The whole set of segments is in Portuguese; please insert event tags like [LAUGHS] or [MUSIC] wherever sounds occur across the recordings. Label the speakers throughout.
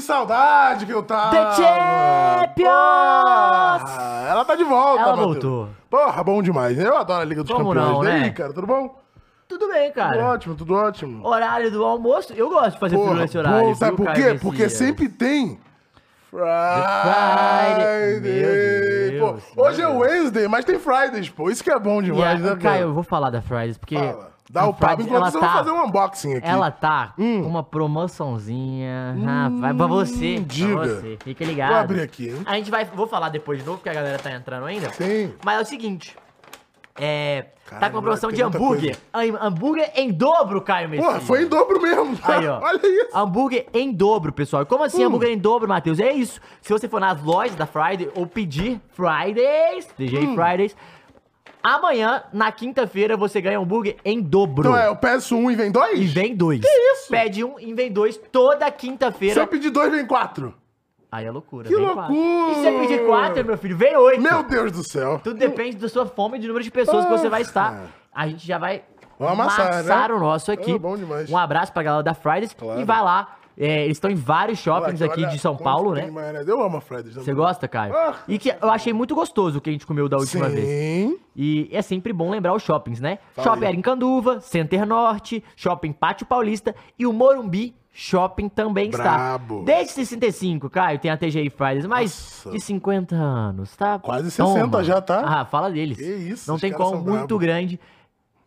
Speaker 1: saudade que eu tava!
Speaker 2: The Champions!
Speaker 1: Porra, ela tá de volta,
Speaker 2: Ela
Speaker 1: Matheus.
Speaker 2: voltou.
Speaker 1: Porra, bom demais. né? Eu adoro a Liga dos
Speaker 2: Como
Speaker 1: Campeões.
Speaker 2: não,
Speaker 1: E aí,
Speaker 2: né?
Speaker 1: cara, tudo bom?
Speaker 2: Tudo bem,
Speaker 1: Tudo
Speaker 2: cara.
Speaker 1: ótimo, tudo ótimo.
Speaker 2: Horário do almoço, eu gosto de fazer frio nesse horário.
Speaker 1: bom, sabe
Speaker 2: viu,
Speaker 1: por
Speaker 2: Caio
Speaker 1: quê? Porque
Speaker 2: Messias?
Speaker 1: sempre tem...
Speaker 2: Friday.
Speaker 1: Friday!
Speaker 2: Meu
Speaker 1: Pô,
Speaker 2: Deus,
Speaker 1: hoje é
Speaker 2: meu Deus.
Speaker 1: Wednesday, mas tem Fridays, pô. Isso que é bom
Speaker 2: E a,
Speaker 1: demais, né,
Speaker 2: Caio,
Speaker 1: cara?
Speaker 2: eu vou falar da Fridays, porque.
Speaker 1: Fala. Dá o
Speaker 2: a
Speaker 1: papo
Speaker 2: Fridays,
Speaker 1: enquanto você
Speaker 2: ela
Speaker 1: vai
Speaker 2: tá,
Speaker 1: fazer um unboxing aqui. Hum.
Speaker 2: Ela tá com uma promoçãozinha, rapaz, pra você.
Speaker 1: diga.
Speaker 2: Pra você. Fica ligado.
Speaker 1: Vou abrir aqui, hein?
Speaker 2: A gente vai. Vou falar depois de novo, porque a galera tá entrando ainda.
Speaker 1: Sim.
Speaker 2: Mas é o seguinte. É. tá
Speaker 1: Caralho,
Speaker 2: com uma promoção
Speaker 1: tem
Speaker 2: de
Speaker 1: muita
Speaker 2: hambúrguer. Ham- Hambúrguer em dobro, Caio Messias.
Speaker 1: Porra, foi em dobro mesmo.
Speaker 2: Aí,
Speaker 1: [LAUGHS]
Speaker 2: ó.
Speaker 1: Olha isso.
Speaker 2: Hambúrguer em dobro, pessoal. E Como
Speaker 1: Hum.
Speaker 2: assim hambúrguer em dobro, Matheus? É isso. Se você for nas lojas da Friday ou pedir Fridays, DJ
Speaker 1: Hum.
Speaker 2: Fridays, amanhã, na quinta-feira, você ganha hambúrguer em dobro.
Speaker 1: Então é, eu peço um e vem dois?
Speaker 2: E vem dois. Que
Speaker 1: isso?
Speaker 2: Pede um e vem dois toda
Speaker 1: Se
Speaker 2: quinta-feira.
Speaker 1: eu pedir dois, vem quatro.
Speaker 2: Aí é loucura.
Speaker 1: Que
Speaker 2: vem
Speaker 1: loucura!
Speaker 2: quatro. E se você pedir quatro, meu filho, vem oito.
Speaker 1: Meu Deus do céu.
Speaker 2: Tudo depende da sua fome e do número de pessoas que você vai estar.
Speaker 1: Porra.
Speaker 2: A gente já vai
Speaker 1: Ah. Vamos amassar, né?
Speaker 2: o nosso aqui.
Speaker 1: É, bom demais.
Speaker 2: Um abraço pra galera da Fridays.
Speaker 1: Claro.
Speaker 2: E vai lá. É, eles estão em vários
Speaker 1: Olha
Speaker 2: shoppings aqui
Speaker 1: olha
Speaker 2: de São
Speaker 1: quanto
Speaker 2: Paulo,
Speaker 1: tem
Speaker 2: né?
Speaker 1: maionese. Eu amo a né? Freddy's.
Speaker 2: Você gosta, Caio?
Speaker 1: Ah.
Speaker 2: E que eu achei muito gostoso o que a gente comeu da última vez.
Speaker 1: Sim.
Speaker 2: E é sempre bom lembrar os shoppings, né?
Speaker 1: Fala
Speaker 2: Shopping
Speaker 1: aí.
Speaker 2: Aricanduva, Center Norte, Shopping Pátio Paulista e o Morumbi Shopping também
Speaker 1: Brabo.
Speaker 2: está. Desde 65, Caio, tem a TGI Fridays, mas
Speaker 1: Nossa.
Speaker 2: de 50 anos, tá?
Speaker 1: Quase
Speaker 2: Toma.
Speaker 1: 60 já, tá?
Speaker 2: Ah, fala deles.
Speaker 1: Que isso,
Speaker 2: Não
Speaker 1: os
Speaker 2: tem
Speaker 1: caras
Speaker 2: como,
Speaker 1: são
Speaker 2: muito
Speaker 1: brabo.
Speaker 2: grande.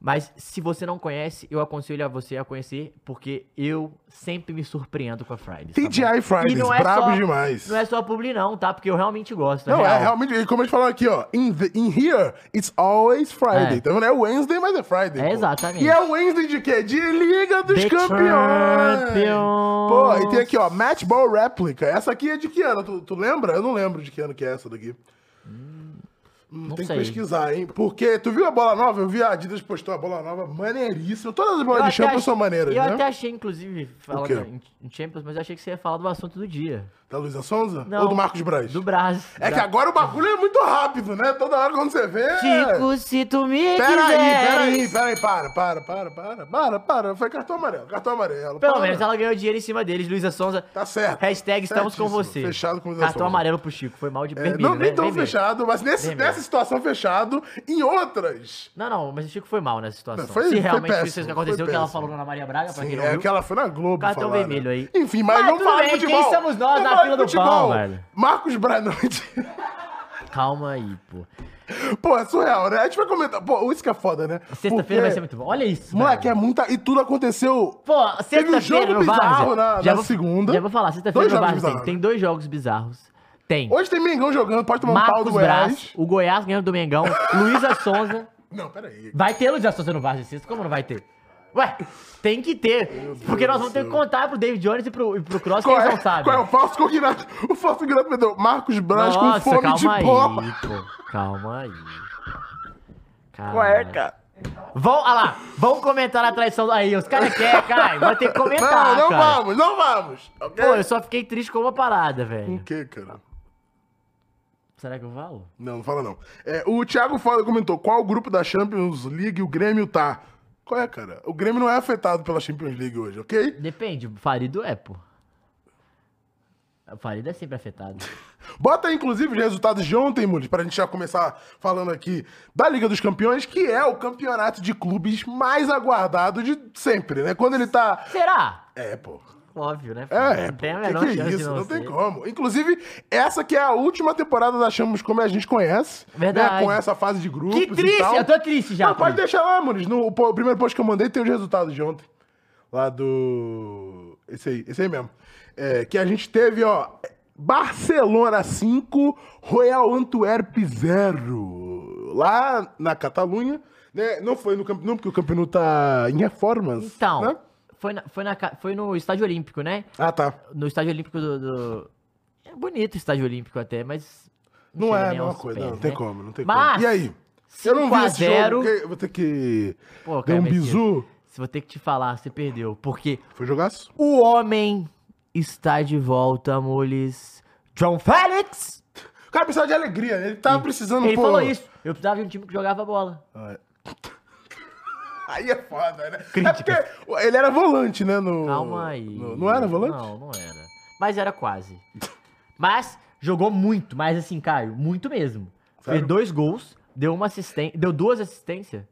Speaker 2: Mas se você não conhece, eu aconselho a você a conhecer, porque eu sempre me surpreendo com a Fridays. tá bom?
Speaker 1: TGI Fridays,
Speaker 2: E não é
Speaker 1: brabo
Speaker 2: só-
Speaker 1: demais.
Speaker 2: Não é só publi não, tá? Porque eu realmente gosto.
Speaker 1: Não, é
Speaker 2: real.
Speaker 1: realmente, e como a gente falou aqui, ó, in, the- in here, it's always Friday.
Speaker 2: É.
Speaker 1: Então não é Wednesday, mas é Friday.
Speaker 2: É
Speaker 1: pô.
Speaker 2: exatamente.
Speaker 1: E é Wednesday de quê? De Liga dos
Speaker 2: The
Speaker 1: Campeões.
Speaker 2: Champions.
Speaker 1: Pô, e tem aqui, ó, Match Ball Replica. Essa aqui é de que ano? Tu, tu lembra? Eu não lembro de que ano que é essa daqui. Hum,
Speaker 2: não
Speaker 1: tem
Speaker 2: sei.
Speaker 1: que pesquisar, hein? Porque tu viu a bola nova? Eu vi a Adidas postou a bola nova maneiríssima. Todas as
Speaker 2: Eu
Speaker 1: bolas de
Speaker 2: até
Speaker 1: Champions
Speaker 2: ach-
Speaker 1: são maneiras,
Speaker 2: Eu
Speaker 1: né?
Speaker 2: até achei, inclusive, falando
Speaker 1: quê?
Speaker 2: em em Champions, mas eu achei que você ia falar do assunto do dia.
Speaker 1: Da Luísa Sonza?
Speaker 2: Não.
Speaker 1: Ou do Marcos Braz?
Speaker 2: Do Brás.
Speaker 1: É que agora o bagulho é muito rápido, né? Toda hora quando você vê.
Speaker 2: Tico, se tu me
Speaker 1: Pera aí, pera aí,
Speaker 2: quiseres.
Speaker 1: pera aí, para, para, para, para, para, para. Foi cartão amarelo, cartão amarelo.
Speaker 2: Pelo
Speaker 1: para.
Speaker 2: menos ela ganhou dinheiro em cima deles, Luísa Sonza.
Speaker 1: Tá certo.
Speaker 2: Hashtag estamos com
Speaker 1: Certíssimo.
Speaker 2: você.
Speaker 1: Fechado com Luísa
Speaker 2: Cartão
Speaker 1: Sonza.
Speaker 2: amarelo pro Chico, foi mal de
Speaker 1: É,
Speaker 2: vermelho,
Speaker 1: não, nem
Speaker 2: né?
Speaker 1: tão
Speaker 2: Vermelho.
Speaker 1: fechado, mas nesse,
Speaker 2: Vermelho.
Speaker 1: nessa situação fechado, em outras.
Speaker 2: Não, não, mas o Chico foi mal nessa situação.
Speaker 1: Não, foi-
Speaker 2: se
Speaker 1: foi
Speaker 2: realmente
Speaker 1: péssimo,
Speaker 2: isso que
Speaker 1: foi
Speaker 2: aconteceu, que ela
Speaker 1: péssimo.
Speaker 2: falou na Ana Maria Braga, pra
Speaker 1: Sim,
Speaker 2: quem não
Speaker 1: é
Speaker 2: viu.
Speaker 1: que ela foi na Globo
Speaker 2: Cartão
Speaker 1: falar,
Speaker 2: vermelho
Speaker 1: né?
Speaker 2: aí.
Speaker 1: Enfim, mas,
Speaker 2: Mas
Speaker 1: vamos
Speaker 2: tudo
Speaker 1: falar de
Speaker 2: bem, quem
Speaker 1: futebol.
Speaker 2: somos nós na
Speaker 1: falar de
Speaker 2: fila do
Speaker 1: futebol.
Speaker 2: pão, velho?
Speaker 1: Marcos Branante.
Speaker 2: Calma aí, pô.
Speaker 1: [LAUGHS] Pô, é surreal, né? A gente vai comentar. Pô, isso que é foda, né? Porque,
Speaker 2: Sexta-feira vai ser muito bom. Olha isso,
Speaker 1: Moleque, é
Speaker 2: velho.
Speaker 1: muita... E tudo aconteceu...
Speaker 2: Pô,
Speaker 1: Teve um
Speaker 2: sexta-feira
Speaker 1: jogo
Speaker 2: no
Speaker 1: bizarro
Speaker 2: Barça.
Speaker 1: na, na segunda.
Speaker 2: Já vou falar, sexta-feira
Speaker 1: Dois
Speaker 2: no
Speaker 1: jogos
Speaker 2: Barça tem,
Speaker 1: bizarros.
Speaker 2: tem dois jogos bizarros. Tem.
Speaker 1: Hoje tem Mengão jogando, pode tomar um pau do
Speaker 2: Marcos
Speaker 1: Goiás.
Speaker 2: Braz, o Goiás ganhando do Mengão, [LAUGHS] Luísa Sonza.
Speaker 1: Não, peraí.
Speaker 2: Vai ter Luísa Sonza no Barça sexta? Como não vai ter? Ué, tem que ter. Porque nós vamos ter que contar pro David Jones e pro, e pro Cross que
Speaker 1: Qual
Speaker 2: eles
Speaker 1: é,
Speaker 2: não sabem.
Speaker 1: qual é o falso cognado? O falso cognado meteu Marcos Braz com
Speaker 2: Nossa,
Speaker 1: fome
Speaker 2: calma
Speaker 1: de
Speaker 2: aí,
Speaker 1: porra.
Speaker 2: pô. Calma aí. Calma.
Speaker 3: Cueca.
Speaker 2: Vão, olha lá, vão comentar na traição. Aí, os caras querem, cara. Vai ter que comentar,
Speaker 1: não, não
Speaker 2: cara.
Speaker 1: vamos, não vamos.
Speaker 2: Pô, eu só fiquei triste com uma parada,
Speaker 1: O
Speaker 2: velho.
Speaker 1: que, cara?
Speaker 2: Será que eu falo?
Speaker 1: Não, não fala não. É, o Thiago Foda comentou, qual grupo da Champions League o Grêmio tá? Qual é, cara? O Grêmio não é afetado pela Champions League hoje, ok?
Speaker 2: Depende, o Farido é, pô. O Farido é sempre [LAUGHS] afetado.
Speaker 1: Bota aí, inclusive, os resultados de ontem, Mules, pra gente já começar falando aqui da Liga dos Campeões, que é o campeonato de clubes mais aguardado de sempre, né? Quando ele tá...
Speaker 2: Será?
Speaker 1: É, pô.
Speaker 2: Óbvio, né? pô?
Speaker 1: É,
Speaker 2: não tem a
Speaker 1: pô, que
Speaker 2: menor
Speaker 1: que é
Speaker 2: chance de
Speaker 1: isso? Não, tem
Speaker 2: ser.
Speaker 1: como. Inclusive, essa que é a última temporada da Champions como a gente conhece.
Speaker 2: Verdade.
Speaker 1: Né? Com essa fase de grupos
Speaker 2: Que
Speaker 1: e
Speaker 2: triste,
Speaker 1: tal.
Speaker 2: eu tô triste já.
Speaker 1: Não, pode
Speaker 2: pô.
Speaker 1: deixar lá, Muniz. No o po- o primeiro post que eu mandei tem os resultados de ontem. Lá do... Esse aí, esse aí mesmo. É, que a gente teve, ó... Barcelona 5, Royal Antwerp 0. Lá na Catalunha. Né? Não foi no Camp Nou, porque o Camp Nou tá em reformas.
Speaker 2: Então,
Speaker 1: né?
Speaker 2: foi, na- foi, na ca- foi no Estádio Olímpico, né?
Speaker 1: Ah, tá.
Speaker 2: No Estádio Olímpico do... do- É bonito o Estádio Olímpico até, mas...
Speaker 1: Não
Speaker 2: chega
Speaker 1: é a
Speaker 2: nem
Speaker 1: mesma
Speaker 2: aos
Speaker 1: coisa,
Speaker 2: pés,
Speaker 1: não, tem
Speaker 2: né?
Speaker 1: como, não tem
Speaker 2: Mas,
Speaker 1: como. E aí? Eu não vi esse
Speaker 2: 5 a 0.
Speaker 1: jogo, porque eu vou ter que
Speaker 2: Pô,
Speaker 1: dar
Speaker 2: cara,
Speaker 1: um
Speaker 2: mas
Speaker 1: bizu.
Speaker 2: Se vou ter que te falar, você perdeu. Porque
Speaker 1: Foi jogaço?
Speaker 2: o homem está de volta, Mules. John Félix!
Speaker 1: O cara precisava de alegria, ele tava precisando,
Speaker 2: Ele
Speaker 1: pô.
Speaker 2: falou isso. Eu precisava de um time que jogava bola.
Speaker 1: Ah, é. Aí é foda, né?
Speaker 2: Críticas.
Speaker 1: É porque ele era volante, né? No,
Speaker 2: Calma aí.
Speaker 1: no- não era volante?
Speaker 2: Não, não era. mas era quase. Mas jogou muito, mas assim, Caio, muito mesmo.
Speaker 1: Sério?
Speaker 2: Fez dois gols, deu uma assistência, deu duas assistências.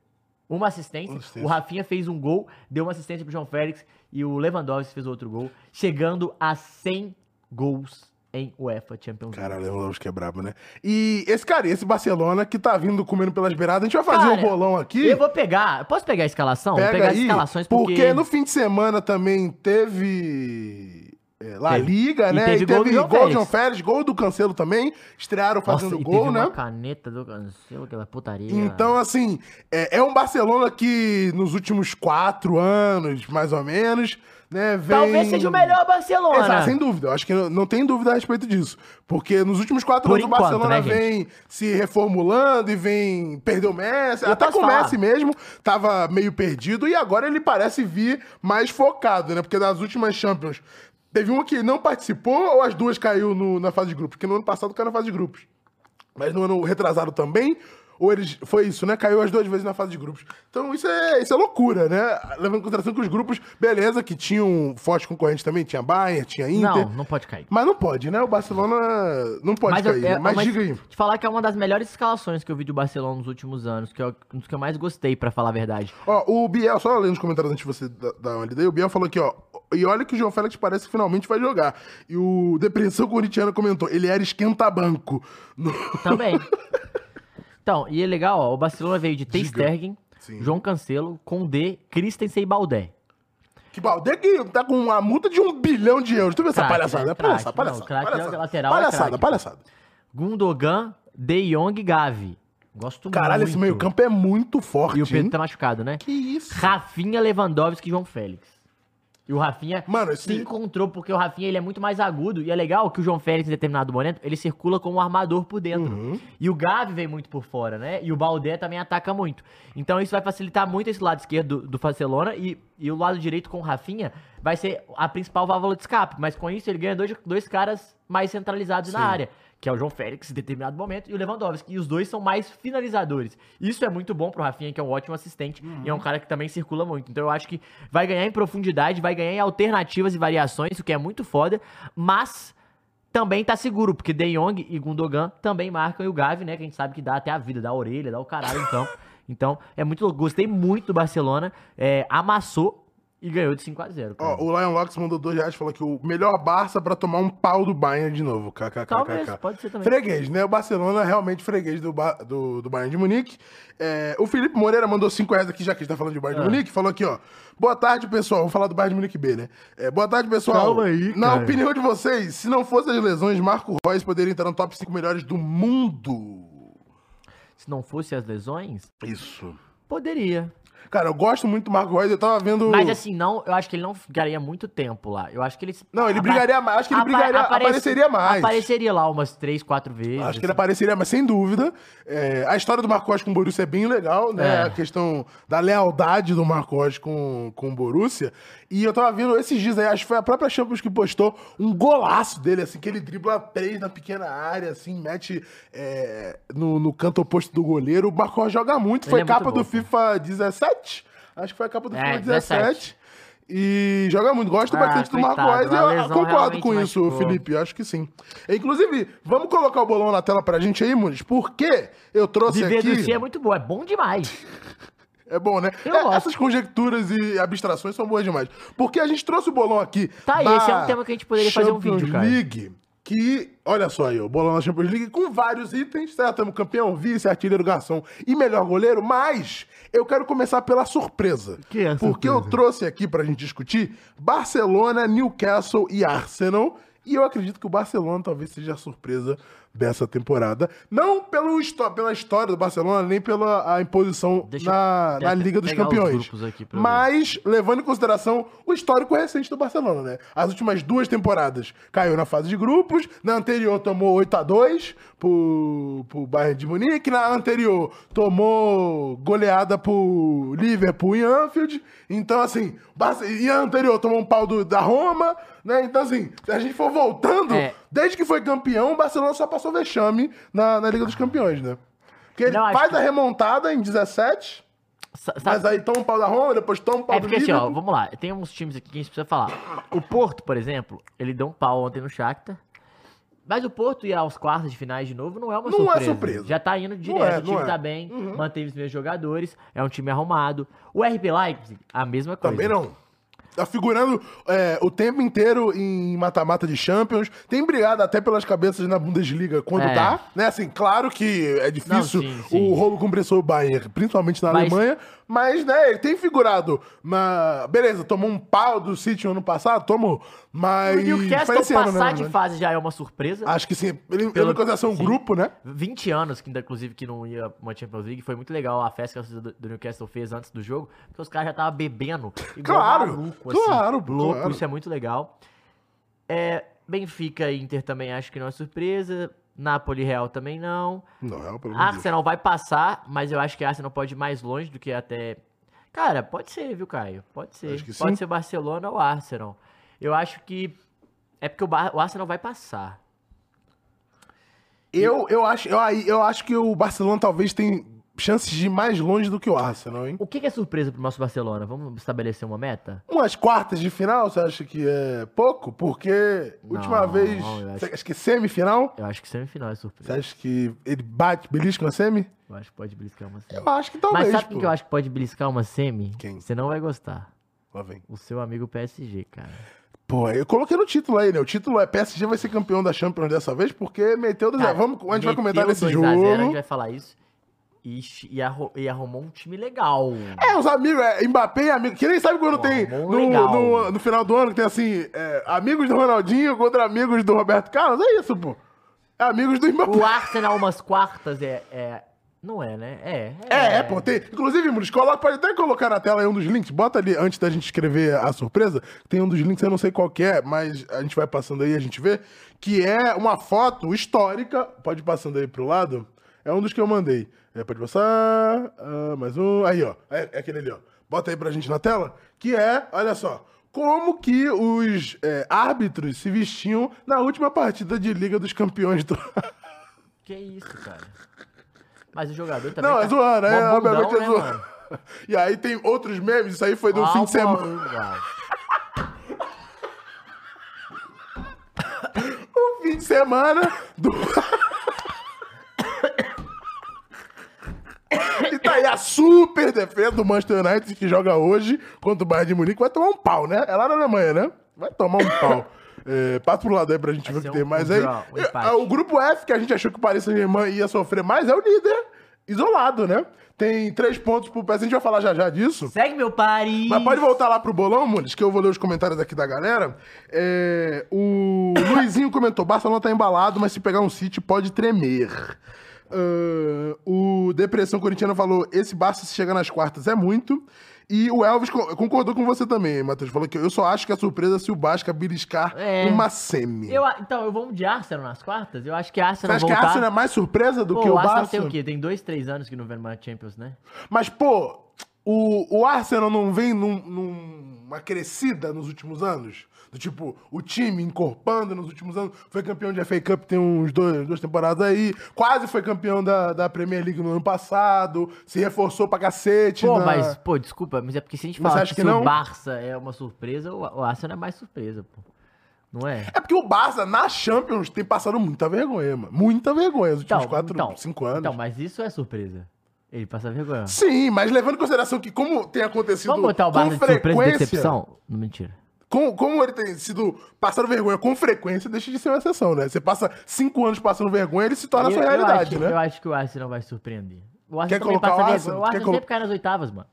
Speaker 2: Uma assistência,
Speaker 1: Uma assistência.
Speaker 2: o Rafinha fez um gol, deu uma assistência pro João Félix e o Lewandowski fez outro gol, chegando a 100 gols em UEFA Champions League.
Speaker 1: Cara, Lewandowski é brabo, né? E esse cara, esse Barcelona que tá vindo comendo pelas beiradas, a gente vai fazer
Speaker 2: Cara,
Speaker 1: um bolão aqui.
Speaker 2: Eu vou pegar, eu posso pegar a escalação?
Speaker 1: Pega
Speaker 2: vou pegar
Speaker 1: aí,
Speaker 2: as escalações
Speaker 1: porque...
Speaker 2: porque,
Speaker 1: no fim de semana também teve é, La
Speaker 2: Teve.
Speaker 1: Liga,
Speaker 2: E
Speaker 1: né?
Speaker 2: teve
Speaker 1: e
Speaker 2: gol do
Speaker 1: teve
Speaker 2: João
Speaker 1: gol do
Speaker 2: Félix.
Speaker 1: João Félix, gol do Cancelo também, estrearam
Speaker 2: Nossa,
Speaker 1: fazendo
Speaker 2: e
Speaker 1: gol,
Speaker 2: teve
Speaker 1: né?
Speaker 2: uma caneta do cancelo, aquela putaria.
Speaker 1: Então, assim, é, é um Barcelona que nos últimos quatro anos, mais ou menos, né, vem...
Speaker 2: Talvez seja o melhor Barcelona.
Speaker 1: Exato, sem dúvida. Eu acho que não- não tem dúvida a respeito disso. Porque nos últimos quatro
Speaker 2: Por
Speaker 1: anos
Speaker 2: enquanto,
Speaker 1: o Barcelona
Speaker 2: né, gente?
Speaker 1: vem se reformulando e vem perder o Messi.
Speaker 2: Eu
Speaker 1: até
Speaker 2: posso
Speaker 1: com o
Speaker 2: falar.
Speaker 1: Messi mesmo tava meio perdido e agora ele parece vir mais focado, né? Porque das últimas Champions teve uma que não participou ou as duas caiu no- na fase de grupos? Porque no ano passado caiu na fase de grupos. Mas no ano retrasado também. Ou eles. Foi isso, né? Caiu as duas vezes na fase de grupos. Então isso é, isso é loucura, né? Levando em consideração que os grupos, beleza, que tinham forte concorrente também, tinha Bayern, tinha Inter.
Speaker 2: Não, não pode cair.
Speaker 1: Mas não pode, né? O Barcelona não pode
Speaker 2: eu-
Speaker 1: cair.
Speaker 2: é-
Speaker 1: mas, diga aí.
Speaker 2: Te falar que é uma das melhores escalações que eu vi do Barcelona nos últimos anos, que é um dos que eu mais gostei, pra falar a verdade.
Speaker 1: Ó, o Biel, só lendo os comentários antes de você da- dar uma lida aí, o Biel falou aqui, ó. E olha que o João Félix parece que finalmente vai jogar. E o Depressão Corintiana comentou, ele era esquenta-banco. No- [LAUGHS]
Speaker 2: Também. então, e é legal, ó, o Barcelona veio de Ter
Speaker 1: Diga.
Speaker 2: Stegen,
Speaker 1: Sim.
Speaker 2: João Cancelo, Condé, Christensen e Baldé.
Speaker 1: Que balde que tá com uma multa de um bilhão de euros. Tu viu essa
Speaker 2: Craque,
Speaker 1: palhaçada?
Speaker 2: né?
Speaker 1: É palhaçada,
Speaker 2: Craque.
Speaker 1: palhaçada.
Speaker 2: Não, craque é
Speaker 1: palhaçada.
Speaker 2: lateral, é
Speaker 1: palhaçada,
Speaker 2: craque.
Speaker 1: palhaçada.
Speaker 2: Gundogan, De Jong e Gavi. Gosto
Speaker 1: Caralho,
Speaker 2: muito.
Speaker 1: esse meio-campo é muito forte.
Speaker 2: E o Pedro
Speaker 1: hein?
Speaker 2: tá machucado, né?
Speaker 1: Que isso?
Speaker 2: Rafinha, Lewandowski e João Félix. E o Rafinha
Speaker 1: Mano, esse-
Speaker 2: se encontrou, porque o Rafinha ele é muito mais agudo. E é legal que o João Félix, em determinado momento, ele circula como um armador por dentro.
Speaker 1: Uhum.
Speaker 2: E o Gavi vem muito por fora, né? E o Baldé também ataca muito. Então isso vai facilitar muito esse lado esquerdo do, do Barcelona. E, e o lado direito com o Rafinha vai ser a principal válvula de escape. Mas com isso ele ganha dois, dois caras mais centralizados na área. Que é o João Félix em determinado momento e o Lewandowski. E os dois são mais finalizadores. Isso é muito bom pro Rafinha, que é um ótimo assistente e
Speaker 1: Uhum.
Speaker 2: é um cara que também circula muito. Então eu acho que vai ganhar em profundidade, vai ganhar em alternativas e variações, o que é muito foda. Mas também tá seguro, porque De Jong e Gundogan também marcam e o Gavi, né, que a gente sabe que dá até a vida, dá a orelha, dá o caralho,
Speaker 1: [LAUGHS]
Speaker 2: então. Então, é muito louco. Gostei muito do Barcelona. É, amassou e ganhou de 5 a 0 cara.
Speaker 1: Ó, o Lion Locks mandou dois reais e falou que o melhor Barça pra tomar um pau do Bayern de novo.
Speaker 2: Talvez,
Speaker 1: KKKKK.
Speaker 2: pode ser também.
Speaker 1: Freguês, né? O Barcelona é realmente freguês do, Ba- do, do Bayern de Munique. É, o Felipe Moreira mandou 5 reais aqui, já que a gente tá falando de Bayern
Speaker 2: É.
Speaker 1: de Munique. Falou aqui, ó. Boa tarde, pessoal. Vou falar do Bayern de Munique B, né? É, boa tarde, pessoal.
Speaker 2: Calma aí,
Speaker 1: Na
Speaker 2: cara.
Speaker 1: opinião de vocês, se não fossem as lesões, Marco Reus poderia entrar no top 5 melhores do mundo.
Speaker 2: Se não fosse as lesões,
Speaker 1: Isso.
Speaker 2: poderia.
Speaker 1: Cara, eu gosto muito do Marco Reus. Eu tava vendo...
Speaker 2: Mas assim, não, eu acho que ele não ficaria muito tempo lá. Eu acho que ele.
Speaker 1: Não, ele
Speaker 2: apa-
Speaker 1: brigaria mais. Acho que ele
Speaker 2: apa-
Speaker 1: brigaria,
Speaker 2: aparece-
Speaker 1: apareceria mais.
Speaker 2: Apareceria lá umas 3, 4 vezes.
Speaker 1: Acho que ele apareceria, mas sem dúvida. É, a história do Marcos com o Borussia é bem legal, né?
Speaker 2: É.
Speaker 1: A questão da lealdade do Marcos com, com o Borussia. E eu tava vendo esses dias aí, acho que foi a própria Champions que postou um golaço dele, assim, que ele dribla três na pequena área, assim, mete é, no, no canto oposto do goleiro. O Marcos joga muito,
Speaker 2: Ele
Speaker 1: foi
Speaker 2: é muito
Speaker 1: capa
Speaker 2: bom,
Speaker 1: do FIFA 17. Acho que foi a capa do
Speaker 2: É,
Speaker 1: FIFA 17.
Speaker 2: 17.
Speaker 1: E joga muito, gosto
Speaker 2: Ah,
Speaker 1: bastante do
Speaker 2: coitado,
Speaker 1: Marcos.
Speaker 2: a
Speaker 1: Eu
Speaker 2: lesão
Speaker 1: concordo com
Speaker 2: realmente
Speaker 1: isso,
Speaker 2: machucou.
Speaker 1: Felipe. Felipe, eu acho que sim. Inclusive, vamos colocar o bolão na tela pra gente aí, Muniz, porque eu trouxe
Speaker 2: Viver do
Speaker 1: aqui...
Speaker 2: Si é muito bom, é
Speaker 1: [LAUGHS]
Speaker 2: bom demais.
Speaker 1: É bom, né?
Speaker 2: Eu
Speaker 1: É,
Speaker 2: gosto.
Speaker 1: essas conjecturas e abstrações são boas demais. Porque a gente trouxe o bolão aqui.
Speaker 2: Tá aí,
Speaker 1: da
Speaker 2: esse é um tema que a gente poderia fazer um vídeo,
Speaker 1: Champions
Speaker 2: cara.
Speaker 1: League, que, olha só aí, o bolão da Champions League com vários itens, certo? Temos campeão, vice, artilheiro, garçom e melhor goleiro, mas eu quero começar pela surpresa.
Speaker 2: Que é a
Speaker 1: Porque
Speaker 2: surpresa?
Speaker 1: eu trouxe aqui pra gente discutir Barcelona, Newcastle e Arsenal. E eu acredito que o Barcelona talvez seja a surpresa dessa temporada. Não pelo histó- pela história do Barcelona, nem pela a imposição
Speaker 2: Deixa
Speaker 1: na,
Speaker 2: eu pe-
Speaker 1: na Liga dos
Speaker 2: pegar os
Speaker 1: Campeões.
Speaker 2: grupos aqui pra
Speaker 1: Mas, levando em consideração o histórico recente do Barcelona, né? As últimas duas temporadas caiu na fase de grupos, na anterior tomou 8x2 pro, pro Bayern de Munique, na anterior tomou goleada pro Liverpool em Anfield. Então, assim, Barce- e a anterior tomou um pau do- da Roma, né? Então, assim, se a gente for voltando,
Speaker 2: É.
Speaker 1: desde que foi campeão, o Barcelona só passou vexame na, na Liga dos Campeões, né? Porque ele
Speaker 2: Não, acho
Speaker 1: faz
Speaker 2: que-
Speaker 1: a remontada em 17.
Speaker 2: sa- sabe-
Speaker 1: Mas aí toma um pau da Roma, depois toma um pau
Speaker 2: É
Speaker 1: do
Speaker 2: porque assim, ó,
Speaker 1: Liverpool.
Speaker 2: vamos lá. Tem uns times aqui que a gente precisa falar. O Porto, por exemplo, ele deu um pau ontem no Shakhtar. Mas o Porto ir aos quartos de finais de novo não é uma
Speaker 1: Não é
Speaker 2: surpresa.
Speaker 1: surpresa.
Speaker 2: Já tá indo direto.
Speaker 1: é,
Speaker 2: o time
Speaker 1: não é.
Speaker 2: tá bem,
Speaker 1: Uhum.
Speaker 2: manteve os mesmos jogadores, é um time arrumado. O RB Leipzig, a mesma coisa.
Speaker 1: Também não. Tá figurando é, o tempo inteiro em mata-mata de Champions. Tem brigado até pelas cabeças na Bundesliga quando
Speaker 2: É.
Speaker 1: tá. Né? Assim, claro que é difícil
Speaker 2: Não, sim, sim.
Speaker 1: o rolo compressor o Bayern, principalmente na
Speaker 2: Mas-
Speaker 1: Alemanha. Mas, né, ele tem figurado na... Beleza, tomou um pau do City ano passado, tomou. Mas...
Speaker 2: E o
Speaker 1: foi é esse
Speaker 2: Castle
Speaker 1: ano, né,
Speaker 2: passar
Speaker 1: na
Speaker 2: de
Speaker 1: verdade.
Speaker 2: fase já é uma surpresa.
Speaker 1: Acho que sim. Ele,
Speaker 2: Pelo-
Speaker 1: pela consideração
Speaker 2: sim.
Speaker 1: grupo, né?
Speaker 2: 20 anos, que ainda, inclusive, que não ia uma Champions League. Foi muito legal a festa que a torcida do, do Newcastle fez antes do jogo, porque os caras já estavam bebendo. Igual
Speaker 1: Claro,
Speaker 2: maluco,
Speaker 1: claro,
Speaker 2: assim, louco,
Speaker 1: claro.
Speaker 2: isso é muito legal. É, Benfica e Inter também acho que não é surpresa. Napoli e Real também não.
Speaker 1: Não,
Speaker 2: Ah,
Speaker 1: é pelo menos.
Speaker 2: Arsenal vai passar, mas eu acho que a Arsenal pode ir mais longe do que até. Cara, pode ser, viu, Caio? Pode ser.
Speaker 1: Acho que sim.
Speaker 2: Pode ser Barcelona ou Arsenal. Eu acho que. É porque o, Bar- o Arsenal vai passar.
Speaker 1: Eu, eu, acho, eu, aí- eu acho que o Barcelona talvez tenha chances de ir mais longe do que o Arsenal, hein?
Speaker 2: O que que é surpresa pro nosso Barcelona? Vamos estabelecer uma meta?
Speaker 1: Umas quartas de final, você acha que é pouco? Porque última
Speaker 2: Não,
Speaker 1: vez.
Speaker 2: eu acho-
Speaker 1: Você acha que é semifinal?
Speaker 2: Eu acho que semifinal é
Speaker 1: Você
Speaker 2: surpresa.
Speaker 1: acha que ele bate, belisca na semi?
Speaker 2: Eu acho que pode beliscar uma semi.
Speaker 1: Eu acho que talvez.
Speaker 2: Mas sabe quem
Speaker 1: pô.
Speaker 2: que eu acho que pode beliscar uma semi?
Speaker 1: Quem?
Speaker 2: Você não vai gostar.
Speaker 1: Lá vem.
Speaker 2: O seu amigo PSG, cara.
Speaker 1: Pô, eu coloquei no título aí, né? O título é PSG vai ser campeão da Champions dessa vez, porque meteu dois a um.
Speaker 2: Cara,
Speaker 1: Vamos, A gente vai
Speaker 2: Tá. meteu
Speaker 1: comentar nesse
Speaker 2: 2 a 0, a gente
Speaker 1: jogo.
Speaker 2: vai falar isso. E, e arru- e arrumou um time legal.
Speaker 1: É, os amigos, é Mbappé e amigo. Que nem sabe quando tem.
Speaker 2: bom,
Speaker 1: No,
Speaker 2: legal.
Speaker 1: no- no final do ano que tem assim: é, amigos do Ronaldinho contra amigos do Roberto Carlos. É isso, pô. É amigos do Mbappé.
Speaker 2: O Arsenal umas quartas é... é- Não é, né? É.
Speaker 1: É, é, pô, tem. Inclusive, Muris, coloca, pode até colocar na tela aí um dos links. Bota ali antes da gente escrever a surpresa. Tem um dos links, eu não sei qual que é, mas a gente vai passando aí, a gente vê. Que é uma foto histórica. Pode ir passando aí pro lado. É um dos que eu mandei. É, pode passar. ah, mais um. Aí, ó. É, é aquele ali, ó. Bota aí pra gente na tela. Que é, olha só. Como que os é, árbitros se vestiam na última partida de Liga dos Campeões do.
Speaker 2: Que isso, cara. Mas o jogador também
Speaker 1: Não,
Speaker 2: tá
Speaker 1: é zoando, é
Speaker 2: mó bundão,
Speaker 1: obviamente é
Speaker 2: né,
Speaker 1: zoando.
Speaker 2: mano?
Speaker 1: [LAUGHS] E aí tem outros memes, isso aí foi do
Speaker 2: Ah,
Speaker 1: fim
Speaker 2: o
Speaker 1: de semana.
Speaker 2: maluco, cara.
Speaker 1: O [LAUGHS] fim de semana do. [LAUGHS] e tá aí a super defesa do Manchester United que joga hoje contra o Bayern de Munique. Vai tomar um pau, né? É lá na Alemanha, né? Vai tomar um pau.
Speaker 2: [LAUGHS]
Speaker 1: É, passa pro lado aí pra gente ver o que
Speaker 2: ser
Speaker 1: tem
Speaker 2: um-
Speaker 1: mais
Speaker 2: um
Speaker 1: aí.
Speaker 2: draw, um
Speaker 1: É,
Speaker 2: empate.
Speaker 1: é, o grupo F, que a gente achou que o Paris Saint-Germain ia sofrer mais, é o líder. Isolado, né? Tem três pontos pro PSG, a gente vai falar já já disso.
Speaker 2: Segue meu pari.
Speaker 1: Mas pode voltar lá pro bolão, Muniz, que eu vou ler os comentários aqui da galera. É, o Luizinho comentou: Barcelona tá embalado, mas se pegar um City pode tremer. Ah, o Depressão Corintiano falou: esse Barça se chegar nas quartas é muito. E o Elvis co- concordou com você também, Matheus. Falou que eu só acho que é surpresa se o Basca beliscar
Speaker 2: É.
Speaker 1: uma semi.
Speaker 2: Eu a- então, eu vou de Arsenal nas quartas? Eu acho que Arsenal
Speaker 1: Você acha que a
Speaker 2: voltar...
Speaker 1: Arsenal é mais surpresa do
Speaker 2: Pô,
Speaker 1: que o
Speaker 2: o Arsenal
Speaker 1: Barça?
Speaker 2: tem o quê? Tem dois, três anos que não vem numa Champions, né?
Speaker 1: Mas, pô, o, o Arsenal não vem num- numa crescida nos últimos anos? Do tipo, o time encorpando nos últimos anos. Foi campeão de FA Cup tem uns dois, duas temporadas aí. Quase foi campeão da, da Premier League no ano passado. Se reforçou pra cacete.
Speaker 2: Pô,
Speaker 1: na-
Speaker 2: mas, pô, desculpa, mas é porque se a gente
Speaker 1: Mas
Speaker 2: falar
Speaker 1: acha que
Speaker 2: que, se
Speaker 1: não?
Speaker 2: o Barça é uma surpresa, o o Arsenal é mais surpresa, pô. Não é?
Speaker 1: É porque o Barça, na Champions, tem passado muita vergonha, mano. Muita vergonha. Os últimos quatro, cinco anos.
Speaker 2: Então, mas isso é surpresa. Ele passa vergonha.
Speaker 1: Sim, mas levando em consideração que como tem acontecido
Speaker 2: Vamos botar o Barça de
Speaker 1: com
Speaker 2: surpresa e
Speaker 1: frequência...
Speaker 2: decepção? Não, mentira.
Speaker 1: Com- como ele tem sido passando vergonha com frequência, deixa de ser uma exceção, né? Você passa cinco anos passando vergonha, ele se torna sua realidade,
Speaker 2: acho,
Speaker 1: né?
Speaker 2: Eu acho que o Arsenal vai surpreender. O Arsenal
Speaker 1: Quer
Speaker 2: também
Speaker 1: colocar o
Speaker 2: passa vergonha.
Speaker 1: Arsenal?
Speaker 2: O Arsenal
Speaker 1: Quer
Speaker 2: sempre
Speaker 1: colo-
Speaker 2: cai nas oitavas, mano.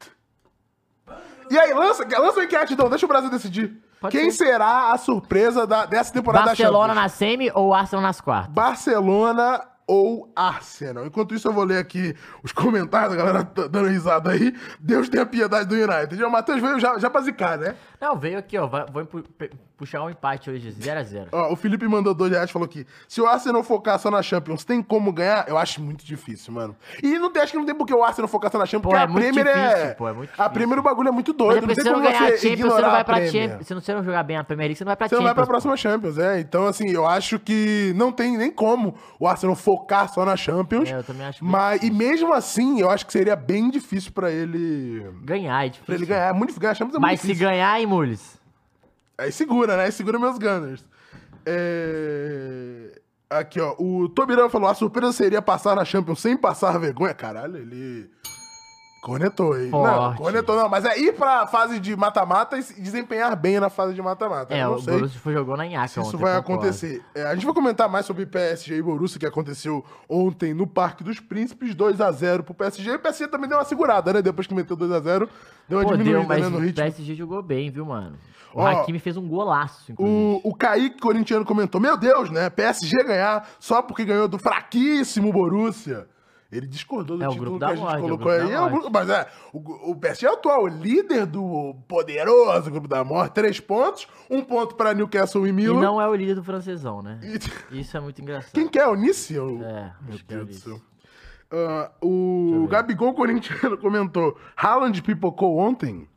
Speaker 1: E aí, lança, lança uma enquete, então, deixa o Brasil decidir.
Speaker 2: Pode
Speaker 1: Quem
Speaker 2: ser.
Speaker 1: será a surpresa da- dessa temporada
Speaker 2: Barcelona
Speaker 1: da Champions?
Speaker 2: na semi ou Arsenal nas quartas?
Speaker 1: Barcelona ou Arsenal. Enquanto isso, eu vou ler aqui os comentários, a galera tá dando risada aí. Deus tenha piedade do United. O Matheus veio já, já pra zicar, né?
Speaker 2: Não, veio aqui, ó. vai- Vou pu- pe- puxar um empate hoje, 0x0.
Speaker 1: Ó, o Felipe mandou dois reais e falou que se o Arsenal focar só na Champions, tem como ganhar? Eu acho muito difícil, mano. E não tem, acho que não tem porque o Arsenal focar só na Champions,
Speaker 2: Pô,
Speaker 1: porque
Speaker 2: é
Speaker 1: a
Speaker 2: muito
Speaker 1: Premier é...
Speaker 2: difícil, pô, é muito
Speaker 1: a
Speaker 2: difícil.
Speaker 1: Premier é um bagulho é muito
Speaker 2: Mas é
Speaker 1: doido, não tem
Speaker 2: porque se você não
Speaker 1: como
Speaker 2: ganhar
Speaker 1: você
Speaker 2: a Champions, você
Speaker 1: ignorar
Speaker 2: não vai
Speaker 1: a
Speaker 2: pra
Speaker 1: Premier.
Speaker 2: Champions. Se não- você não jogar bem a Premier League, você não vai pra
Speaker 1: Você não
Speaker 2: Champions.
Speaker 1: vai pra
Speaker 2: pô.
Speaker 1: próxima Champions, é. Então, assim, eu acho que não tem nem como o Arsenal focar só na Champions.
Speaker 2: É, eu também acho bem
Speaker 1: mas, e mesmo assim, eu acho que seria bem difícil pra ele.
Speaker 2: Ganhar é difícil.
Speaker 1: Pra ele ganhar. É muito difícil. Ganhar a Champions é muito
Speaker 2: Mas se
Speaker 1: difícil.
Speaker 2: ganhar, hein, Mules?
Speaker 1: Aí segura, né? Aí segura meus Gunners. É... Aqui, ó. O Tobirão falou: a surpresa seria passar na Champions sem passar vergonha. Caralho, ele. Cornetou, hein? Não,
Speaker 2: Forte.
Speaker 1: cornetou, não. Mas é ir pra fase de mata-mata e se desempenhar bem na fase de mata-mata.
Speaker 2: É,
Speaker 1: Eu não
Speaker 2: o
Speaker 1: sei
Speaker 2: Borussia foi- jogou na Inhaca
Speaker 1: se isso
Speaker 2: ontem,
Speaker 1: vai
Speaker 2: eu concordo.
Speaker 1: acontecer. É, a gente vai comentar mais sobre PSG e Borussia, que aconteceu ontem no Parque dos Príncipes, 2x0 pro PSG. E o PSG também deu uma segurada, né? Depois que meteu 2x0, deu uma
Speaker 2: Pô,
Speaker 1: diminuída
Speaker 2: deu, mas
Speaker 1: né, no
Speaker 2: o
Speaker 1: ritmo.
Speaker 2: PSG jogou bem, viu, mano? O
Speaker 1: Ó,
Speaker 2: Hakimi fez um golaço, inclusive.
Speaker 1: O, o Kaique Corintiano comentou: Meu Deus, né? PSG ganhar só porque ganhou do fraquíssimo Borussia. Ele discordou do
Speaker 2: É, o
Speaker 1: título
Speaker 2: grupo
Speaker 1: que
Speaker 2: da
Speaker 1: a gente
Speaker 2: morte, é o
Speaker 1: colocou
Speaker 2: grupo
Speaker 1: aí.
Speaker 2: da
Speaker 1: É o
Speaker 2: morte.
Speaker 1: grupo- mas é, o, o PSG é o atual líder do poderoso grupo da morte. Três pontos, um ponto pra Newcastle e
Speaker 2: E
Speaker 1: Milan.
Speaker 2: não é o líder do francesão, né?
Speaker 1: E- [LAUGHS]
Speaker 2: Isso é muito engraçado.
Speaker 1: Quem que é? O Nice? O-
Speaker 2: É,
Speaker 1: Meu
Speaker 2: acho que é
Speaker 1: Deus do
Speaker 2: isso.
Speaker 1: céu. Ah, o Gabigol Corintiano [LAUGHS] comentou: Haaland pipocou ontem.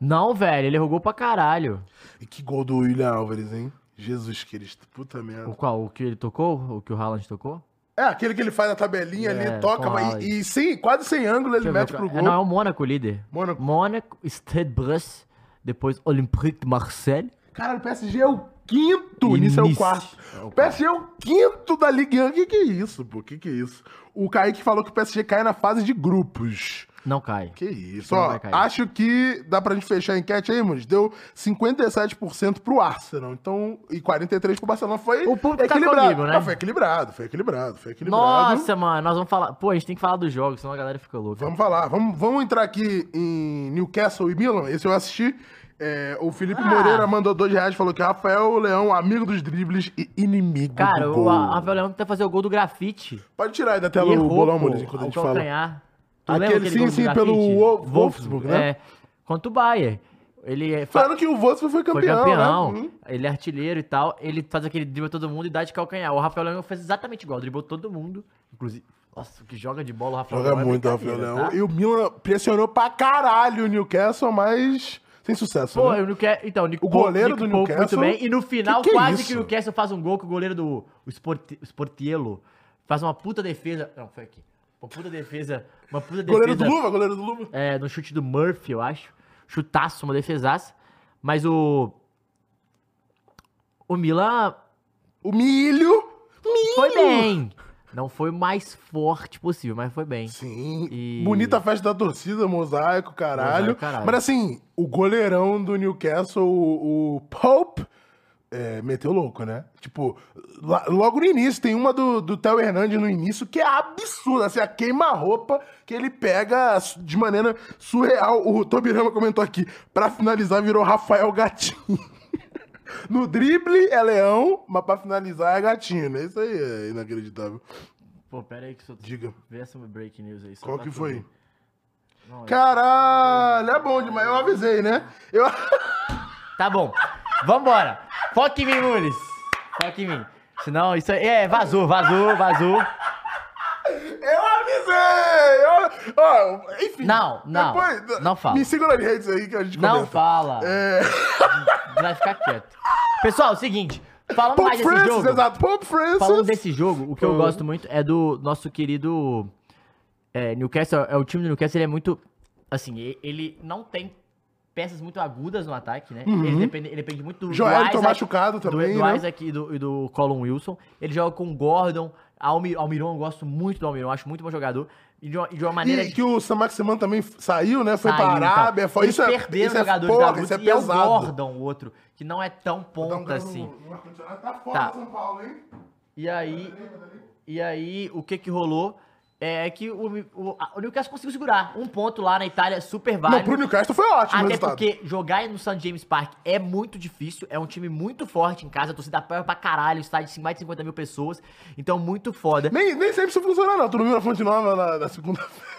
Speaker 2: Não, velho, ele jogou pra caralho.
Speaker 1: E que gol do William Álvares, hein? Jesus Cristo, puta merda.
Speaker 2: O qual? O que ele tocou? O que o Haaland tocou?
Speaker 1: É, aquele que ele faz a tabelinha
Speaker 2: É,
Speaker 1: ali, toca,
Speaker 2: com
Speaker 1: mas-
Speaker 2: alas.
Speaker 1: e, e sem, quase sem ângulo ele
Speaker 2: Deixa eu
Speaker 1: mete
Speaker 2: ver
Speaker 1: pro
Speaker 2: qual-
Speaker 1: gol.
Speaker 2: É, não, é o Mônaco, o líder.
Speaker 1: Mônaco.
Speaker 2: Mônaco, Stade Brest, depois Olympique de Marseille.
Speaker 1: Cara, o PSG é o quinto,
Speaker 2: E
Speaker 1: Nice é o
Speaker 2: Nice.
Speaker 1: quarto.
Speaker 2: É o
Speaker 1: O PSG é o quinto da Ligue 1. Que que é isso, pô? Que que é isso? O Kaique falou que o PSG cai na fase de grupos.
Speaker 2: Não cai.
Speaker 1: Que isso,
Speaker 2: Não
Speaker 1: ó.
Speaker 2: vai cair.
Speaker 1: Acho que dá pra gente fechar a enquete aí, mano. Deu 57% pro Arsenal, então, e 43% pro Barcelona. Foi
Speaker 2: O público tá
Speaker 1: equilibrado.
Speaker 2: comigo, né?
Speaker 1: Não, foi equilibrado, foi equilibrado, foi equilibrado.
Speaker 2: Nossa, mano, nós vamos falar. Pô, a gente tem que falar dos jogos, senão a galera fica louca.
Speaker 1: Vamos falar, vamos, vamos entrar aqui em Newcastle e Milan. Esse eu assisti. É, o Felipe
Speaker 2: Ah.
Speaker 1: Moreira mandou dois reais falou que Rafael Leão, amigo dos dribles e inimigo
Speaker 2: Cara,
Speaker 1: do
Speaker 2: o
Speaker 1: gol. Tá
Speaker 2: a- Rafael Leão tenta fazer o gol do grafite.
Speaker 1: Pode tirar aí da
Speaker 2: E
Speaker 1: tela o
Speaker 2: errou,
Speaker 1: bolão,
Speaker 2: pô,
Speaker 1: Maurício, enquanto a
Speaker 2: o
Speaker 1: gente fala.
Speaker 2: calcanhar. Tu
Speaker 1: Aquele-
Speaker 2: lembra aquele
Speaker 1: sim,
Speaker 2: gol do
Speaker 1: sim,
Speaker 2: grafite?
Speaker 1: pelo Wo- Wolfsburg, né?
Speaker 2: É, contra o Bayern. Ele é,
Speaker 1: Foi
Speaker 2: fa-
Speaker 1: ano que o Wolfsburg foi
Speaker 2: foi
Speaker 1: campeão,
Speaker 2: campeão,
Speaker 1: né? Hum.
Speaker 2: ele é artilheiro e tal. Ele faz aquele dribla todo mundo e dá de calcanhar. O Rafael Leão fez exatamente igual, driblou todo mundo. Inclusive, nossa, o que joga de bola o Rafael
Speaker 1: Joga
Speaker 2: Leão. é
Speaker 1: muito, Rafael
Speaker 2: brincadeira,
Speaker 1: Leão.
Speaker 2: tá?
Speaker 1: E o Milan pressionou pra caralho o Newcastle, mas sem sucesso,
Speaker 2: Pô,
Speaker 1: né?
Speaker 2: eu não quero. Então, o, Nick
Speaker 1: O goleiro
Speaker 2: Pope-
Speaker 1: do
Speaker 2: Nick Pope
Speaker 1: Newcastle-
Speaker 2: Muito bem. E no final,
Speaker 1: Que que é
Speaker 2: quase
Speaker 1: isso?
Speaker 2: que o Newcastle faz um gol que o goleiro do o Sport- o Sportiello faz uma puta defesa. Não, foi aqui. Uma puta defesa. Uma puta defesa.
Speaker 1: Goleiro do Luva, goleiro do Luva.
Speaker 2: É, no chute do Murphy, eu acho. Chutaço, uma defesaça. Mas o. O Milan
Speaker 1: O Milho.
Speaker 2: foi bem. Não foi o mais forte possível, mas foi bem.
Speaker 1: Sim.
Speaker 2: E-
Speaker 1: Bonita festa da torcida, mosaico, caralho.
Speaker 2: Mosaico, caralho.
Speaker 1: Mas assim, o goleirão do Newcastle, o, o Pope, é, meteu louco, né? Tipo, lá- logo no início, tem uma do, do Theo Hernandes no início que é absurda, assim, a queima-roupa que ele pega su- de maneira surreal. O Tobirama comentou aqui, pra finalizar virou Rafael Gatinho. [LAUGHS] No drible é leão, mas pra finalizar é gatinho, né? Isso aí é inacreditável.
Speaker 2: Pô, pera aí que eu só.
Speaker 1: Diga.
Speaker 2: Vê essa break news aí. só
Speaker 1: Qual
Speaker 2: pra
Speaker 1: que
Speaker 2: tu
Speaker 1: foi?
Speaker 2: ver. Não, é-
Speaker 1: Caralho, é bom demais. Eu avisei, né? Eu... [LAUGHS]
Speaker 2: Tá bom. Vambora. Foca em mim, Mules. Foca em mim. Senão, isso aí. É, vazou, vazou, vazou.
Speaker 1: Eu avisei! Eu... Ó, enfim.
Speaker 2: Não, não, não fala.
Speaker 1: Me segura nas redes aí que a gente
Speaker 2: Não
Speaker 1: comenta.
Speaker 2: fala.
Speaker 1: É...
Speaker 2: Vai ficar quieto. Pessoal, é o seguinte. Falando
Speaker 1: Pope
Speaker 2: mais desse
Speaker 1: Francis,
Speaker 2: jogo.
Speaker 1: exato. Pope Francis.
Speaker 2: Falando desse jogo, o que eu
Speaker 1: Hum.
Speaker 2: gosto muito é do nosso querido é, Newcastle. É, o time do Newcastle ele é muito. Assim, e- ele não tem peças muito agudas no ataque, né?
Speaker 1: Uhum.
Speaker 2: Ele, depende, ele depende muito do.
Speaker 1: Joelito
Speaker 2: do Isaac-
Speaker 1: tá machucado
Speaker 2: do-
Speaker 1: também,
Speaker 2: Do,
Speaker 1: né?
Speaker 2: Isaac e do, e do Colin Wilson. Ele joga com o Gordon. Almi- Almiron, eu gosto muito do Almiron, acho muito bom jogador. E de uma, e de uma maneira.
Speaker 1: E que o Sam Maximan também saiu, né? Foi
Speaker 2: Saiu e
Speaker 1: pra
Speaker 2: tal.
Speaker 1: Arábia. Foi...
Speaker 2: Eles
Speaker 1: Isso é,
Speaker 2: perderam
Speaker 1: isso é
Speaker 2: jogadores
Speaker 1: porra,
Speaker 2: da
Speaker 1: isso é
Speaker 2: e é o
Speaker 1: pesado.
Speaker 2: Gordon, o outro, que não é tão
Speaker 1: Dá um
Speaker 2: ponta
Speaker 1: dano
Speaker 2: assim.
Speaker 1: no- no ar-condicionado. Tá foda
Speaker 2: Tá.
Speaker 1: São Paulo, hein?
Speaker 2: E aí, e aí o que que rolou é que o, o, a- o Newcastle conseguiu segurar um ponto lá na Itália, super
Speaker 1: Não,
Speaker 2: válido.
Speaker 1: pro Newcastle foi ótimo o
Speaker 2: né? Até
Speaker 1: resultado.
Speaker 2: porque jogar no St. James Park é muito difícil, é um time muito forte em casa, a torcida apoia pra caralho, estádio de mais de 50 mil pessoas, então muito foda.
Speaker 1: Nem, nem sempre isso funciona, não. Tu não viu na fonte nova na, na segunda-feira.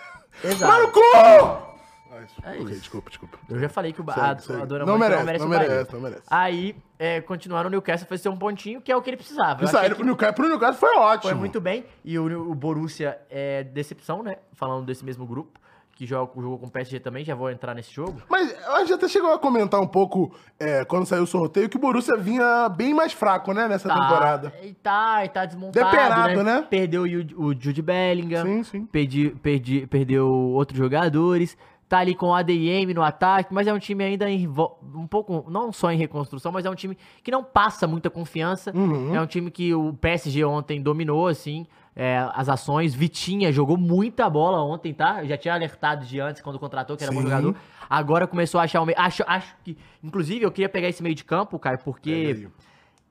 Speaker 2: Exato.
Speaker 1: Vai no cu! Ah, isso.
Speaker 2: É
Speaker 1: Ok,
Speaker 2: isso.
Speaker 1: Desculpa, desculpa.
Speaker 2: Eu já falei que o ba-
Speaker 1: Segue,
Speaker 2: a,
Speaker 1: segue.
Speaker 2: a dona
Speaker 1: Não
Speaker 2: Mônica
Speaker 1: merece, não
Speaker 2: o Bahia.
Speaker 1: merece, não merece.
Speaker 2: Aí, é, continuaram, o Newcastle fez ser um pontinho, que é o que ele precisava. Eu
Speaker 1: Isso
Speaker 2: achei
Speaker 1: aí,
Speaker 2: que-
Speaker 1: pro Newcastle, pro Newcastle foi ótimo.
Speaker 2: Foi muito bem. E o, o Borussia é decepção, né? Falando desse mesmo grupo. que joga, jogou com o PSG também, já vou entrar nesse jogo.
Speaker 1: Mas a gente até chegou a comentar um pouco, é, quando saiu o sorteio, que o Borussia vinha bem mais fraco, né, nessa temporada.
Speaker 2: tá E tá, e tá desmontado.
Speaker 1: Deperado, né?
Speaker 2: Perdeu o, Ju- o Jude Bellingham.
Speaker 1: Sim, sim.
Speaker 2: Perdi, perdi, perdeu outros jogadores. Tá ali com o ADM no ataque, mas é um time ainda em vo- um pouco, não só em reconstrução, mas é um time que não passa muita confiança.
Speaker 1: Uhum.
Speaker 2: É um time que o PSG ontem dominou, assim, é, as ações. Vitinha jogou muita bola ontem, tá? Eu já tinha alertado de antes, quando contratou, que era bom
Speaker 1: Sim.
Speaker 2: jogador. Agora começou a achar o meio. Acho, acho que. Inclusive, eu queria pegar esse meio de campo, cara, porque.
Speaker 1: Pega aí.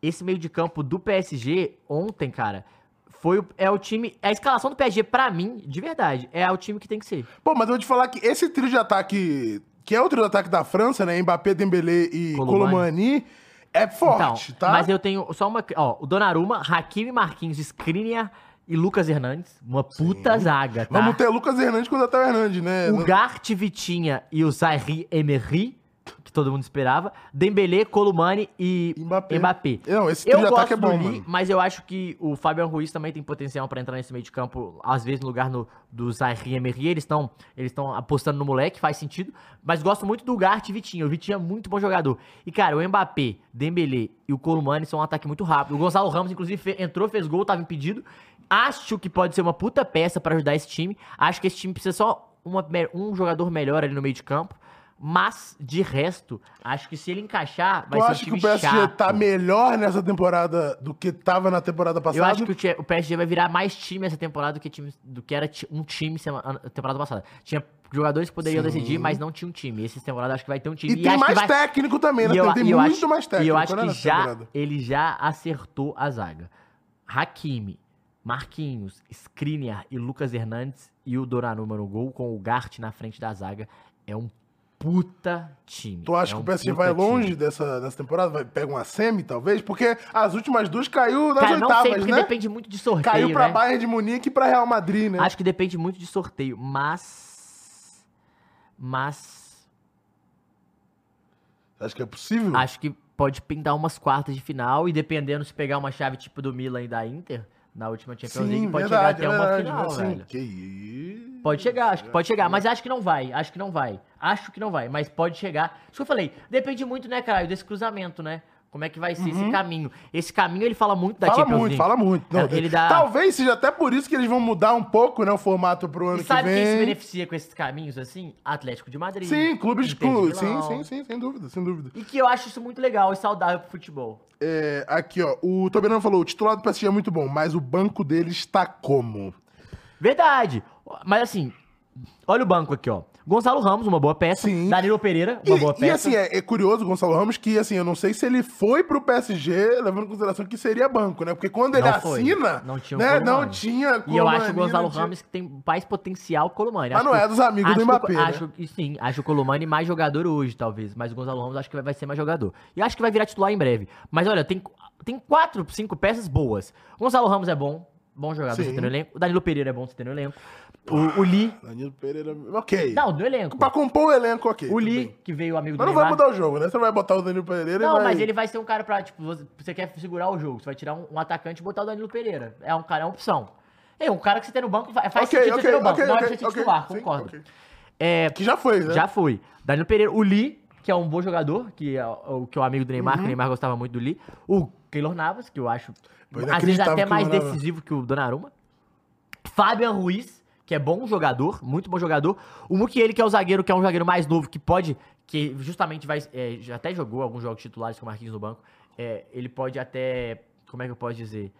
Speaker 2: Esse meio de campo do PSG ontem, cara, foi o- é o time, a escalação do PSG pra mim, de verdade, é o time que tem que ser.
Speaker 1: Pô, mas eu vou te falar que esse trio de ataque, que é o trio de ataque da França, né, Mbappé, Dembélé e
Speaker 2: Colomani. Então,
Speaker 1: Colomani, é forte, tá?
Speaker 2: Mas eu tenho só uma, ó, o Donnarumma, Hakimi Marquinhos, Skriniar e Lucas Hernandes, uma puta zaga, tá?
Speaker 1: Vamos ter Lucas Hernandes contra o Hernandes, né?
Speaker 2: O Gart Vitinha e o Zaire Emery, que todo mundo esperava, Dembélé, Columani e
Speaker 1: Mbappé.
Speaker 2: Mbappé.
Speaker 1: Não, esse trio
Speaker 2: Eu
Speaker 1: de
Speaker 2: gosto
Speaker 1: ataque é bom,
Speaker 2: do Lee,
Speaker 1: mano.
Speaker 2: mas eu acho que o Fabian Ruiz também tem potencial pra entrar nesse meio de campo, às vezes no lugar no, do Zaire Emery, eles estão eles estão apostando no moleque, faz sentido, mas gosto muito do Gart e Vitinho, o Vitinho é muito bom jogador. E cara, o Mbappé, Dembélé e o Colomani são um ataque muito rápido. O Gonzalo Ramos inclusive fe- entrou, fez gol, tava impedido. Acho que pode ser uma puta peça pra ajudar esse time. Acho que esse time precisa só uma me- um jogador melhor ali no meio de campo. Mas, de resto, acho que se ele encaixar, vai
Speaker 1: Tu
Speaker 2: ser um
Speaker 1: acha que
Speaker 2: time
Speaker 1: o PSG
Speaker 2: chato.
Speaker 1: tá melhor nessa temporada do que tava na temporada passada?
Speaker 2: Eu acho que o Che- o PSG vai virar mais time essa temporada do que, time, do que era ti- um time semana, temporada passada. Tinha jogadores que poderiam
Speaker 1: Sim.
Speaker 2: decidir, mas não tinha um time. Essa temporada acho que vai ter um time.
Speaker 1: E tem
Speaker 2: acho que
Speaker 1: mais
Speaker 2: vai-
Speaker 1: técnico também, né?
Speaker 2: e eu-
Speaker 1: tem
Speaker 2: e eu
Speaker 1: muito
Speaker 2: acho-
Speaker 1: mais técnico,
Speaker 2: E eu acho
Speaker 1: né,
Speaker 2: que
Speaker 1: nessa
Speaker 2: já,
Speaker 1: temporada.
Speaker 2: ele já acertou a zaga. Hakimi, Marquinhos, Skriniar e Lucas Hernandes e o Donnarumma no gol com o Gart na frente da zaga. É um puta time.
Speaker 1: Tu acha
Speaker 2: É
Speaker 1: que
Speaker 2: um
Speaker 1: o PSG
Speaker 2: puta
Speaker 1: vai
Speaker 2: time.
Speaker 1: longe dessa, dessa temporada? Vai, pega uma semi, talvez? Porque as últimas duas caiu nas
Speaker 2: Cara, não sei,
Speaker 1: oitavas,
Speaker 2: porque
Speaker 1: né?
Speaker 2: depende muito de sorteio,
Speaker 1: Caiu pra
Speaker 2: né?
Speaker 1: Bayern de Munique e pra Real Madrid, né?
Speaker 2: Acho que depende muito de sorteio, mas. Mas.
Speaker 1: Acho que é possível.
Speaker 2: Acho que pode pintar umas quartas de final e dependendo se pegar uma chave tipo do Milan e da Inter, na última Champions League, pode chegar até uma final,
Speaker 1: assim,
Speaker 2: velho.
Speaker 1: Que isso.
Speaker 2: Pode chegar, acho que pode
Speaker 1: É,
Speaker 2: chegar, mas acho que não vai, acho que não vai. Acho que não vai, mas pode chegar. Isso que eu falei, depende muito, né, caralho, desse cruzamento, né? Como é que vai ser esse caminho? Esse caminho ele fala muito da
Speaker 1: Uhum. Fala
Speaker 2: Champions
Speaker 1: muito,
Speaker 2: League.
Speaker 1: fala muito. Não,
Speaker 2: Ele dá-
Speaker 1: Talvez seja até por isso que eles vão mudar um pouco, né, o formato pro ano
Speaker 2: E sabe
Speaker 1: que vem.
Speaker 2: quem se beneficia com esses caminhos assim? Atlético de Madrid.
Speaker 1: Sim, clubes
Speaker 2: Inter de
Speaker 1: com. Sim,
Speaker 2: Milão.
Speaker 1: sim, sim, sem dúvida, sem dúvida.
Speaker 2: E que eu acho isso muito legal e saudável pro futebol.
Speaker 1: É, aqui, ó. O Tobirano falou: o titular do PSG é muito bom, mas o banco dele está como?
Speaker 2: Verdade. Mas assim, olha o banco aqui, ó. Gonzalo Ramos, uma boa peça.
Speaker 1: Sim.
Speaker 2: Danilo Pereira,
Speaker 1: E,
Speaker 2: uma boa
Speaker 1: e,
Speaker 2: peça.
Speaker 1: assim, é, é curioso o Gonçalo Ramos que, assim, eu não sei se ele foi pro PSG, levando em consideração que seria banco, né? Porque quando ele
Speaker 2: Não foi.
Speaker 1: assina,
Speaker 2: Não tinha o
Speaker 1: né,
Speaker 2: Colomani.
Speaker 1: não tinha
Speaker 2: e eu acho
Speaker 1: Colomani,
Speaker 2: o Gonzalo
Speaker 1: não tinha-
Speaker 2: Ramos que tem mais potencial que o Colomani.
Speaker 1: Mas
Speaker 2: Acho
Speaker 1: não
Speaker 2: que-
Speaker 1: é dos amigos
Speaker 2: acho
Speaker 1: do
Speaker 2: que o-
Speaker 1: Mbappé, né?
Speaker 2: acho, que Sim, acho o Colomani mais jogador hoje, talvez. Mas o Gonzalo Ramos acho que vai- vai ser mais jogador. E acho que vai virar titular em breve. Mas olha, tem, tem quatro, cinco peças boas. O Gonzalo Ramos é bom. Bom jogador,
Speaker 1: Sim.
Speaker 2: você tem no elenco. O Danilo Pereira é bom, você tem no elenco. O, o Lee...
Speaker 1: Danilo Pereira. Ok.
Speaker 2: Não, no elenco.
Speaker 1: Pra compor o elenco, ok.
Speaker 2: O
Speaker 1: tudo
Speaker 2: Lee,
Speaker 1: bem.
Speaker 2: que veio amigo do
Speaker 1: Mas não vai
Speaker 2: Neymar.
Speaker 1: mudar o jogo, né? Você não vai botar o Danilo Pereira e
Speaker 2: Não,
Speaker 1: vai...
Speaker 2: mas ele vai ser um cara pra, tipo, você- você quer segurar o jogo, você vai tirar um, um atacante e botar o Danilo Pereira. É um cara, é uma opção. É, um cara que você tem no banco, fa- faz
Speaker 1: Ok,
Speaker 2: sentido
Speaker 1: ok,
Speaker 2: você ter no banco,
Speaker 1: ok,
Speaker 2: não é
Speaker 1: ok,
Speaker 2: pra você
Speaker 1: ok,
Speaker 2: titular,
Speaker 1: sim,
Speaker 2: concordo.
Speaker 1: ok.
Speaker 2: É,
Speaker 1: Que já foi, né?
Speaker 2: já foi. Danilo Pereira, o Lee, que é um bom jogador, que é o, que é o amigo do Neymar,
Speaker 1: Uhum.
Speaker 2: que o Neymar gostava muito do Lee. O Keylor Navas, que eu acho,
Speaker 1: Pô,
Speaker 2: às vezes
Speaker 1: inacreditável
Speaker 2: até
Speaker 1: que
Speaker 2: mais
Speaker 1: o Navas-
Speaker 2: decisivo que o Donnarumma. Fabian Ruiz, que é bom jogador, muito bom jogador. O Mukiele, que é o zagueiro, que é um zagueiro mais novo, que pode, que justamente vai, é, já até jogou alguns jogos titulares com o Marquinhos no banco. É, ele pode até, como é que eu posso dizer?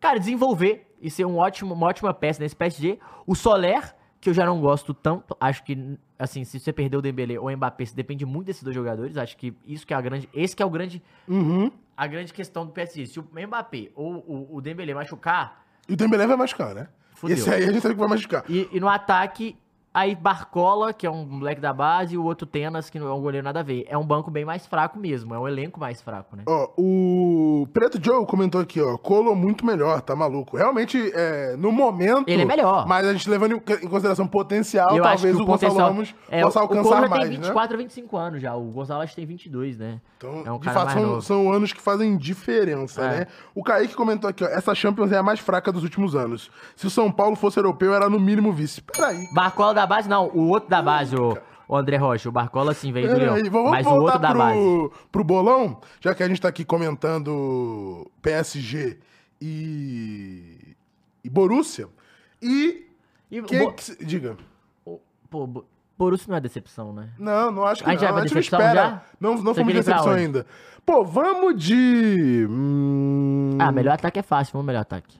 Speaker 2: Cara, desenvolver e ser um ótimo, uma ótima peça nesse PSG. O Soler, que eu já não gosto tanto, acho que, assim, se você perdeu o Dembélé ou o Mbappé, você depende muito desses dois jogadores. Acho que isso que é a grande, esse que é o grande,
Speaker 1: Uhum.
Speaker 2: a grande questão do PSG. Se o Mbappé ou o, o Dembélé machucar,
Speaker 1: E o Dembélé vai machucar, né?
Speaker 2: Fudeu.
Speaker 1: Esse aí a gente sabe que vai machucar.
Speaker 2: E, e no ataque, aí Barcola, que é um moleque da base, e o outro Tenas, que não é um goleiro nada a ver. É um banco bem mais fraco mesmo, é um elenco mais fraco, né?
Speaker 1: Ó, o Preto Joe comentou aqui, ó, Colo muito melhor, tá maluco. Realmente, é, no momento...
Speaker 2: Ele é melhor.
Speaker 1: Mas a gente levando em consideração o potencial,
Speaker 2: Eu acho
Speaker 1: talvez
Speaker 2: que
Speaker 1: o Gonçalo
Speaker 2: potencial-
Speaker 1: Ramos
Speaker 2: é,
Speaker 1: possa
Speaker 2: o- O Colo
Speaker 1: alcançar
Speaker 2: já
Speaker 1: mais,
Speaker 2: tem
Speaker 1: né?
Speaker 2: 24 ou 25 anos já, o Gonzalo acho que tem 22, né?
Speaker 1: Então,
Speaker 2: é um
Speaker 1: de
Speaker 2: cara
Speaker 1: fato,
Speaker 2: mais
Speaker 1: são,
Speaker 2: novo.
Speaker 1: são anos que fazem diferença,
Speaker 2: É.
Speaker 1: né? O Kaique comentou aqui, ó, essa Champions é a mais fraca dos últimos anos. Se o São Paulo fosse europeu, era no mínimo vice. Peraí.
Speaker 2: Barcola da da base, não. O outro da base, o, o André Rocha. O Barcola, sim, veio do Leão.
Speaker 1: Peraí, vamos
Speaker 2: Mas o
Speaker 1: voltar
Speaker 2: outro da base.
Speaker 1: pro, pro bolão, já que a gente tá aqui comentando PSG e, e Borussia. E
Speaker 2: E o
Speaker 1: quem
Speaker 2: Bo-
Speaker 1: que se- Diga.
Speaker 2: o- Pô, Bo- Borussia não é decepção, né?
Speaker 1: Não, não acho que
Speaker 2: A gente já
Speaker 1: não.
Speaker 2: vai decepção já?
Speaker 1: Não, não
Speaker 2: Você
Speaker 1: fomos de
Speaker 2: queria ir pra
Speaker 1: decepção
Speaker 2: onde?
Speaker 1: ainda. Pô, vamos de. hum,
Speaker 2: Ah, melhor ataque é fácil. Vamos melhor ataque.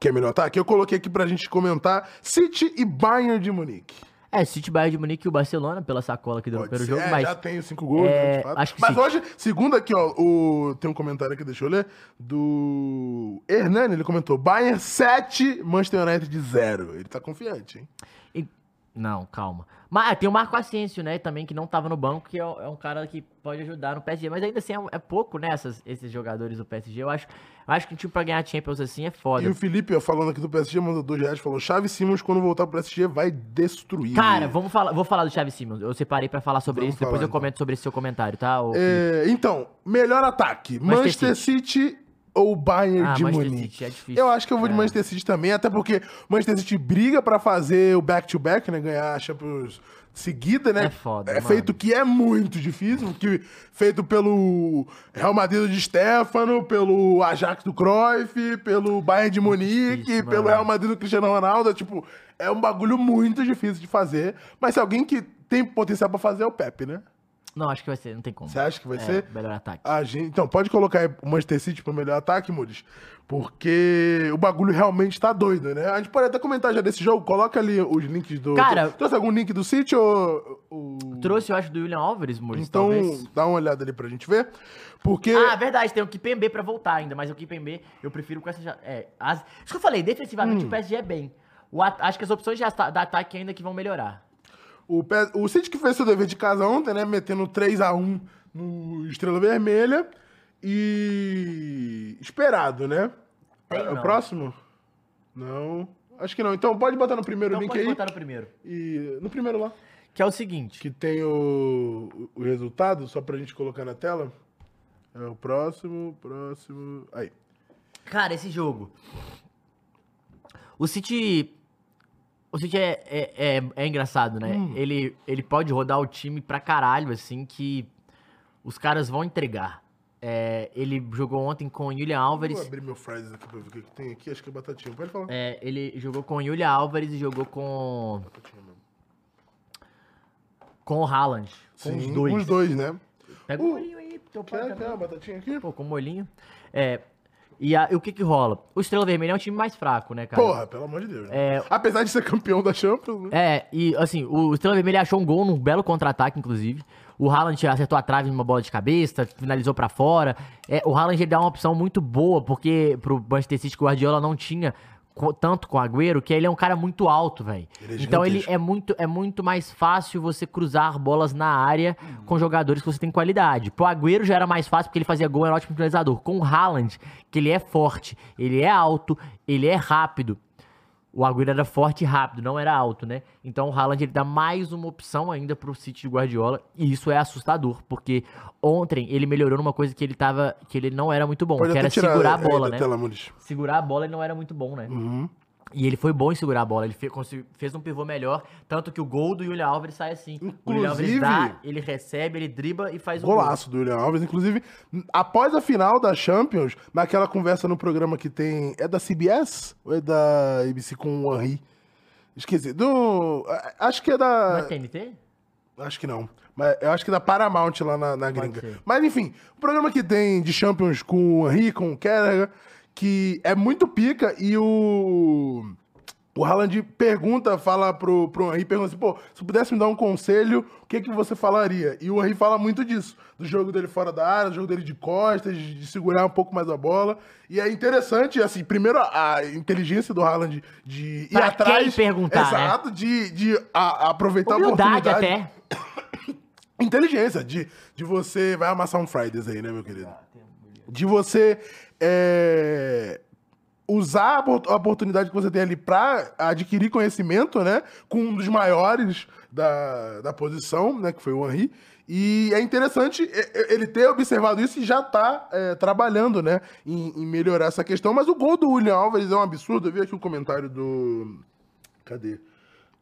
Speaker 1: Que é melhor, tá? Que eu coloquei aqui pra gente comentar City e Bayern de Munique.
Speaker 2: É, City, Bayern de Munique e o Barcelona, pela sacola que deu no
Speaker 1: Pode
Speaker 2: primeiro
Speaker 1: ser,
Speaker 2: jogo,
Speaker 1: é,
Speaker 2: mas...
Speaker 1: já tem os cinco gols,
Speaker 2: é,
Speaker 1: né, de fato.
Speaker 2: acho que
Speaker 1: Mas
Speaker 2: sim.
Speaker 1: hoje, segundo aqui, ó, o, tem um comentário aqui, deixa eu ler, do Hernani, ele comentou, Bayern 7, Manchester United de 0. Ele tá confiante, hein?
Speaker 2: E- Não, calma. Mas é, tem o Marco Asensio, né? Também que não tava no banco, que é, é um cara que pode ajudar no PSG. Mas ainda assim é, é pouco, né? essas- esses jogadores do PSG. Eu acho, eu acho que um time pra ganhar Champions assim é
Speaker 1: E
Speaker 2: foda.
Speaker 1: o Felipe, ó, falando aqui do PSG, mandou 2 reais, falou, Chave Simons, quando voltar pro PSG, vai destruir.
Speaker 2: Cara, vamos falar, vou falar do Chaves Simons. Eu separei pra falar sobre
Speaker 1: Vamos
Speaker 2: isso, depois
Speaker 1: falar,
Speaker 2: eu
Speaker 1: então.
Speaker 2: comento sobre esse seu comentário, tá? ô Felipe?
Speaker 1: É, então, melhor ataque,
Speaker 2: Manchester
Speaker 1: Manchester, City. ou Bayern
Speaker 2: Ah,
Speaker 1: de
Speaker 2: Manchester
Speaker 1: Munique?
Speaker 2: City, é difícil.
Speaker 1: eu acho que eu vou de
Speaker 2: É.
Speaker 1: Manchester City também, até porque Manchester City briga pra fazer o back-to-back, né? Ganhar a Champions seguida, né?
Speaker 2: É foda,
Speaker 1: É
Speaker 2: mano.
Speaker 1: feito que é muito difícil, que feito pelo Real Madrid de Stefano, pelo Ajax do Cruyff, pelo Bayern de Munique,
Speaker 2: Difícil,
Speaker 1: pelo
Speaker 2: mano.
Speaker 1: Real Madrid do Cristiano Ronaldo. é Tipo, é um bagulho muito difícil de fazer. Mas se alguém que tem potencial pra fazer é o Pepe, né?
Speaker 2: Não, acho que vai ser, não tem como.
Speaker 1: Você acha que vai
Speaker 2: É,
Speaker 1: ser?
Speaker 2: Melhor ataque.
Speaker 1: A gente- então, pode colocar aí o Manchester City pro melhor ataque, Mudes? Porque o bagulho realmente tá doido, né? A gente pode até comentar já desse jogo. Coloca ali os links do.
Speaker 2: Cara-
Speaker 1: Trouxe algum link do City ou. ou-
Speaker 2: Trouxe, eu acho, do William Alvarez, Muris,
Speaker 1: Então,
Speaker 2: talvez.
Speaker 1: dá uma olhada ali pra gente ver. Porque.
Speaker 2: Ah, verdade, tem o Kipembe pra voltar ainda, mas o Kipembe eu prefiro com essa. já- É, as- Isso que eu falei, defensivamente o PSG é bem. O at- Acho que as opções de ata- da ataque ainda que vão melhorar.
Speaker 1: O, Pe- o City que fez seu dever de casa ontem, né? Metendo 3x1 no Estrela Vermelha. E. Esperado, né?
Speaker 2: Tem,
Speaker 1: é o
Speaker 2: não.
Speaker 1: próximo? Não. Acho que não. Então pode botar no primeiro
Speaker 2: Então
Speaker 1: link
Speaker 2: pode
Speaker 1: é aí.
Speaker 2: botar no primeiro.
Speaker 1: E. No primeiro lá.
Speaker 2: Que é o seguinte.
Speaker 1: Que tem o, o resultado, só pra gente colocar na tela. É o próximo, próximo. Aí.
Speaker 2: Cara, esse jogo. O City. O City é, é, é, é engraçado, né? Ele, ele pode rodar o time pra caralho, assim, que os caras vão entregar. É, ele jogou ontem com o Julian
Speaker 1: Vou
Speaker 2: Álvares.
Speaker 1: abrir meu fries aqui pra ver o que, que tem aqui. Acho que é batatinha. Pode falar.
Speaker 2: É, ele jogou com o Julia Álvares e jogou com,
Speaker 1: Batatinha mesmo.
Speaker 2: com o Haaland. Com os
Speaker 1: Sim,
Speaker 2: dois.
Speaker 1: Os dois, né?
Speaker 2: Pega
Speaker 1: Uh,
Speaker 2: o molhinho aí, teu pai
Speaker 1: Quer,
Speaker 2: também.
Speaker 1: quer uma batatinha aqui?
Speaker 2: Pô, com o molhinho. É, e, a- e o que que rola? O Estrela Vermelha é um time mais fraco, né, cara?
Speaker 1: Porra, pelo amor de Deus. né?
Speaker 2: É.
Speaker 1: Apesar de ser campeão da Champions, né?
Speaker 2: É, e assim, o Estrela Vermelha achou um gol num belo contra-ataque, inclusive. O Haaland acertou a trave numa bola de cabeça, finalizou pra fora. É, o Haaland ele dá uma opção muito boa, porque pro Manchester City que o Guardiola não tinha co- tanto com o Agüero, que ele é um cara muito alto, velho.
Speaker 1: Ele é
Speaker 2: então ele
Speaker 1: gigantesco.
Speaker 2: é muito, é muito mais fácil você cruzar bolas na área
Speaker 1: Uhum.
Speaker 2: com jogadores que você tem qualidade. Pro Agüero já era mais fácil porque ele fazia gol, era um ótimo finalizador. Com o Haaland, que ele é forte, ele é alto, ele é rápido. O Agüero era forte e rápido, não era alto, né? Então o Haaland ele dá mais uma opção ainda pro City de Guardiola, e isso é assustador, porque ontem ele melhorou numa coisa que ele tava, que ele não era muito bom, que era segurar a
Speaker 1: aí
Speaker 2: bola,
Speaker 1: da
Speaker 2: né?
Speaker 1: tela, Muniz.
Speaker 2: Segurar a bola ele não era muito bom, né?
Speaker 1: Uhum.
Speaker 2: E ele foi bom em segurar a bola, ele fe- consi- fez um pivô melhor, tanto que o gol do Julian Alves sai assim. o Julian Alves
Speaker 1: Inclusive-
Speaker 2: dá, ele recebe, ele driba e faz um gol.
Speaker 1: Golaço do William Alves. Inclusive, n- após a final da Champions, naquela conversa no programa que tem. É da CBS? Ou é da ABC com o Henry? Esqueci. Do, a- acho que é
Speaker 2: Não
Speaker 1: da.
Speaker 2: é TNT?
Speaker 1: Acho que não. Mas eu acho que é da Paramount lá na, na gringa.
Speaker 2: ser.
Speaker 1: Mas enfim, o programa que tem de Champions com o Henry, com o Kerrigan, que é muito pica e o. O Haaland pergunta, fala pro, pro Henry, pergunta assim, pô, se pudesse me dar um conselho, o que que você falaria? E o Henry fala muito disso, do jogo dele fora da área, do jogo dele de costas, de de segurar um pouco mais a bola. E é interessante, assim, primeiro a a inteligência do Haaland de ir
Speaker 2: Pra
Speaker 1: atrás...
Speaker 2: quem perguntar, né?
Speaker 1: Exato, de, de a- aproveitar
Speaker 2: Humildade
Speaker 1: a oportunidade.
Speaker 2: até.
Speaker 1: Inteligência de, de você. Vai amassar um Fridays aí, né, meu querido? De você é, usar a opor- a oportunidade que você tem ali pra adquirir conhecimento, né? Com um dos maiores da, da posição, né? Que foi o Henry. E é interessante é, é, ele ter observado isso e já tá é, trabalhando, né? Em, em melhorar essa questão. Mas o gol do William Alves é um absurdo. Eu vi aqui o comentário do. Cadê?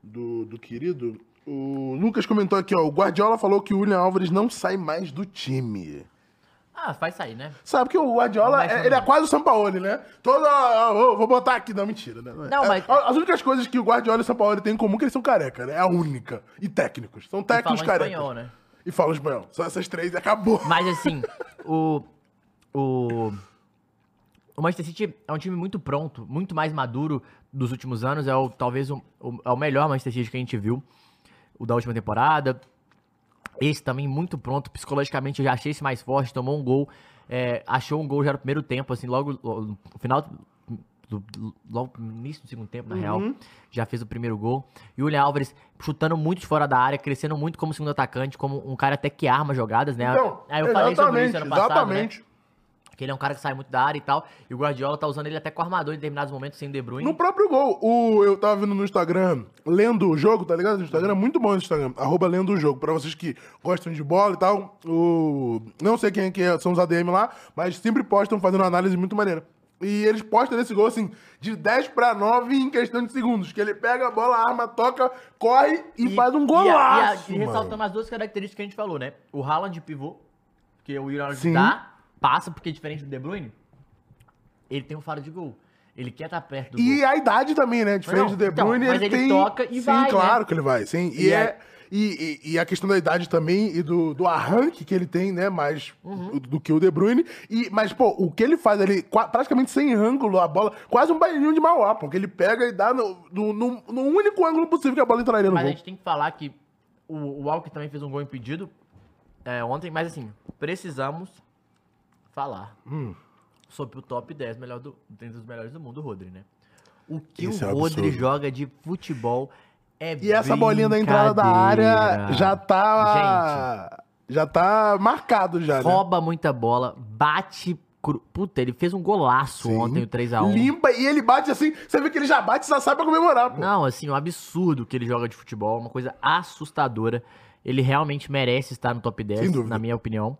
Speaker 1: do, do querido, o Lucas comentou aqui, ó. O Guardiola falou que o William Álvares não sai mais do time.
Speaker 2: Ah, vai sair, né?
Speaker 1: Sabe que o Guardiola,
Speaker 2: Não vai
Speaker 1: é-
Speaker 2: sair.
Speaker 1: ele é quase o Sampaoli, né? Todo, ó, ó, vou botar aqui. Não, mentira, né?
Speaker 2: Não,
Speaker 1: É,
Speaker 2: mas-
Speaker 1: As únicas coisas que o Guardiola e o Sampaoli têm em comum é que eles são careca, né? É a única. E técnicos. São
Speaker 2: Falam
Speaker 1: técnicos carecas.
Speaker 2: espanhol, né?
Speaker 1: E falam espanhol. Só essas três e acabou.
Speaker 2: Mas assim, o. O. O Manchester City é um time muito pronto, muito mais maduro dos últimos anos. É o, talvez o, o- é o melhor Manchester City que a gente viu, o da última temporada. Esse também muito pronto, psicologicamente eu já achei esse mais forte, tomou um gol, é, achou um gol já no primeiro tempo, assim, logo lo- no final, do, do- logo no início do segundo tempo, na real,
Speaker 1: Uhum.
Speaker 2: já fez o primeiro gol. E o William Álvares chutando muito de fora da área, crescendo muito como segundo atacante, como um cara até que arma jogadas, né?
Speaker 1: Então,
Speaker 2: Aí eu falei sobre isso ano passado, né?
Speaker 1: exatamente.
Speaker 2: Que ele é um cara que sai muito da área e tal, e o Guardiola tá usando ele até com armador em determinados momentos, sem o De Bruyne.
Speaker 1: No próprio gol, o, eu tava vendo no Instagram, lendo o jogo, tá ligado? No Instagram, é
Speaker 2: Uhum.
Speaker 1: muito bom esse Instagram, arroba lendo o jogo. Pra vocês que gostam de bola e tal, o, não sei quem que é, são os ADM lá, mas sempre postam fazendo análise muito maneira. E eles postam nesse gol, assim, de 10 pra 9 em questão de segundos. Que ele pega a bola, arma, toca, corre e, faz um
Speaker 2: e a-
Speaker 1: golaço,
Speaker 2: E, a- e
Speaker 1: mano.
Speaker 2: ressaltando as duas características que a gente falou, né? O Haaland de pivô, que o Willian
Speaker 1: Sim.
Speaker 2: dá, passa, porque é diferente do De Bruyne, ele tem um faro de gol. Ele quer estar perto do
Speaker 1: E é
Speaker 2: gol.
Speaker 1: a idade também, né? Diferente
Speaker 2: Não,
Speaker 1: do De
Speaker 2: então,
Speaker 1: Bruyne,
Speaker 2: mas
Speaker 1: ele,
Speaker 2: ele
Speaker 1: tem...
Speaker 2: toca e
Speaker 1: sim,
Speaker 2: vai, né?
Speaker 1: claro que ele vai, sim. E,
Speaker 2: E
Speaker 1: é...
Speaker 2: aí-
Speaker 1: E, e- e a questão da idade também e do, do arranque que ele tem, né? Mais
Speaker 2: Uhum.
Speaker 1: do, do que o De Bruyne. E, mas, pô, o que ele faz ali, qua- praticamente sem ângulo, a bola, quase um bailinho de Mauá, pô, que ele pega e dá no, no, no- no único ângulo possível que a bola entraria no
Speaker 2: Mas a
Speaker 1: um gol.
Speaker 2: gente tem que falar que o, o Walker também fez um gol impedido é, ontem, mas assim, precisamos falar
Speaker 1: Hum.
Speaker 2: sobre o top 10 melhor do, dentre os melhores do mundo, o Rodri, né? O que
Speaker 1: Isso é
Speaker 2: o
Speaker 1: um
Speaker 2: Rodri
Speaker 1: absurdo.
Speaker 2: joga de futebol é
Speaker 1: E essa bolinha da entrada da área
Speaker 2: brincadeira.
Speaker 1: já tá. Já tá marcado já, né?
Speaker 2: rouba muita bola, bate. cru- Puta, ele fez um golaço
Speaker 1: Sim.
Speaker 2: ontem, o 3x1.
Speaker 1: Limpa e ele bate assim. Você vê que ele já bate e já sai pra comemorar, pô.
Speaker 2: Não, assim, um absurdo que ele joga de futebol, uma coisa assustadora. Ele realmente merece estar no top 10,
Speaker 1: Sem dúvida.
Speaker 2: na minha opinião.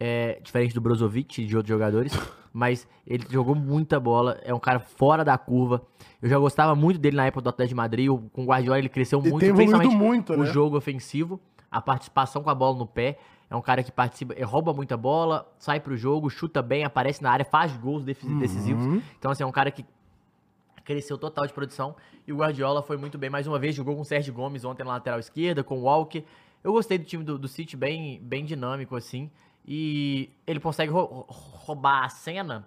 Speaker 2: É, diferente do Brozovic e de outros jogadores,
Speaker 1: [LAUGHS]
Speaker 2: mas ele jogou muita bola, é um cara fora da curva. Eu já gostava muito dele na época do Atlético de Madrid, o- com o Guardiola ele cresceu
Speaker 1: Ele
Speaker 2: muito,
Speaker 1: tem evoluído
Speaker 2: principalmente
Speaker 1: muito,
Speaker 2: o
Speaker 1: né?
Speaker 2: jogo ofensivo, a participação com a bola no pé. É um cara que participa, é, rouba muita bola, sai pro jogo, chuta bem, aparece na área, faz gols defi- decisivos. Então, assim, é um cara que cresceu total de produção. E o Guardiola foi muito bem mais uma vez, jogou com o Sérgio Gomes ontem na lateral esquerda, com o Walker. Eu gostei do time do, do City, bem, bem dinâmico, assim. E ele consegue rou- roubar a cena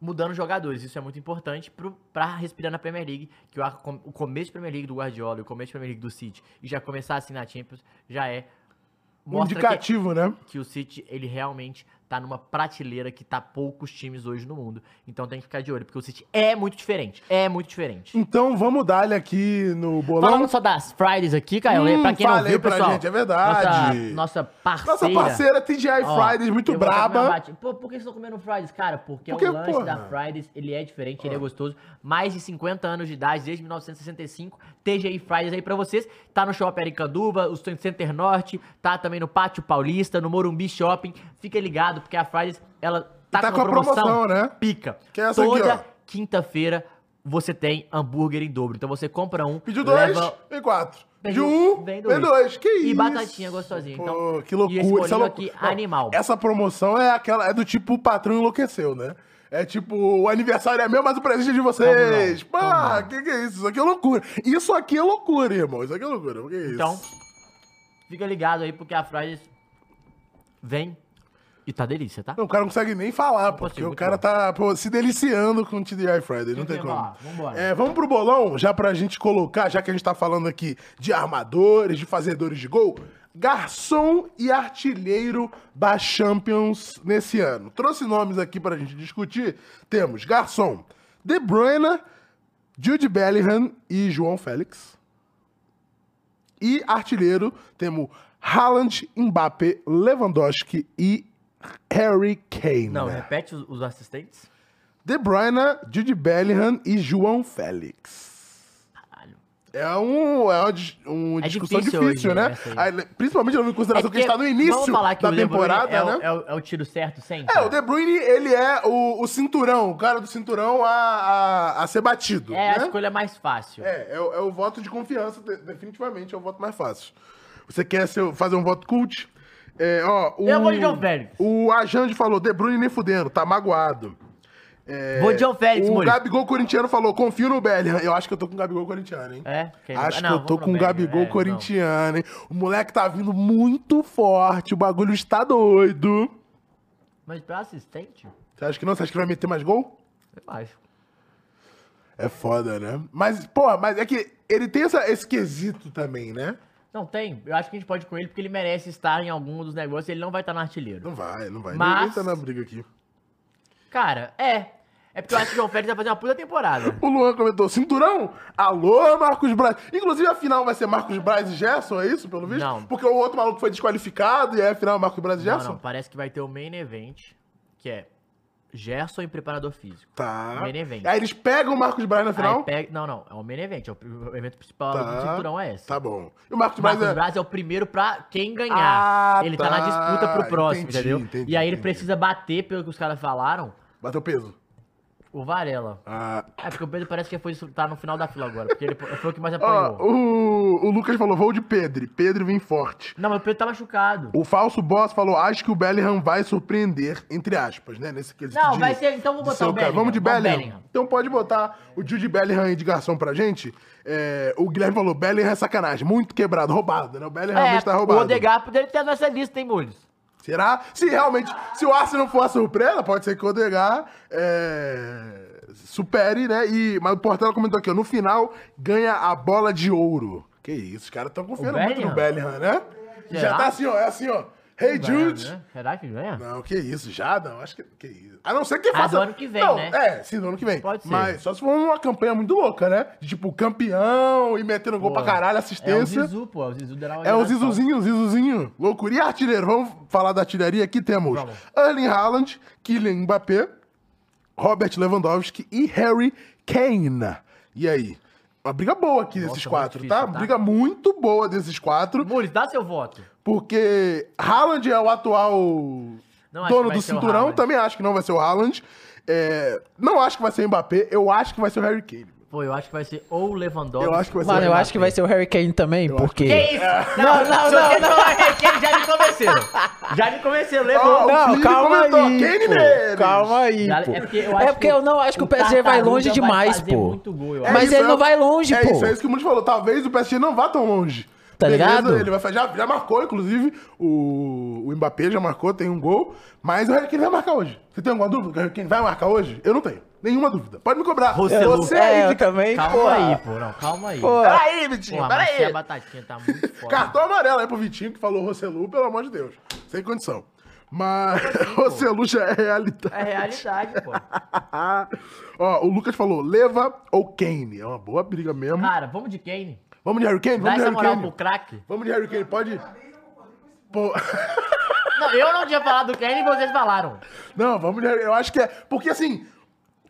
Speaker 2: mudando jogadores. Isso é muito importante pro, pra respirar na Premier League, que o, ar- com- o começo de Premier League do Guardiola e o começo de Premier League do City, e já começar assim na Champions, já é...
Speaker 1: Um
Speaker 2: Mostra que-
Speaker 1: indicativo, né?
Speaker 2: que o City, ele realmente tá numa prateleira que tá poucos times hoje no mundo. Então tem que ficar de olho, porque o City é muito diferente. É muito diferente.
Speaker 1: Então vamos dar-lhe aqui no bolão.
Speaker 2: Falando só das Fridays aqui, Caio,
Speaker 1: Hum,
Speaker 2: pra quem não
Speaker 1: fala aí
Speaker 2: viu,
Speaker 1: pra
Speaker 2: pessoal.
Speaker 1: gente, é verdade.
Speaker 2: Nossa, nossa
Speaker 1: Nossa
Speaker 2: parceira.
Speaker 1: parceira TGI
Speaker 2: ó,
Speaker 1: Fridays, muito
Speaker 2: eu vou até comer um
Speaker 1: braba.
Speaker 2: bate- Pô, por que vocês estão comendo Fridays? Cara, porque,
Speaker 1: Porque,
Speaker 2: o lanche
Speaker 1: porra. Ah.
Speaker 2: da Fridays, ele é diferente, ele é gostoso. Mais de 50 anos de idade, desde 1965, TGI Fridays aí pra vocês. Tá no Shopping Aricanduva, o Center Norte, tá também no Pátio Paulista, no Morumbi Shopping. Fica ligado, porque a Fridays, ela tá,
Speaker 1: Tá
Speaker 2: com, uma
Speaker 1: com a promoção,
Speaker 2: promoção,
Speaker 1: né?
Speaker 2: pica.
Speaker 1: Que é essa aqui,
Speaker 2: Toda
Speaker 1: ó.
Speaker 2: quinta-feira você tem hambúrguer em dobro. Então você compra um,
Speaker 1: Pediu dois,
Speaker 2: leva
Speaker 1: vem quatro.
Speaker 2: Pediu
Speaker 1: Pediu um, vem
Speaker 2: vem
Speaker 1: dois.
Speaker 2: dois.
Speaker 1: Que isso?
Speaker 2: E batatinha gostosinha, então.
Speaker 1: que
Speaker 2: E
Speaker 1: loucura.
Speaker 2: esse
Speaker 1: isso é
Speaker 2: bolinho
Speaker 1: loucura.
Speaker 2: aqui, animal.
Speaker 1: Essa promoção é aquela, é do tipo o patrão enlouqueceu, né? É tipo, o aniversário é meu, mas o presente é de vocês.
Speaker 2: Tamo lá,
Speaker 1: Porra,
Speaker 2: tamo
Speaker 1: que que é isso? Isso aqui é loucura. Isso aqui é loucura, irmão. Isso aqui é loucura. O que é isso?
Speaker 2: Então, fica ligado aí, porque a Fridays vem e tá delícia, tá?
Speaker 1: Não, o cara não consegue nem falar, pô, porque
Speaker 2: consigo,
Speaker 1: o
Speaker 2: muito
Speaker 1: cara
Speaker 2: bom.
Speaker 1: tá pô, se deliciando com o TDI Friday, não tem
Speaker 2: Tem que
Speaker 1: como.
Speaker 2: levar, vambora.
Speaker 1: É, vamos pro bolão, já pra gente colocar, já que a gente tá falando aqui de armadores, de fazedores de gol, garçom e artilheiro da Champions nesse ano. Trouxe nomes aqui pra gente discutir. Temos garçom, De Bruyne, Jude Bellingham e João Félix. E artilheiro, temos Haaland, Mbappé, Lewandowski e Harry Kane.
Speaker 2: Não, é. repete os, os assistentes.
Speaker 1: De Bruyne, Jude Bellingham e João Félix.
Speaker 2: Caralho.
Speaker 1: É, um, é uma, dis- um
Speaker 2: É
Speaker 1: discussão
Speaker 2: difícil
Speaker 1: difícil,
Speaker 2: hoje, assim.
Speaker 1: né?
Speaker 2: essa aí.
Speaker 1: Aí, le- principalmente levando em
Speaker 2: É
Speaker 1: consideração que a gente tá no início da
Speaker 2: De Bruyne
Speaker 1: temporada,
Speaker 2: é, o-
Speaker 1: né?
Speaker 2: é o, é o tiro certo sempre.
Speaker 1: É, o De Bruyne, ele é o, o cinturão, o cara do cinturão a, a, a ser batido.
Speaker 2: É a
Speaker 1: né?
Speaker 2: escolha mais fácil.
Speaker 1: É, é, o- é o voto de confiança, de- definitivamente é o voto mais fácil. Você quer ser- fazer um voto cult? É, ó, o,
Speaker 2: Eu vou de João Félix.
Speaker 1: O Ajande falou, De Bruyne nem fudendo, tá magoado. É,
Speaker 2: Vou de João Félix,
Speaker 1: O
Speaker 2: Murilo.
Speaker 1: Gabigol corintiano falou, confio no Bellingham. Eu acho que eu tô com o Gabigol corintiano, hein?
Speaker 2: É? Quem-
Speaker 1: Acho
Speaker 2: não,
Speaker 1: que eu tô
Speaker 2: vamos no
Speaker 1: com o
Speaker 2: Bellingham,
Speaker 1: Gabigol
Speaker 2: é, não.
Speaker 1: corintiano, hein? O moleque tá vindo muito forte, o bagulho está doido.
Speaker 2: Mas pra assistente,
Speaker 1: Você acha que não? Você acha que vai meter mais gol?
Speaker 2: eu acho.
Speaker 1: É foda, né? Mas, porra, mas é que ele tem essa, esse quesito também, né?
Speaker 2: Não tem. Eu acho que a gente pode ir com ele porque ele merece estar em algum dos negócios. Ele não vai estar no artilheiro.
Speaker 1: Não vai, não vai.
Speaker 2: Mas-
Speaker 1: Ninguém tá na briga aqui.
Speaker 2: Cara, é. É porque eu acho que o João Félix vai fazer uma puta temporada.
Speaker 1: O Luan comentou, cinturão? Alô, Marcos Braz. Inclusive, a final vai ser Marcos Braz e Gerson, é isso, pelo visto?
Speaker 2: Não.
Speaker 1: Porque o outro maluco foi desqualificado e aí a final é Marcos Braz e
Speaker 2: Não,
Speaker 1: Gerson?
Speaker 2: não. Parece que vai ter o main event, que é Gerson e preparador físico.
Speaker 1: Tá.
Speaker 2: Main event.
Speaker 1: Aí eles pegam o Marcos Braz na final?
Speaker 2: é Aí pega... Não, não. É o main event. É o pri- o evento principal
Speaker 1: Tá.
Speaker 2: do cinturão é esse.
Speaker 1: Tá bom. E o Marcos,
Speaker 2: Marcos
Speaker 1: Braz é...
Speaker 2: Braz é o primeiro pra quem ganhar.
Speaker 1: Ah,
Speaker 2: ele tá na
Speaker 1: tá.
Speaker 2: disputa pro próximo,
Speaker 1: Entendi,
Speaker 2: entendeu?
Speaker 1: entendi,
Speaker 2: e aí ele
Speaker 1: entendi.
Speaker 2: precisa bater, pelo que os caras falaram,
Speaker 1: Bateu peso.
Speaker 2: o Varela.
Speaker 1: Ah...
Speaker 2: É porque o Pedro parece que foi tá no final da fila agora, porque ele foi o que mais
Speaker 1: [LAUGHS] Ó,
Speaker 2: apanhou.
Speaker 1: o, o Lucas falou, vou de Pedro. Pedro vem forte.
Speaker 2: Não, mas o Pedro tá machucado.
Speaker 1: O falso boss falou, acho que o Bellingham vai surpreender, entre aspas, né? Nesse quesito
Speaker 2: Não,
Speaker 1: de-
Speaker 2: vai ser- então vou
Speaker 1: de
Speaker 2: botar
Speaker 1: ser
Speaker 2: o
Speaker 1: cara.
Speaker 2: Bellingham,
Speaker 1: Vamos de
Speaker 2: vamos
Speaker 1: Bellingham.
Speaker 2: Bellingham.
Speaker 1: Então pode botar o Jude Bellingham aí de garçom pra gente. É, o Guilherme falou, Bellingham é sacanagem, muito quebrado, roubado, né? O Bellingham realmente tá
Speaker 2: É, o
Speaker 1: roubado.
Speaker 2: Odegar poderia ter nessa lista, hein, Mules?
Speaker 1: Será? Se realmente, se o Arsenal não for a surpresa, pode ser que o Odegar é, supere, né? E, mas o Portela comentou aqui, ó, no final ganha a bola de ouro. Que isso, os caras estão confiando
Speaker 2: O
Speaker 1: muito no Bellingham, né?
Speaker 2: Será?
Speaker 1: Já tá assim, ó, é assim, ó. Hey Jude!
Speaker 2: Vai, né? Será que ganha?
Speaker 1: Não, que isso, já não, acho que, que isso. A não ser que faça...
Speaker 2: do ano que vem,
Speaker 1: não,
Speaker 2: né?
Speaker 1: É, sim, do ano que vem.
Speaker 2: Pode ser.
Speaker 1: Mas só se for uma campanha muito louca, né? De, tipo, campeão e metendo gol
Speaker 2: Pô,
Speaker 1: pra caralho,
Speaker 2: É o
Speaker 1: assistência.
Speaker 2: Zizu, pô. É o Zizu da nova
Speaker 1: É o
Speaker 2: geração.
Speaker 1: Zizuzinho, o Zizuzinho. Loucura. E artilheiro? Vamos falar da artilharia? Aqui temos
Speaker 2: Vamos.
Speaker 1: Erling Haaland, Kylian Mbappé, Robert Lewandowski e Harry Kane. E aí? Uma briga boa aqui desses
Speaker 2: muito
Speaker 1: quatro,
Speaker 2: difícil,
Speaker 1: tá?
Speaker 2: tá?
Speaker 1: Briga muito boa desses quatro,
Speaker 2: Mules, dá seu voto.
Speaker 1: porque Haaland é o atual
Speaker 2: Não acho que
Speaker 1: dono
Speaker 2: vai
Speaker 1: do
Speaker 2: ser o
Speaker 1: cinturão.
Speaker 2: Haaland.
Speaker 1: Também acho que não vai ser o Haaland. É, não acho que vai ser o Mbappé. Eu acho que vai ser o Harry Kane.
Speaker 2: Pô, eu acho que vai ser ou o Lewandowski.
Speaker 1: Eu acho que vai ser
Speaker 3: Mano,
Speaker 1: o
Speaker 3: eu
Speaker 1: Mbappé.
Speaker 3: acho que vai ser o Harry Kane também, porque.
Speaker 1: é
Speaker 2: Que isso? Não, não, não. Se vocês falarem Harry Kane, já me convenceram. Já me convenceram,
Speaker 1: Ó,
Speaker 2: levou.
Speaker 1: o
Speaker 3: Não,
Speaker 1: Plínio
Speaker 3: calma aí.
Speaker 1: comentou, Kane Neves.
Speaker 3: Pô, calma aí.
Speaker 2: Já-
Speaker 3: Pô.
Speaker 2: é porque eu
Speaker 3: É
Speaker 2: acho
Speaker 3: porque eu não acho que o PSG vai
Speaker 2: Tartaruga
Speaker 3: longe demais,
Speaker 2: fazer
Speaker 3: pô.
Speaker 2: muito gol, eu
Speaker 1: É
Speaker 2: acho.
Speaker 3: Mas ele
Speaker 1: é-
Speaker 3: não vai longe,
Speaker 1: é
Speaker 3: pô.
Speaker 1: Isso, é isso que o mundo falou. Talvez o PSG não vá tão longe.
Speaker 3: Tá ligado?
Speaker 1: Ele vai fazer, já, já marcou, inclusive, o, o Mbappé já marcou, tem um gol. Mas o Harry Kane vai marcar hoje. Você tem alguma dúvida? que O Harry Kane vai marcar hoje? Eu não tenho. Nenhuma dúvida. Pode me cobrar.
Speaker 2: Você,
Speaker 1: Você
Speaker 3: é,
Speaker 1: aí,
Speaker 3: eu
Speaker 1: de ca-
Speaker 3: também.
Speaker 2: Calma
Speaker 3: pô.
Speaker 2: aí, pô. Não, calma aí.
Speaker 3: Pô.
Speaker 1: Peraí, Vitinho,
Speaker 2: Porra, mas
Speaker 1: peraí.
Speaker 2: se a batatinha tá muito foda.
Speaker 1: Cartão amarelo aí pro Vitinho, que falou Roselu, pelo amor de Deus. Sem condição. Mas [LAUGHS] Roselu já é realidade. Ah.
Speaker 2: É realidade, pô.
Speaker 1: Ó, o Lucas falou, Leva ou Kane? É uma boa briga mesmo.
Speaker 2: Cara, vamos de Kane.
Speaker 1: Vamos de Harry Kane?
Speaker 2: Dá
Speaker 1: Vamos de
Speaker 2: essa
Speaker 1: Harry
Speaker 2: moral
Speaker 1: Kane.
Speaker 2: pro craque.
Speaker 1: Vamos de Harry Kane, pode? Pô.
Speaker 2: Não, eu não tinha falado do Kane e vocês falaram.
Speaker 1: Não, vamos de Harry Eu acho que é. Porque assim,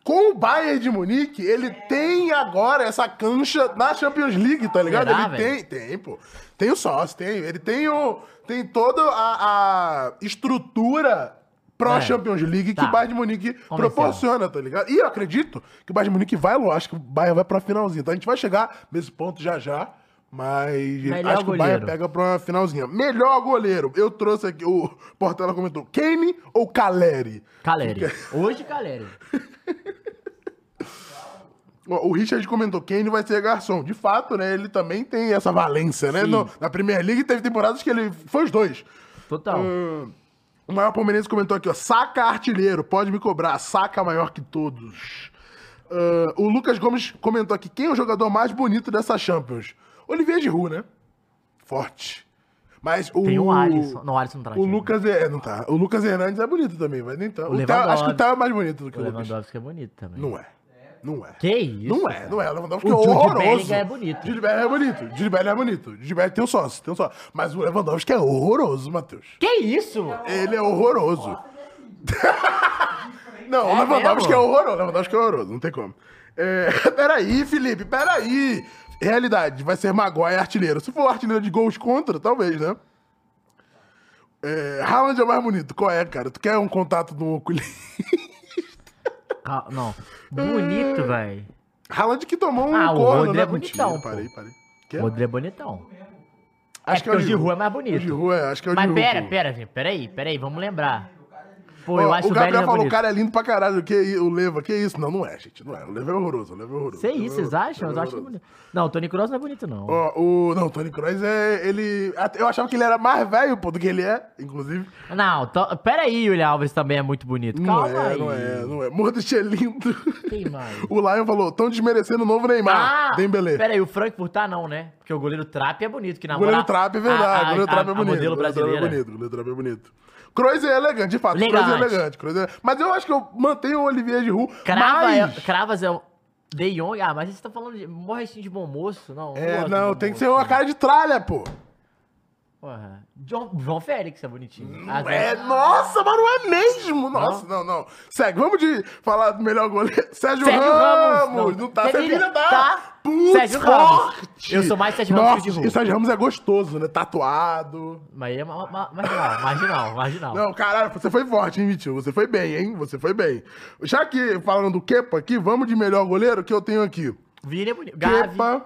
Speaker 1: com o Bayern de Munique,
Speaker 2: É.
Speaker 1: ele tem agora essa cancha na Champions League, tá ligado?
Speaker 2: Será,
Speaker 1: ele
Speaker 2: velho?
Speaker 1: tem, tem, pô. Tem o sócio, tem. Ele tem o. Tem toda a, a estrutura.
Speaker 2: É.
Speaker 1: Pró-Champions League que
Speaker 2: Tá.
Speaker 1: o Bayern de Munique proporciona, tá ligado? E eu acredito que o Bayern de Munique vai, eu acho que o Bayern vai pra finalzinha. Então a gente vai chegar nesse ponto já já, mas
Speaker 2: Melhor
Speaker 1: acho que o Bayern
Speaker 2: goleiro.
Speaker 1: pega pra uma finalzinha. Melhor goleiro, eu trouxe aqui, o Portela comentou, Kane ou Caleri? [LAUGHS]
Speaker 2: Caleri. Hoje, Caleri.
Speaker 1: O o Richard comentou, Kane vai ser garçom. De fato, né? Ele também tem essa valência, né?
Speaker 2: Sim.
Speaker 1: No- na Premier League teve temporadas que ele foi os dois.
Speaker 2: Total.
Speaker 1: Ahn, o maior palmeirense comentou aqui, ó. Saca artilheiro, pode me cobrar. Saca maior que todos. Ahn, o Lucas Gomes comentou aqui, quem é o jogador mais bonito dessa Champions? Olivier Giroud, né? Forte. Mas o...
Speaker 2: Tem o Alisson. Não, o Alisson não tá na
Speaker 1: O
Speaker 2: time.
Speaker 1: Lucas... É, não tá. O Lucas Hernandes é bonito também, mas nem tanto. O Theo- acho que o
Speaker 2: Lewandowski.
Speaker 1: Theo é mais bonito do que
Speaker 2: O
Speaker 1: o Lucas.
Speaker 2: Lewandowski é bonito também.
Speaker 1: Não é. Não é.
Speaker 2: Que isso?
Speaker 1: Não é, não é. O Lewandowski
Speaker 2: O
Speaker 1: é
Speaker 2: Jude
Speaker 1: horroroso.
Speaker 2: Bellingham é bonito.
Speaker 1: Jude Bellingham é bonito. Jude Bellingham é bonito. Jude Bellingham tem um sócio, tem um sócio. Mas o Lewandowski é horroroso, Matheus.
Speaker 2: Que isso?
Speaker 1: Ele é
Speaker 2: [LAUGHS]
Speaker 1: horroroso. não, o
Speaker 2: É
Speaker 1: Lewandowski [LAUGHS]
Speaker 2: mesmo?
Speaker 1: é horroroso. O Lewandowski é horroroso, não tem como. É, peraí, Felipe, peraí. Realidade, vai ser Maguire artilheiro. Se for artilheiro de gols contra, talvez, né? É, Haaland é mais bonito. Qual é, cara? Tu quer um contato do oculista?
Speaker 2: Cal- Não.
Speaker 1: Ah.
Speaker 2: Bonito, velho.
Speaker 1: [LAUGHS] Haaland que tomou um
Speaker 2: Ah, o
Speaker 1: corno,
Speaker 2: Rodri
Speaker 1: né?
Speaker 2: é bonitão,
Speaker 1: Mentira,
Speaker 2: pô.
Speaker 1: parei, parei. Quê?
Speaker 2: O Rodrigo é bonitão.
Speaker 1: Acho
Speaker 2: é porque o Giroud é mais bonito.
Speaker 1: O Giroud é, acho que é o
Speaker 2: Mas
Speaker 1: Giroud,
Speaker 2: pera,
Speaker 1: pô.
Speaker 2: pera, gente, pera aí, pera aí, vamos lembrar. Pô,
Speaker 1: Ó,
Speaker 2: eu acho
Speaker 1: o
Speaker 2: o Bellingham
Speaker 1: Gabriel falou, o
Speaker 2: bonito.
Speaker 1: cara é lindo pra caralho. Que, i- o Leva, que isso? Não, não é, gente. Não é. O Leva é horroroso, o Leva é horroroso.
Speaker 2: Sei
Speaker 1: o Leva é
Speaker 2: isso, vocês
Speaker 1: horroroso,
Speaker 2: acham?
Speaker 1: o
Speaker 2: Eu
Speaker 1: Leva é
Speaker 2: acho que é
Speaker 1: horroroso.
Speaker 2: bonito. Não, o Tony Kroos não é bonito, não.
Speaker 1: Ó, o. Não, o Tony Kroos é. Ele. at- Eu achava que ele era mais velho, pô, do que ele é, inclusive.
Speaker 2: Não, to... pera aí, o William Alves também é muito bonito. Calma
Speaker 1: não é,
Speaker 2: aí.
Speaker 1: não é, não é. Modric é lindo.
Speaker 2: Quem
Speaker 1: [LAUGHS]
Speaker 2: mais?
Speaker 1: O Lion falou: tão desmerecendo o novo Neymar.
Speaker 2: Ah,
Speaker 1: Dembele.
Speaker 2: pera aí, o Frankfurt tá não, né? Porque o goleiro Trap é bonito, que na
Speaker 1: O goleiro
Speaker 2: moral,
Speaker 1: Trap é verdade.
Speaker 2: a-
Speaker 1: O goleiro
Speaker 2: a-
Speaker 1: Trap é
Speaker 2: a
Speaker 1: bonito.
Speaker 2: modelo
Speaker 1: O goleiro Trap é
Speaker 2: brasileira.
Speaker 1: bonito. O goleiro Trap é bonito. Kroos é elegante, de fato. Kroos é
Speaker 2: Elegante.
Speaker 1: elegante. Kroos é... Mas eu acho que eu mantenho o Olivier Giroud.
Speaker 2: Crava
Speaker 1: mas...
Speaker 2: é, Cravas é o De Jong. Ah, mas vocês estão falando de morre assim de bom moço? Não,
Speaker 1: É,
Speaker 2: gosto de
Speaker 1: não,
Speaker 2: tá bom
Speaker 1: tem que
Speaker 2: moço.
Speaker 1: ser uma cara de tralha, pô.
Speaker 2: Porra. João, João Félix é bonitinho. Ah,
Speaker 1: É, nossa, mas não é mesmo. Nossa, não, não. Segue, vamos de falar do melhor goleiro. Sérgio,
Speaker 2: Sérgio
Speaker 1: Ramos.
Speaker 2: Ramos,
Speaker 1: Não,
Speaker 2: não.
Speaker 1: tá,
Speaker 2: Sevilha
Speaker 1: Sevilha tá.
Speaker 2: tá.
Speaker 1: Putz,
Speaker 2: Sérgio Ramos.
Speaker 1: forte.
Speaker 2: Eu sou mais Sérgio Ramos
Speaker 1: Nossa,
Speaker 2: que o Giroud.
Speaker 1: E o Sérgio Ramos é gostoso, né? Tatuado.
Speaker 2: Mas aí é ma- ma- marginal, marginal, marginal.
Speaker 1: Não, caralho, você foi forte, hein, Vitinho? Você foi bem, hein? Você foi bem. Já que falando do Kepa aqui, vamos de melhor goleiro que eu tenho aqui.
Speaker 2: Vini é bonito. Gavi.
Speaker 1: Kepa,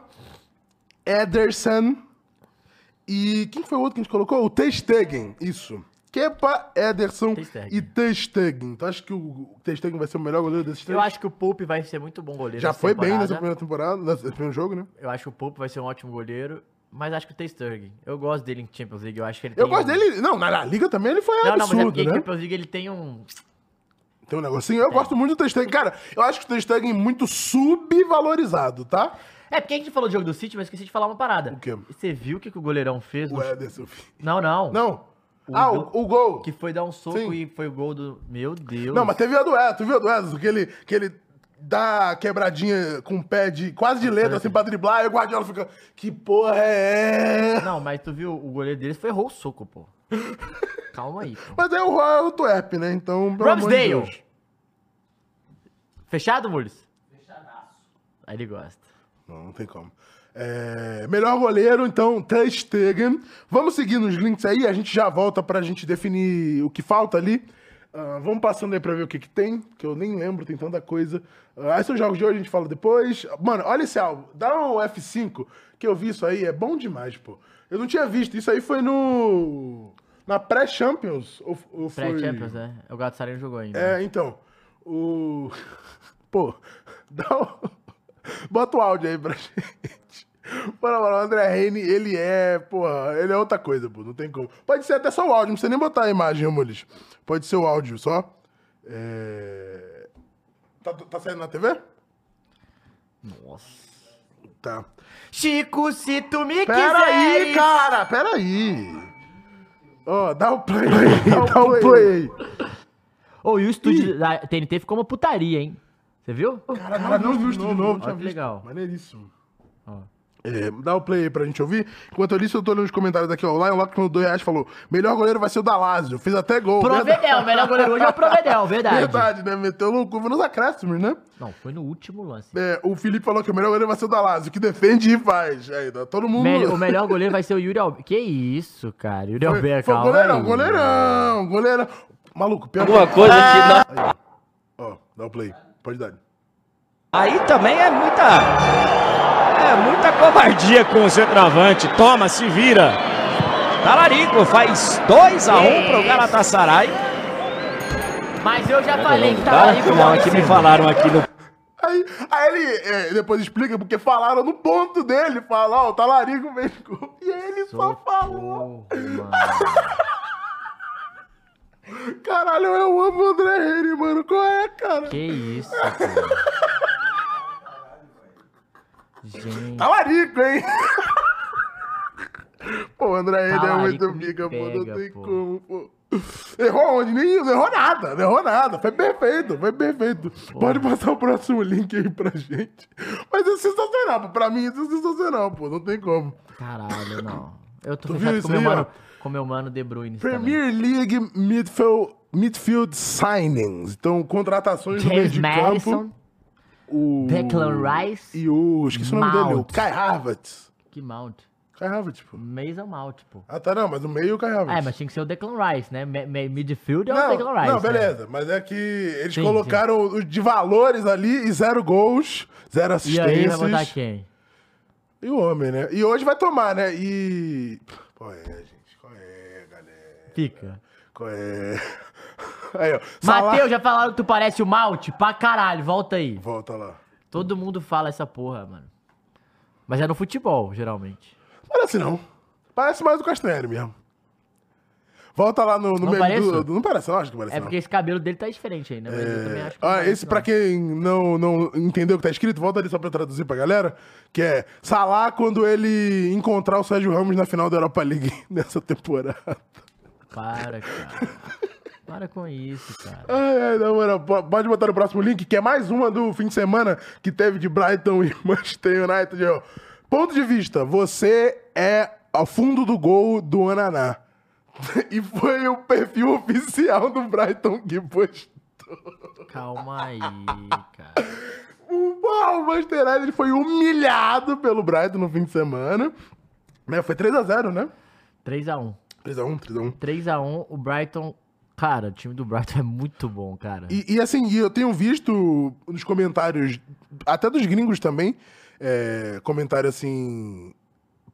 Speaker 1: Ederson e quem foi o outro que a gente colocou? O Testegen, isso. Kepa, Ederson
Speaker 2: Ter Stegen.
Speaker 1: e Testegen. Tu acha que o Testegen vai ser o melhor goleiro desses três?
Speaker 2: Eu acho que o Pope vai ser muito bom goleiro.
Speaker 1: Já
Speaker 2: essa
Speaker 1: foi bem nessa
Speaker 2: temporada.
Speaker 1: primeira temporada, nesse primeiro jogo, né?
Speaker 2: Eu acho que o Pope vai ser um ótimo goleiro. Mas acho que o Ter Stegen. Eu gosto dele em Champions League. Eu acho que ele
Speaker 1: Eu
Speaker 2: tem
Speaker 1: gosto
Speaker 2: um-
Speaker 1: dele. Não, na La Liga também ele foi
Speaker 2: Não, não, mas é
Speaker 1: absurdo,
Speaker 2: porque É. em
Speaker 1: né?
Speaker 2: Champions League ele tem um.
Speaker 1: Tem um negocinho. Eu gosto muito do Testegen. Cara, eu acho que o Testegen é muito subvalorizado, tá?
Speaker 2: É, porque a gente falou do jogo do City, mas esqueci de falar uma parada.
Speaker 1: O quê?
Speaker 2: Você viu o que, que o goleirão fez? No...
Speaker 1: O Ederson.
Speaker 2: Não, não.
Speaker 1: Não.
Speaker 2: O
Speaker 1: ah,
Speaker 2: gol-
Speaker 1: o, o gol.
Speaker 2: Que foi dar um soco
Speaker 1: Sim.
Speaker 2: e foi o gol do. Meu Deus.
Speaker 1: Não, mas teve a do Edson, tu viu a do Edson? Que ele, que ele dá a quebradinha com o pé de quase de letra, assim, pra driblar, e o Guardiola fica, que porra é essa?"
Speaker 2: [LAUGHS] Não, mas tu viu, o goleiro deles foi errou o soco, pô. Calma aí. Pô.
Speaker 1: Mas é o Royal Twerp, né? Então, [LAUGHS] pelo amor de
Speaker 2: Ramsdale.
Speaker 1: Deus.
Speaker 2: Fechado, Mules? Fechadaço. Aí ele gosta.
Speaker 1: Não, não tem como. É, melhor goleiro, então, Ter Stegen. Vamos seguir nos links aí, a gente já volta pra gente definir o que falta ali. Ah, vamos passando aí pra ver o que que tem, que eu nem lembro, tem tanta coisa. Ah, esses são os jogos de hoje, a gente fala depois. Mano, olha esse álbum, dá um F5, que eu vi isso aí, é bom demais, pô. Eu não tinha visto, isso aí foi no... Na pré-Champions, ou, ou foi...
Speaker 2: Pré-Champions, né? O Gato Sarino jogou ainda.
Speaker 1: É, então. O. [LAUGHS] Pô, dá o... Bota o áudio aí pra gente. Mano, mano, o André Reine, ele é, porra, ele é outra coisa, pô, não tem como. Pode ser até só o áudio, não precisa nem botar a imagem, ô, Mules. Pode ser o áudio só. É... Tá, tá saindo na TV?
Speaker 2: Nossa.
Speaker 1: Tá. é
Speaker 2: Chico, se tu me
Speaker 1: Pera
Speaker 2: quiseres...
Speaker 1: aí, cara, pera aí. Ó, dá o play aí, [LAUGHS] dá o play aí.
Speaker 2: Ô, e o estúdio da TNT ficou uma putaria, hein? Você viu?
Speaker 1: Cara, cara, não viu isso de novo,
Speaker 2: Olha que legal.
Speaker 1: Maneiríssimo.
Speaker 2: Ó.
Speaker 1: É, dá o play aí pra gente ouvir. Enquanto isso, eu tô olhando os comentários aqui, ó. O Lion Lock mandou dois reais falou: melhor goleiro vai ser o Dalásio. Fiz até gol.
Speaker 2: Provedel, o melhor goleiro hoje é o Provedel, verdade.
Speaker 1: Verdade, né? Meteu no cu, foi nos acréscimos, né?
Speaker 2: Não, foi no último lance.
Speaker 1: É, o Felipe falou que o melhor goleiro vai ser o Dalásio, que defende e faz. Aí, tá todo mundo.
Speaker 2: Mel- o melhor goleiro vai ser o Yuri Alberto. Que isso, cara. Yuri
Speaker 1: foi,
Speaker 2: Alberto,
Speaker 1: foi
Speaker 2: calma
Speaker 1: goleirão,
Speaker 2: aí.
Speaker 1: goleirão, goleirão. Maluco, pior
Speaker 4: Alguma
Speaker 1: que-
Speaker 4: coisa que não.
Speaker 1: Ó, dá o play. Pode dar.
Speaker 4: Aí também é muita. É muita covardia com o centroavante. Toma, se vira. Talarico faz 2 a 1 um pro Galatasaray.
Speaker 2: Mas eu já falei que tava
Speaker 4: Tá?
Speaker 2: ali com o
Speaker 4: Não, aqui me
Speaker 2: Maurício.
Speaker 4: falaram aqui no
Speaker 1: Aí, aí ele é, depois explica porque falaram no ponto dele. Falaram, ó, o Talarico fez gol. E ele só falou.
Speaker 2: Socorro, mano.
Speaker 1: Caralho, eu amo o André Henry, mano. Qual é, cara?
Speaker 2: Que isso, cara. Gente,
Speaker 1: Talarico, hein? [LAUGHS] pô, o André Henry é
Speaker 2: Talarico
Speaker 1: muito
Speaker 2: me
Speaker 1: pica, pô. Não
Speaker 2: pega,
Speaker 1: tem
Speaker 2: pô.
Speaker 1: como, pô. Errou onde? Nem, não errou nada, não errou nada. Foi perfeito, foi perfeito. Pode passar o próximo link aí pra gente. Mas é sensacional, pô. Pra mim isso é sensacional, pô. Não tem como.
Speaker 2: caralho, não. Eu tô
Speaker 1: Tu viu
Speaker 2: fechado
Speaker 1: isso
Speaker 2: com meu
Speaker 1: aí,
Speaker 2: mano,
Speaker 1: ó?
Speaker 2: com meu mano De Bruyne. também.
Speaker 1: Premier League Midfield, midfield Signings. Então, contratações no meio
Speaker 2: James
Speaker 1: de
Speaker 2: Madison.
Speaker 1: campo. o.
Speaker 4: Hum.
Speaker 2: Declan Rice.
Speaker 1: E o. Esqueci o nome dele, o
Speaker 2: Mount.
Speaker 1: Kai Havertz.
Speaker 2: Que mount.
Speaker 1: Kai Havertz, pô.
Speaker 2: Mason Mount, pô.
Speaker 1: Ah, tá, não, mas o meio é o Kai Havertz.
Speaker 2: Ah, É, mas tinha que ser o Declan Rice, né? Me- me- Midfield é o
Speaker 1: Não,
Speaker 2: Declan Rice.
Speaker 1: não,
Speaker 2: né?
Speaker 1: beleza. Mas é que eles
Speaker 2: Sim,
Speaker 1: colocaram os de valores ali e zero gols, zero
Speaker 2: E aí vai
Speaker 1: assistências.
Speaker 2: botar quem?
Speaker 1: E o homem, né? E hoje vai tomar, né? E. Qual é, gente? Qual é, galera?
Speaker 2: Fica.
Speaker 1: Qual é? [LAUGHS] Aí, ó. Salah-
Speaker 2: Matheus, já falaram que tu parece o Mount? Pra caralho, volta aí.
Speaker 1: Volta lá.
Speaker 2: Todo mundo fala essa porra, mano. Mas é no futebol, geralmente.
Speaker 1: Parece não. Parece mais o Castanheira mesmo. Volta lá no, no
Speaker 2: Não
Speaker 1: meme
Speaker 2: parece?
Speaker 1: do, do- Não parece, não. Acho que parece
Speaker 2: É
Speaker 1: não.
Speaker 2: porque esse cabelo dele tá diferente aí, né? Mas eu também acho que não
Speaker 1: Ah,
Speaker 2: parece,
Speaker 1: esse,
Speaker 2: não.
Speaker 1: pra quem não, não entendeu o que tá escrito, volta ali só pra eu traduzir pra galera, que é Salah quando ele encontrar o Sérgio Ramos na final da Europa League [LAUGHS] nessa temporada.
Speaker 2: Para, cara. Para com isso, cara.
Speaker 1: Ai, ai, na moral, po- pode botar no próximo link, que é mais uma do fim de semana que teve de Brighton [LAUGHS] e Manchester United. ó. Ponto de vista, você é ao fundo do gol do Ananá. [LAUGHS] E foi o perfil oficial do Brighton que postou.
Speaker 2: Calma aí, cara.
Speaker 1: Uau, o Manchester United foi humilhado pelo Brighton no fim de semana. Né, Foi 3x0, né?
Speaker 2: 3x1.
Speaker 1: 3x1, 3x1.
Speaker 2: 3x1, o Brighton. Cara, o time do Brighton é muito bom, cara.
Speaker 1: E, e, assim, e eu tenho visto nos comentários, até dos gringos também, é, comentário assim,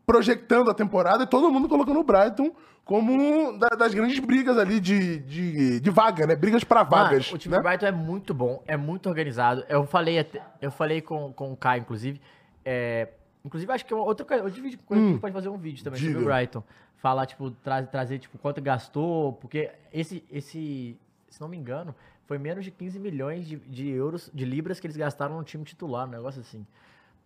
Speaker 1: projetando a temporada e todo mundo colocando o Brighton como um da- das grandes brigas ali de, de, de vaga, né? Brigas pra
Speaker 2: Mano,
Speaker 1: vagas,
Speaker 2: Ah, o time
Speaker 1: né?
Speaker 2: do Brighton é muito bom, é muito organizado. Eu falei, até- eu falei com, com o Kai, inclusive. é, inclusive, acho que é uma outra coisa. Outra vídeo- coisa que a
Speaker 1: Hum.
Speaker 2: gente pode fazer um vídeo também sobre
Speaker 1: diga.
Speaker 2: o Brighton. Falar, tipo, tra- trazer, tipo, quanto gastou. Porque esse, esse, se não me engano, foi menos de 15 milhões de, de euros, de libras que eles gastaram no time titular, um negócio assim.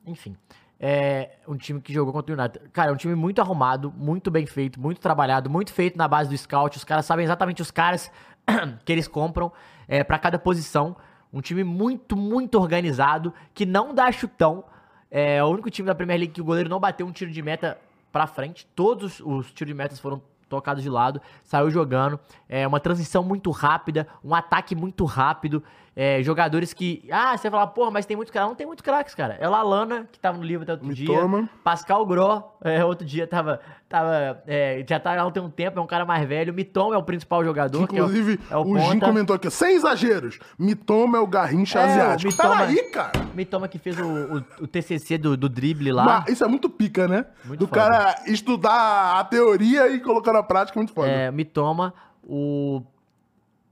Speaker 2: Enfim. É um time que jogou contra o United. Cara, é um time muito arrumado, muito bem feito, muito trabalhado, muito feito na base do scout. Os caras sabem exatamente os caras [CLEARS THROAT] que eles compram é, para cada posição. Um time muito, muito organizado, que não dá chutão. É o único time da Premier League que o goleiro não bateu um tiro de meta pra frente. Todos os, os tiros de metas foram tocados de lado, saiu jogando. É uma transição muito rápida, um ataque muito rápido. é, jogadores que. Ah, você vai falar, porra, mas tem muito craque. Não tem muito craques, cara. É o Lalana, que tava no livro até outro
Speaker 1: Me
Speaker 2: dia.
Speaker 1: toma.
Speaker 2: Pascal Gro, é, outro dia tava. tava é, já tá lá tem um tempo, é um cara mais velho. Miton é o principal jogador. que é o-
Speaker 1: Inclusive,
Speaker 2: é o,
Speaker 1: o Jim
Speaker 2: ponta.
Speaker 1: comentou aqui, sem exageros, Mitoma é o garrincha
Speaker 2: É, o
Speaker 1: asiático. Tá
Speaker 2: Mitoma-
Speaker 1: aí, cara!
Speaker 2: Mitoma que fez o, o- o TCC do, do drible lá.
Speaker 1: Mas isso é muito pica, né?
Speaker 2: Muito
Speaker 1: do
Speaker 2: foda.
Speaker 1: cara estudar a teoria e colocar na prática, muito foda.
Speaker 2: É, me toma o.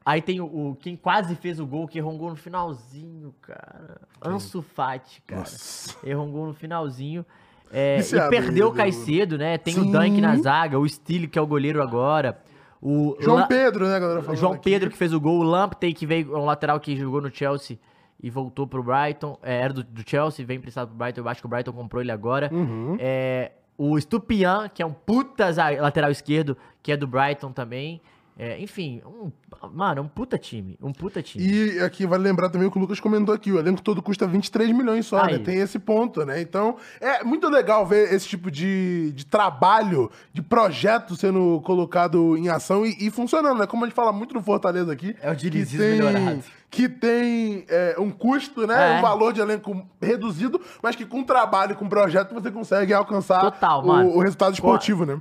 Speaker 2: Aí tem o, o- quem quase fez o gol, que errou um gol no finalzinho, cara. Ansu Fati, cara.
Speaker 1: Nossa.
Speaker 2: Errou um gol no finalzinho. É,
Speaker 1: Isso
Speaker 2: e
Speaker 1: é
Speaker 2: perdeu o
Speaker 1: doido.
Speaker 2: Caicedo, né? Tem
Speaker 1: Sim.
Speaker 2: o Dunk na zaga, o Stile, que é o goleiro agora. O
Speaker 1: João
Speaker 2: La-
Speaker 1: Pedro, né, galera? falando
Speaker 2: João
Speaker 1: aqui.
Speaker 2: Pedro que fez o gol, o Lamptey que veio, é um lateral que jogou no Chelsea e voltou pro Brighton, é, era do, do Chelsea, vem emprestado pro Brighton, eu acho que o Brighton comprou ele agora.
Speaker 1: Uhum.
Speaker 2: É, o Stupian, que é um puta za- lateral esquerdo, que é do Brighton também. É, enfim, um, mano, um puta time, um puta time.
Speaker 1: E aqui vale lembrar também o que o Lucas comentou aqui, o elenco todo custa 23 milhões só,
Speaker 2: Aí.
Speaker 1: né? Tem esse ponto, né? Então, é muito legal ver esse tipo de, de trabalho, de projeto sendo colocado em ação e, e funcionando, né? Como a gente fala muito no Fortaleza aqui.
Speaker 2: É o
Speaker 1: que
Speaker 2: dinizismo
Speaker 1: tem,
Speaker 2: melhorado.
Speaker 1: que tem é, um custo, né?
Speaker 2: É.
Speaker 1: Um valor de elenco reduzido, mas que com trabalho, com projeto, você consegue alcançar
Speaker 2: Total,
Speaker 1: o,
Speaker 2: mano.
Speaker 1: o resultado
Speaker 2: Com a-
Speaker 1: esportivo, né?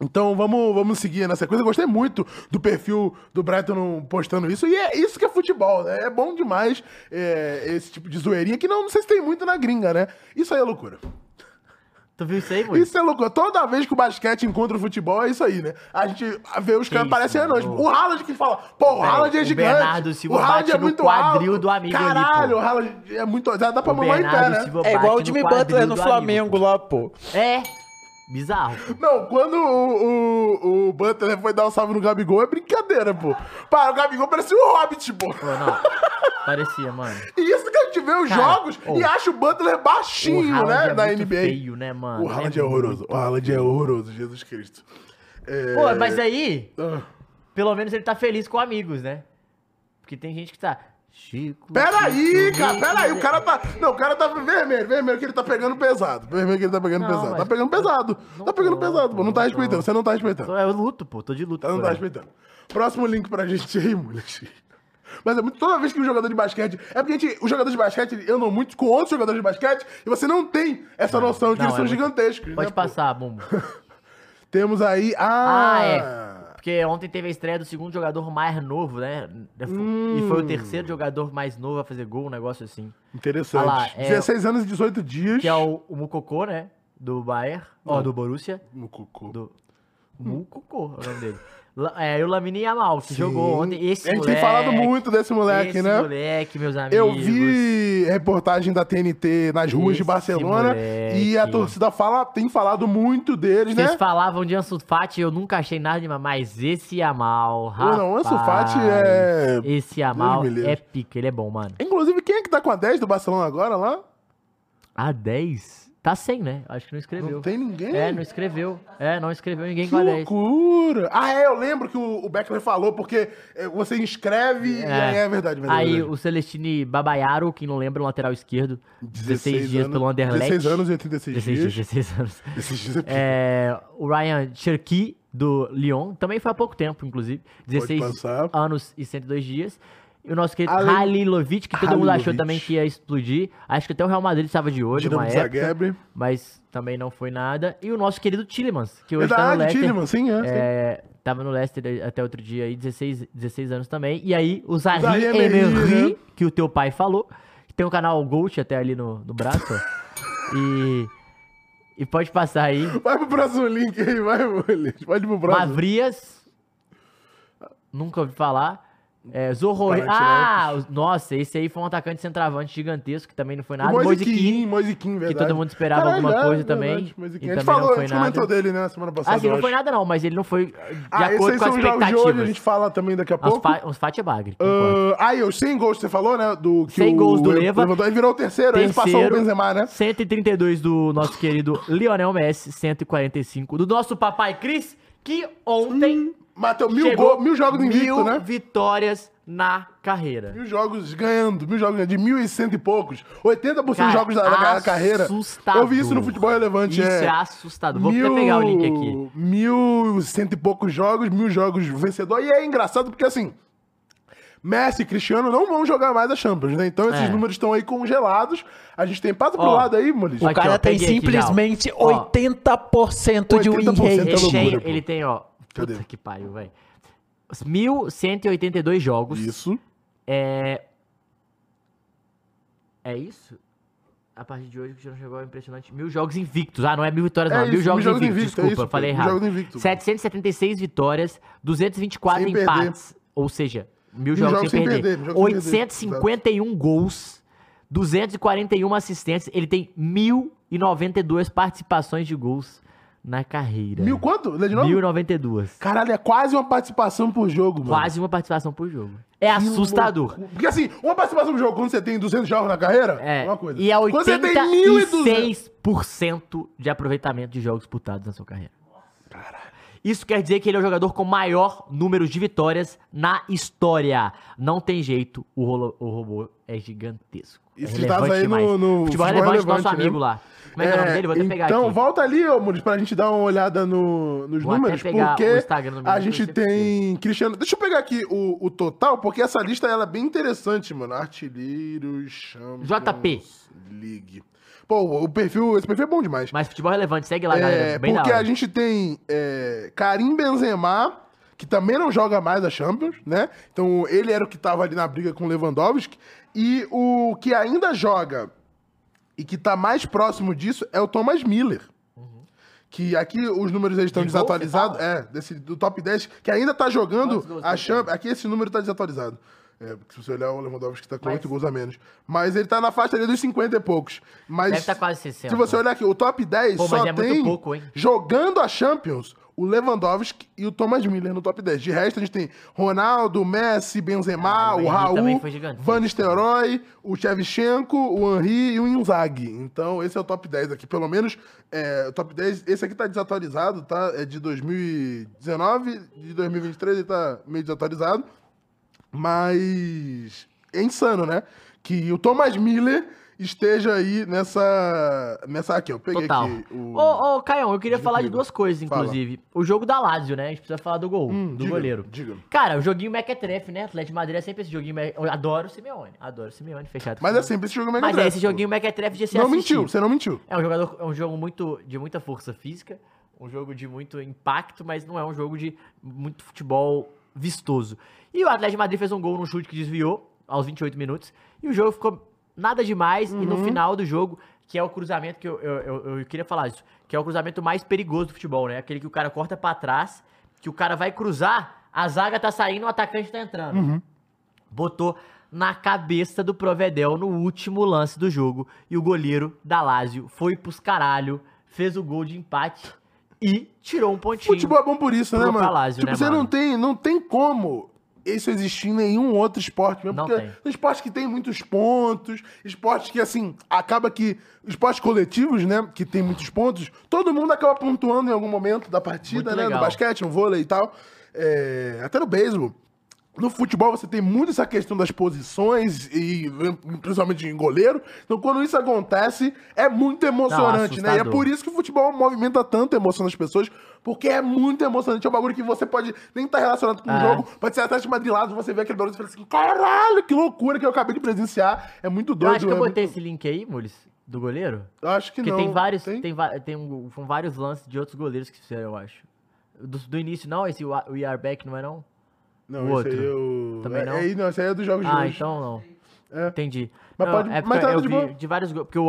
Speaker 1: Então vamos, vamos seguir nessa coisa. Eu gostei muito do perfil do Brighton postando isso. E é isso que é futebol, né? É bom demais é, esse tipo de zoeirinha que não, não sei se tem muito na gringa, né? Isso aí é loucura.
Speaker 2: Tu viu isso aí, Moisés?
Speaker 1: Isso é loucura. Toda vez que o basquete encontra o futebol, é isso aí, né? A gente vê os caras
Speaker 2: isso,
Speaker 1: parecem
Speaker 2: mano.
Speaker 1: anões. O Haaland que fala, pô, o Haaland é
Speaker 2: o
Speaker 1: gigante.
Speaker 2: Bernardo Silva
Speaker 1: o Haaland é
Speaker 2: bate no quadril do amigo ali,
Speaker 1: Caralho,
Speaker 2: pô.
Speaker 1: o Haaland é muito... Dá dá pra
Speaker 2: O
Speaker 1: mamar em pé,
Speaker 2: Bernardo
Speaker 1: né?
Speaker 2: Silva
Speaker 3: É igual o
Speaker 2: bate no
Speaker 3: Jimmy
Speaker 2: quadril
Speaker 3: Butler no
Speaker 2: do amigo.
Speaker 3: Flamengo lá, pô.
Speaker 2: É, bizarro.
Speaker 1: Não, quando o, o, o Butler foi dar um salve no Gabigol, é brincadeira, pô. Para, o Gabigol parecia um hobbit, pô.
Speaker 2: Pô, não, parecia, mano.
Speaker 1: E isso que a gente vê os
Speaker 2: Cara,
Speaker 1: jogos
Speaker 2: ô,
Speaker 1: e acha o Butler baixinho,
Speaker 2: Haaland
Speaker 1: né,
Speaker 2: é
Speaker 1: da
Speaker 2: muito
Speaker 1: NBA.
Speaker 2: feio, né, mano?
Speaker 1: O Haaland é,
Speaker 2: É
Speaker 1: horroroso. O Haaland é horroroso, Jesus Cristo. É...
Speaker 2: Pô, mas aí,
Speaker 1: ah.
Speaker 2: pelo menos ele tá feliz com amigos, né? Porque tem gente que tá. Chico.
Speaker 1: Peraí,
Speaker 2: Chico, né?"
Speaker 1: cara,
Speaker 2: Chico,
Speaker 1: peraí, o
Speaker 2: Chico.
Speaker 1: cara tá. Não, o cara tá vermelho, vermelho que ele tá pegando pesado. Vermelho que ele tá pegando
Speaker 2: Não,
Speaker 1: pesado. Tá
Speaker 2: mas-
Speaker 1: pegando pesado.
Speaker 2: Não
Speaker 1: tá pegando
Speaker 2: tô,
Speaker 1: pesado, pô. Não tá
Speaker 2: não tô.
Speaker 1: respeitando, você não tá respeitando.
Speaker 2: Tô- É o luto, pô, tô de luto.
Speaker 1: Tá, não
Speaker 2: por
Speaker 1: tá
Speaker 2: aí.
Speaker 1: respeitando. Próximo link pra gente aí, moleque. Mas é muito. Toda vez que um jogador de basquete. É porque a gente, os jogadores de basquete eles andam muito com outros jogadores de basquete e você não tem essa noção de que
Speaker 2: não,
Speaker 1: eles
Speaker 2: é
Speaker 1: são
Speaker 2: muito-
Speaker 1: gigantescos.
Speaker 2: Pode
Speaker 1: né, pô? [LAUGHS]
Speaker 2: passar, Bumbo.
Speaker 1: Temos aí. Ah,
Speaker 2: Ah, é. Porque ontem teve a estreia do segundo jogador mais novo, né? E
Speaker 1: Hum.
Speaker 2: foi o terceiro jogador mais novo a fazer gol, um negócio assim.
Speaker 1: Interessante.
Speaker 2: Ah lá, é-
Speaker 1: 16 anos e 18 dias.
Speaker 2: Que é o, o Mukoko, né? Do Bayern. Ó,
Speaker 1: Hum.
Speaker 2: do Borussia.
Speaker 1: No cocô.
Speaker 2: Do Mukoko, é o nome dele. La- É, e o Lamine Yamal, que
Speaker 1: Sim.
Speaker 2: jogou ontem. Esse
Speaker 1: a gente
Speaker 2: moleque,
Speaker 1: tem falado muito desse moleque,
Speaker 2: esse
Speaker 1: né?
Speaker 2: moleque, é meus amigos.
Speaker 1: Eu vi reportagem da TNT nas ruas de
Speaker 2: Esse
Speaker 1: Barcelona
Speaker 2: moleque.
Speaker 1: e a torcida fala, tem falado muito deles,
Speaker 2: Vocês
Speaker 1: né?
Speaker 2: falavam de Ansu Fati, eu nunca achei nada demais, mas esse Yamal,
Speaker 1: Ou
Speaker 2: rapaz.
Speaker 1: não, Ansu Fati é-
Speaker 2: Esse Yamal
Speaker 1: Deus me livre.
Speaker 2: é pica, ele é bom, mano.
Speaker 1: Inclusive, quem é que tá com a 10 do Barcelona agora lá?
Speaker 2: A10? Tá sem, né? Acho que não escreveu.
Speaker 1: Não tem ninguém.
Speaker 2: É, não escreveu. É, não escreveu ninguém
Speaker 1: Que
Speaker 2: com a 10.
Speaker 1: loucura! Ah, é, eu lembro que o, o Beckler falou, porque é, você inscreve e aí é verdade, verdade.
Speaker 2: Aí
Speaker 1: verdade.
Speaker 2: o Celestine Babaiaro, que não lembra, um lateral esquerdo. 16, dias
Speaker 1: anos-
Speaker 2: pelo Anderlecht.
Speaker 1: 16 anos e 86
Speaker 2: 16 dias,
Speaker 1: dias.
Speaker 2: 16 anos.
Speaker 1: 16 [LAUGHS] dias é
Speaker 2: É, o Ryan Cherky, do Lyon, também foi há pouco tempo, inclusive. 16
Speaker 1: passar.
Speaker 2: anos e 102 dias. E o nosso querido
Speaker 1: Ale-
Speaker 2: Halilovic, que todo mundo achou
Speaker 1: Halilovic.
Speaker 2: também que ia explodir. Acho que até o Real Madrid estava de olho
Speaker 1: Dinamo
Speaker 2: uma
Speaker 1: de
Speaker 2: época.
Speaker 1: Zagreb.
Speaker 2: Mas também não foi nada. E o nosso querido Tillemans, que hoje tá no
Speaker 1: Verdade,
Speaker 2: Leicester.
Speaker 1: Tilliman, sim, é. sim.
Speaker 2: É, tava no Leicester até outro dia aí, 16, 16 anos também. E aí, o Zari
Speaker 1: Zahi Emery,
Speaker 2: Emery,
Speaker 1: né?
Speaker 2: que o teu pai falou, que tem um canal Gold até ali no, no
Speaker 1: [LAUGHS]
Speaker 2: braço, ó. e, e pode passar aí.
Speaker 1: Vai pro próximo link aí, vai, Mules. Pode ir pro próximo.
Speaker 2: Mavrias, nunca ouvi falar. É, Zorro...
Speaker 1: Panathinaikos.
Speaker 2: Ah, o- nossa, esse aí foi um atacante centroavante gigantesco, que também não foi nada.
Speaker 1: O
Speaker 2: Moisiquim,
Speaker 1: Moisiquim, Moisiquim, verdade.
Speaker 2: todo mundo esperava alguma
Speaker 1: é,
Speaker 2: coisa
Speaker 1: verdade,
Speaker 2: também,
Speaker 1: Moisiquim.
Speaker 2: e
Speaker 1: A gente
Speaker 2: também não
Speaker 1: falou, a
Speaker 2: foi
Speaker 1: gente comentou
Speaker 2: nada.
Speaker 1: dele, né, semana passada.
Speaker 2: assim,
Speaker 1: eu
Speaker 2: não foi
Speaker 1: acho.
Speaker 2: nada não, mas ele não foi de
Speaker 1: Ah, esses
Speaker 2: acordo com
Speaker 1: são
Speaker 2: as
Speaker 1: os jogos de hoje, a gente
Speaker 2: expectativas.
Speaker 1: fala também daqui a
Speaker 2: Uns,
Speaker 1: pouco.
Speaker 2: fa... uns Fati Bagre, concordo.
Speaker 1: Ah, aí, os 100 gols que você falou, né? Do, que
Speaker 2: 100
Speaker 1: o
Speaker 2: gols do
Speaker 1: Le-
Speaker 2: Leva.
Speaker 1: Lewandowski virou o terceiro, aí ele passou o
Speaker 2: Terceiro,
Speaker 1: Benzema, né?
Speaker 2: 132 do nosso querido Lionel Messi, 145 do nosso papai Cris, que ontem
Speaker 1: Mateu mil,
Speaker 2: chegou
Speaker 1: gol, mil jogos invicto,
Speaker 2: mil
Speaker 1: né?
Speaker 2: vitórias na carreira.
Speaker 1: Mil jogos ganhando, mil jogos ganhando, de mil e cento e poucos. 80%
Speaker 2: Cara,
Speaker 1: dos jogos da, da carreira.
Speaker 2: assustador.
Speaker 1: Eu vi isso no futebol relevante,
Speaker 2: Isso é, assustador. Vou até pegar o link aqui.
Speaker 1: Mil e cento e poucos jogos, mil jogos vencedor. E é engraçado porque, assim, Messi e Cristiano não vão jogar mais a Champions, né? Então esses
Speaker 2: É.
Speaker 1: números estão aí congelados. A gente tem... Passa pro
Speaker 2: Ó,
Speaker 1: lado aí, Molis.
Speaker 3: O
Speaker 2: Aqui,
Speaker 3: cara
Speaker 2: ó,
Speaker 3: tem
Speaker 2: peguei aqui já, ó.
Speaker 3: simplesmente
Speaker 2: Ó.
Speaker 3: 80% de win
Speaker 1: 80% é
Speaker 3: rate.
Speaker 1: loucura,
Speaker 2: Recheio,
Speaker 1: pô.
Speaker 2: ele tem, ó.
Speaker 1: Cadê?
Speaker 2: Puta que pariu, velho. 1.182 jogos.
Speaker 1: Isso.
Speaker 2: É isso? A partir de hoje, o Cristiano chegou ao impressionante. Mil jogos invictos. Ah, não é mil vitórias,
Speaker 1: É
Speaker 2: não.
Speaker 1: isso,
Speaker 2: mil jogos
Speaker 1: mil jogos
Speaker 2: invictos.
Speaker 1: invictos, é
Speaker 2: desculpa,
Speaker 1: isso, pô.
Speaker 2: falei
Speaker 1: Mil
Speaker 2: errado.
Speaker 1: jogos invictos, pô.
Speaker 2: 776 vitórias, 224
Speaker 1: Sem
Speaker 2: empates. Ou seja, mil, jogos, sem, perder.
Speaker 1: mil jogos sem perder,
Speaker 2: 851 gols, 241 assistências. Ele tem 1.092 participações de gols na carreira.
Speaker 1: Mil quanto? Lê de novo?
Speaker 2: 1.092.
Speaker 1: Caralho, é quase uma participação por jogo, mano.
Speaker 2: Quase uma participação por jogo. É assustador.
Speaker 1: Porque assim, uma participação no jogo, quando você tem 200 jogos na carreira,
Speaker 2: É,
Speaker 1: é uma coisa.
Speaker 2: e é
Speaker 1: Quando você tem 1.200...
Speaker 2: 86% de aproveitamento de jogos disputados na sua carreira. Isso quer dizer que ele é o jogador com maior número de vitórias na história. Não tem jeito, o, rolo- o robô é gigantesco. É
Speaker 1: Isso tá aí no-
Speaker 2: demais.
Speaker 1: no
Speaker 2: futebol,
Speaker 1: Futebol
Speaker 2: relevante,
Speaker 1: Relevante,
Speaker 2: nosso
Speaker 1: né?
Speaker 2: amigo lá. Como é que é o nome dele? Vou até pegar
Speaker 1: então,
Speaker 2: aqui.
Speaker 1: volta ali, ô Muniz, pra gente dar uma olhada no- nos
Speaker 2: Vou até
Speaker 1: números,
Speaker 2: pegar o
Speaker 1: porque
Speaker 2: Instagram do menino
Speaker 1: a
Speaker 2: pra
Speaker 1: gente
Speaker 2: você
Speaker 1: tem Cristiano... Deixa eu pegar aqui o, o total, porque essa lista ela é bem interessante, mano. Artilheiros, Champions
Speaker 2: JP.
Speaker 1: League. Pô, o perfil, esse perfil é bom demais.
Speaker 2: Mas futebol relevante, segue lá,
Speaker 1: É,
Speaker 2: galera. Bem da
Speaker 1: porque
Speaker 2: hora.
Speaker 1: a gente tem é, Karim Benzema, que também não joga mais a Champions, né? Então ele era o que tava ali na briga com o Lewandowski. E o que ainda joga e que tá mais próximo disso é o Thomas Miller. Que aqui os números eles estão
Speaker 2: De gol, você
Speaker 1: desatualizados. É, desse, do top 10, que ainda tá jogando
Speaker 2: Quantos gols
Speaker 1: a
Speaker 2: tem?
Speaker 1: Champions. Aqui esse número tá desatualizado. É, porque se você olhar o Lewandowski tá com
Speaker 2: Mas-
Speaker 1: oito gols a menos. Mas ele tá na faixa ali dos 50 e poucos. Mas
Speaker 2: Deve tá quase 60.
Speaker 1: se você olhar aqui, o top 10
Speaker 2: Pô, mas
Speaker 1: só
Speaker 2: é muito
Speaker 1: tem
Speaker 2: pouco, hein?
Speaker 1: jogando a Champions o Lewandowski e o Thomas Miller no top 10. De resto, a gente tem Ronaldo, Messi, Benzema,
Speaker 2: Ah, o
Speaker 1: o
Speaker 2: Henry também
Speaker 1: Raul,
Speaker 2: foi gigantesco.
Speaker 1: Van Nistelrooy, o Shevchenko, o Henry e o Inzaghi. Então, esse é o top 10 aqui. Pelo menos, é, o top 10... Esse aqui tá desatualizado, tá? É de 2019, de 2023 ele tá meio desatualizado. Mas é insano, né? Que o Thomas Miller esteja aí nessa. Nessa aqui, ó. Peguei
Speaker 2: Total.
Speaker 1: aqui o.
Speaker 2: Ô, ô, Caião, eu queria falar de
Speaker 1: comigo.
Speaker 2: duas coisas,
Speaker 1: Fala. Hum,
Speaker 2: inclusive. O jogo da Lazio, né? A gente precisa falar do gol, do
Speaker 1: diga,
Speaker 2: goleiro.
Speaker 1: diga.
Speaker 2: Cara, o joguinho mequetrefe, né? Atlético de Madrid é sempre esse joguinho... me- Eu adoro o Simeone, adoro o Simeone, fechado. com
Speaker 1: Mas
Speaker 2: o
Speaker 1: é sempre esse jogo
Speaker 2: Simeone.
Speaker 1: Mega
Speaker 2: Mas é esse joguinho mequetrefe de se
Speaker 1: Não
Speaker 2: assistir.
Speaker 1: mentiu, você não mentiu.
Speaker 2: É um jogador, é um jogo muito de muita força física, um jogo de muito impacto, mas não é um jogo de muito futebol vistoso. E o Atlético de Madrid fez um gol num chute que desviou aos 28 minutos e o jogo ficou nada demais e no final do jogo que é o cruzamento que eu, eu, eu, eu queria falar isso, que é o cruzamento mais perigoso do futebol, né? Aquele que o cara corta pra trás, que o cara vai cruzar, a zaga tá saindo, o atacante tá entrando botou na cabeça do Provedel no último lance do jogo. E o goleiro da Lazio foi pros caralho, fez o gol de empate e tirou um pontinho.
Speaker 1: Futebol é bom por isso, né,
Speaker 2: Pro
Speaker 1: mano?
Speaker 2: Palácio,
Speaker 1: tipo,
Speaker 2: né,
Speaker 1: você não
Speaker 2: mano?
Speaker 1: tem, não tem como isso existir em nenhum outro esporte mesmo.
Speaker 2: Não
Speaker 1: porque
Speaker 2: tem.
Speaker 1: tem esporte que tem muitos pontos, esporte que, assim, acaba que. Esportes coletivos, né? Que tem muitos pontos, todo mundo acaba pontuando em algum momento da partida,
Speaker 2: Muito
Speaker 1: né?
Speaker 2: legal.
Speaker 1: No basquete, no vôlei e tal. é, até no beisebol. No futebol você tem muito essa questão das posições e principalmente em goleiro. Então quando isso acontece é muito emocionante, né? E é
Speaker 2: assustador.
Speaker 1: por isso que o futebol movimenta tanto a emoção das pessoas, porque é muito emocionante. É um bagulho que você pode nem estar relacionado com o
Speaker 2: É.
Speaker 1: jogo, pode ser atrás de madrilado, você vê aquele barulho e fala assim: caralho, que loucura que eu acabei de presenciar. É muito
Speaker 2: Eu
Speaker 1: doido.
Speaker 2: acho que eu
Speaker 1: é
Speaker 2: botei
Speaker 1: muito-
Speaker 2: esse link aí, Mules, do goleiro.
Speaker 1: Eu acho que
Speaker 2: Porque
Speaker 1: não.
Speaker 2: tem vários. Tem, va- tem um- são vários lances de outros goleiros que fizeram, eu acho. Do, do início, não? Esse We We Are Back, não é não?
Speaker 1: Não,
Speaker 2: o
Speaker 1: esse
Speaker 2: outro.
Speaker 1: aí eu.
Speaker 2: Também
Speaker 1: é-
Speaker 2: não?
Speaker 1: é- não, esse aí é dos jogos de
Speaker 2: Ah,
Speaker 1: hoje.
Speaker 2: então não.
Speaker 1: É.
Speaker 2: Entendi.
Speaker 1: Mas
Speaker 2: Não,
Speaker 1: pode-
Speaker 2: é porque
Speaker 1: mas tá
Speaker 2: eu
Speaker 1: de
Speaker 2: vi
Speaker 1: boa.
Speaker 2: de vários gols. Porque o,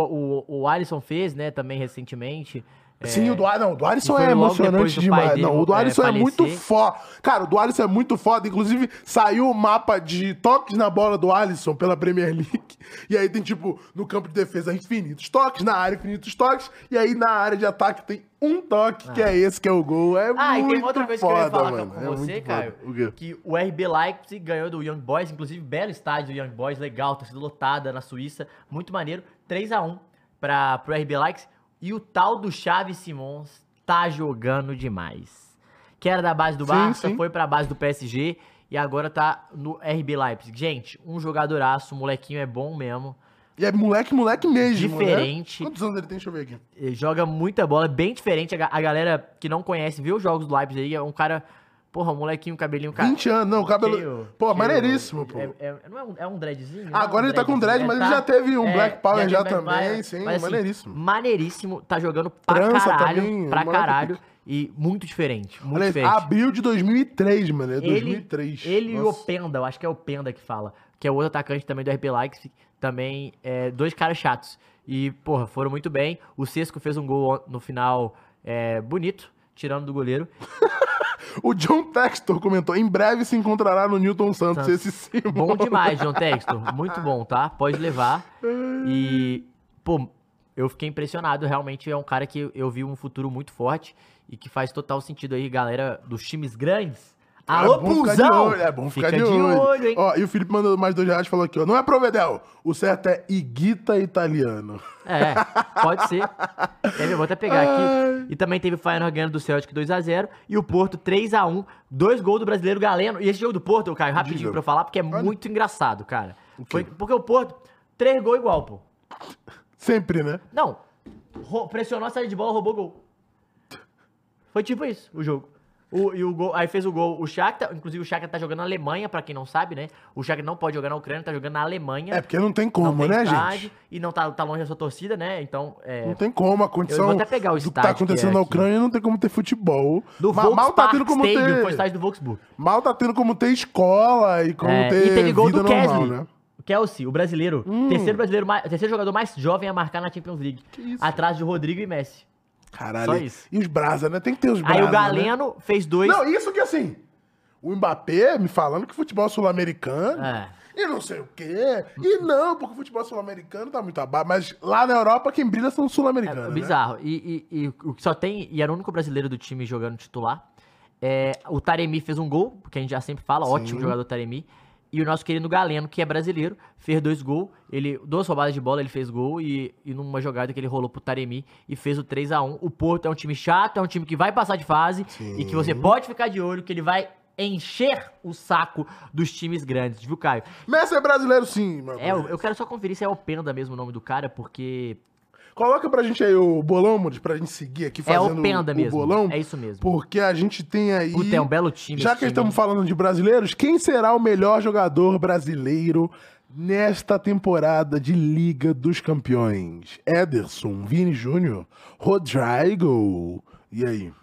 Speaker 2: o, o Alisson fez, né, também recentemente. é,
Speaker 1: Sim, o do Ar- não, o do Alisson
Speaker 2: E foi
Speaker 1: é
Speaker 2: logo depois
Speaker 1: emocionante
Speaker 2: do
Speaker 1: demais.
Speaker 2: pai dele,
Speaker 1: não, o do
Speaker 2: é,
Speaker 1: Alisson é,
Speaker 2: falecer.
Speaker 1: muito foda. Cara, o do Alisson é muito foda. Inclusive, saiu o mapa de toques na bola do Alisson pela Premier League. E aí tem, tipo, no campo de defesa, infinitos toques, na área, infinitos toques. E aí na área de ataque tem um toque, que é esse que é o gol. É
Speaker 2: Ah, e
Speaker 1: muito
Speaker 2: tem uma outra coisa
Speaker 1: foda,
Speaker 2: que eu ia falar tá,
Speaker 1: mano.
Speaker 2: com
Speaker 1: É
Speaker 2: você,
Speaker 1: muito
Speaker 2: Caio.
Speaker 1: foda. O quê?
Speaker 2: Que o RB Leipzig ganhou do Young Boys, inclusive belo estádio do Young Boys, legal, torcida lotada na Suíça, muito maneiro. 3x1 pra, pro RB Leipzig. E o tal do Xavi Simons tá jogando demais. Que era da base do
Speaker 1: Sim,
Speaker 2: Barça,
Speaker 1: sim.
Speaker 2: foi pra base do PSG e agora tá no RB Leipzig. Gente, um jogadoraço, o molequinho é bom mesmo.
Speaker 1: E é moleque, moleque mesmo. né?
Speaker 2: Diferente.
Speaker 1: Quantos anos ele tem? Deixa eu ver aqui.
Speaker 2: Ele joga muita bola, é bem diferente. A, ga- a galera que não conhece, vê os jogos do Leipzig aí, é um cara. Porra, molequinho, cabelinho, cara.
Speaker 1: 20 anos, não, o cabelo.
Speaker 2: Cheio,
Speaker 1: Ah, pô,
Speaker 2: cheio.
Speaker 1: maneiríssimo, pô.
Speaker 2: É, é- não é, um, é um dreadzinho? Não é
Speaker 1: Agora
Speaker 2: um
Speaker 1: ele tá com dread,
Speaker 2: dreadzinho,
Speaker 1: mas
Speaker 2: né?
Speaker 1: ele já
Speaker 2: Tá.
Speaker 1: teve um Black Power já
Speaker 2: teve
Speaker 1: também,
Speaker 2: Power,
Speaker 1: sim,
Speaker 2: mas, assim,
Speaker 1: maneiríssimo.
Speaker 2: Maneiríssimo, tá jogando pra
Speaker 1: Trança
Speaker 2: caralho,
Speaker 1: também,
Speaker 2: pra
Speaker 1: moleque.
Speaker 2: caralho. E muito diferente, muito
Speaker 1: Olha, ah,
Speaker 2: diferente.
Speaker 1: abril de 2003, mano. É
Speaker 2: Ele-
Speaker 1: 2003.
Speaker 2: Ele e o
Speaker 1: Nossa.
Speaker 2: Openda, eu acho que é o Openda que fala, que é o outro atacante também do RB Leipzig, também é, dois caras chatos. E, porra, foram muito bem. O Sesco fez um gol on- no final é, bonito, tirando do goleiro.
Speaker 1: O John Textor comentou: em breve se encontrará no Newton Santos
Speaker 2: Santos.
Speaker 1: esse símbolo.
Speaker 2: Bom demais, John Textor. Muito bom, tá? Pode levar. E, pô, eu fiquei impressionado. Realmente é um cara que eu vi um futuro muito forte e que faz total sentido aí, galera dos times grandes. Alô,
Speaker 1: é bom ficar de
Speaker 2: Pulzão!
Speaker 1: olho, É bom ficar
Speaker 2: Fica
Speaker 1: de, olho.
Speaker 2: hein?
Speaker 1: Ó, e o Felipe mandou mais dois reais e falou aqui, ó. Não é Provedel. O certo é Iguita Italiano.
Speaker 2: É, pode ser. Quer ver? Vou até pegar
Speaker 1: Ai.
Speaker 2: aqui. E também teve o Feyenoord ganhando do Celtic 2x0 e o Porto 3x1. Dois gols do brasileiro Galeno. E esse jogo do Porto, Caio, rapidinho
Speaker 1: Diga.
Speaker 2: pra eu falar, porque é muito engraçado, cara. Foi,
Speaker 1: quê?
Speaker 2: porque o Porto, três gols igual, pô.
Speaker 1: Sempre, né?
Speaker 2: Não. Ro- pressionou a saída de bola, roubou gol. Foi tipo isso, o jogo. O, e o gol, aí fez o gol o Shakhtar, inclusive o Shakhtar tá jogando na Alemanha, pra quem não sabe, né? O Shakhtar não pode jogar na Ucrânia, tá jogando na Alemanha.
Speaker 1: É porque não tem como,
Speaker 2: não tem
Speaker 1: né,
Speaker 2: estádio,
Speaker 1: gente?
Speaker 2: E não tá, tá longe da sua torcida, né? Então, é,
Speaker 1: Não tem como, a condição
Speaker 2: até pegar o
Speaker 1: do que
Speaker 2: estádio
Speaker 1: tá
Speaker 2: que
Speaker 1: acontecendo
Speaker 2: é
Speaker 1: na
Speaker 2: aqui.
Speaker 1: Ucrânia não tem como ter futebol.
Speaker 2: do
Speaker 1: Ma- mal tá tendo
Speaker 2: Volkspark
Speaker 1: como
Speaker 2: Stadium, foi o
Speaker 1: ter,
Speaker 2: estádio do Wolfsburg.
Speaker 1: mal tá tendo como ter escola e como
Speaker 2: É,
Speaker 1: ter
Speaker 2: e teve gol
Speaker 1: vida
Speaker 2: do
Speaker 1: normal,
Speaker 2: Kesley.
Speaker 1: né? Hum.
Speaker 2: Kelsey, o brasileiro, terceiro brasileiro, mais- terceiro jogador mais jovem a marcar na Champions League,
Speaker 1: isso.
Speaker 2: atrás de Rodrigo e Messi.
Speaker 1: Caralho.
Speaker 2: Só isso.
Speaker 1: E os brasa, né? Tem que ter os brasa.
Speaker 2: Aí o
Speaker 1: né?
Speaker 2: Galeno fez dois.
Speaker 1: Não, isso que assim. O Mbappé me falando que futebol sul-americano.
Speaker 2: É.
Speaker 1: E não sei o quê. E não, porque o futebol sul-americano tá muito abaixo. Mas lá na Europa, quem brilha são os sul-americanos.
Speaker 2: É,
Speaker 1: né?
Speaker 2: bizarro. E, e- e o que só tem. E era o único brasileiro do time jogando titular. É, o Taremi fez um gol, que a gente já sempre fala, ótimo jogador Taremi. E o nosso querido Galeno, que é brasileiro, fez dois gols. Ele, duas roubadas de bola, ele fez gol. E, e numa jogada que ele rolou pro Taremi e fez o um 3 a 1 O Porto é um time chato, é um time que vai passar de fase e que você pode ficar de olho, que ele vai encher o saco dos times grandes, viu, Caio?
Speaker 1: Messi é brasileiro sim, mano.
Speaker 2: É, eu eu quero só conferir se é o Penda mesmo o nome do cara, porque
Speaker 1: Coloca pra gente aí o bolão, Mude, pra gente seguir aqui
Speaker 2: é
Speaker 1: fazendo
Speaker 2: o Penda mesmo.
Speaker 1: bolão.
Speaker 2: É isso mesmo.
Speaker 1: Porque a gente tem aí.
Speaker 2: Puta, é um belo time
Speaker 1: Já
Speaker 2: esse
Speaker 1: que
Speaker 2: time,
Speaker 1: estamos
Speaker 2: hein?
Speaker 1: falando de brasileiros, quem será o melhor jogador brasileiro nesta temporada de Liga dos Campeões? Ederson, Vini Júnior, Rodrigo. E aí?
Speaker 2: né?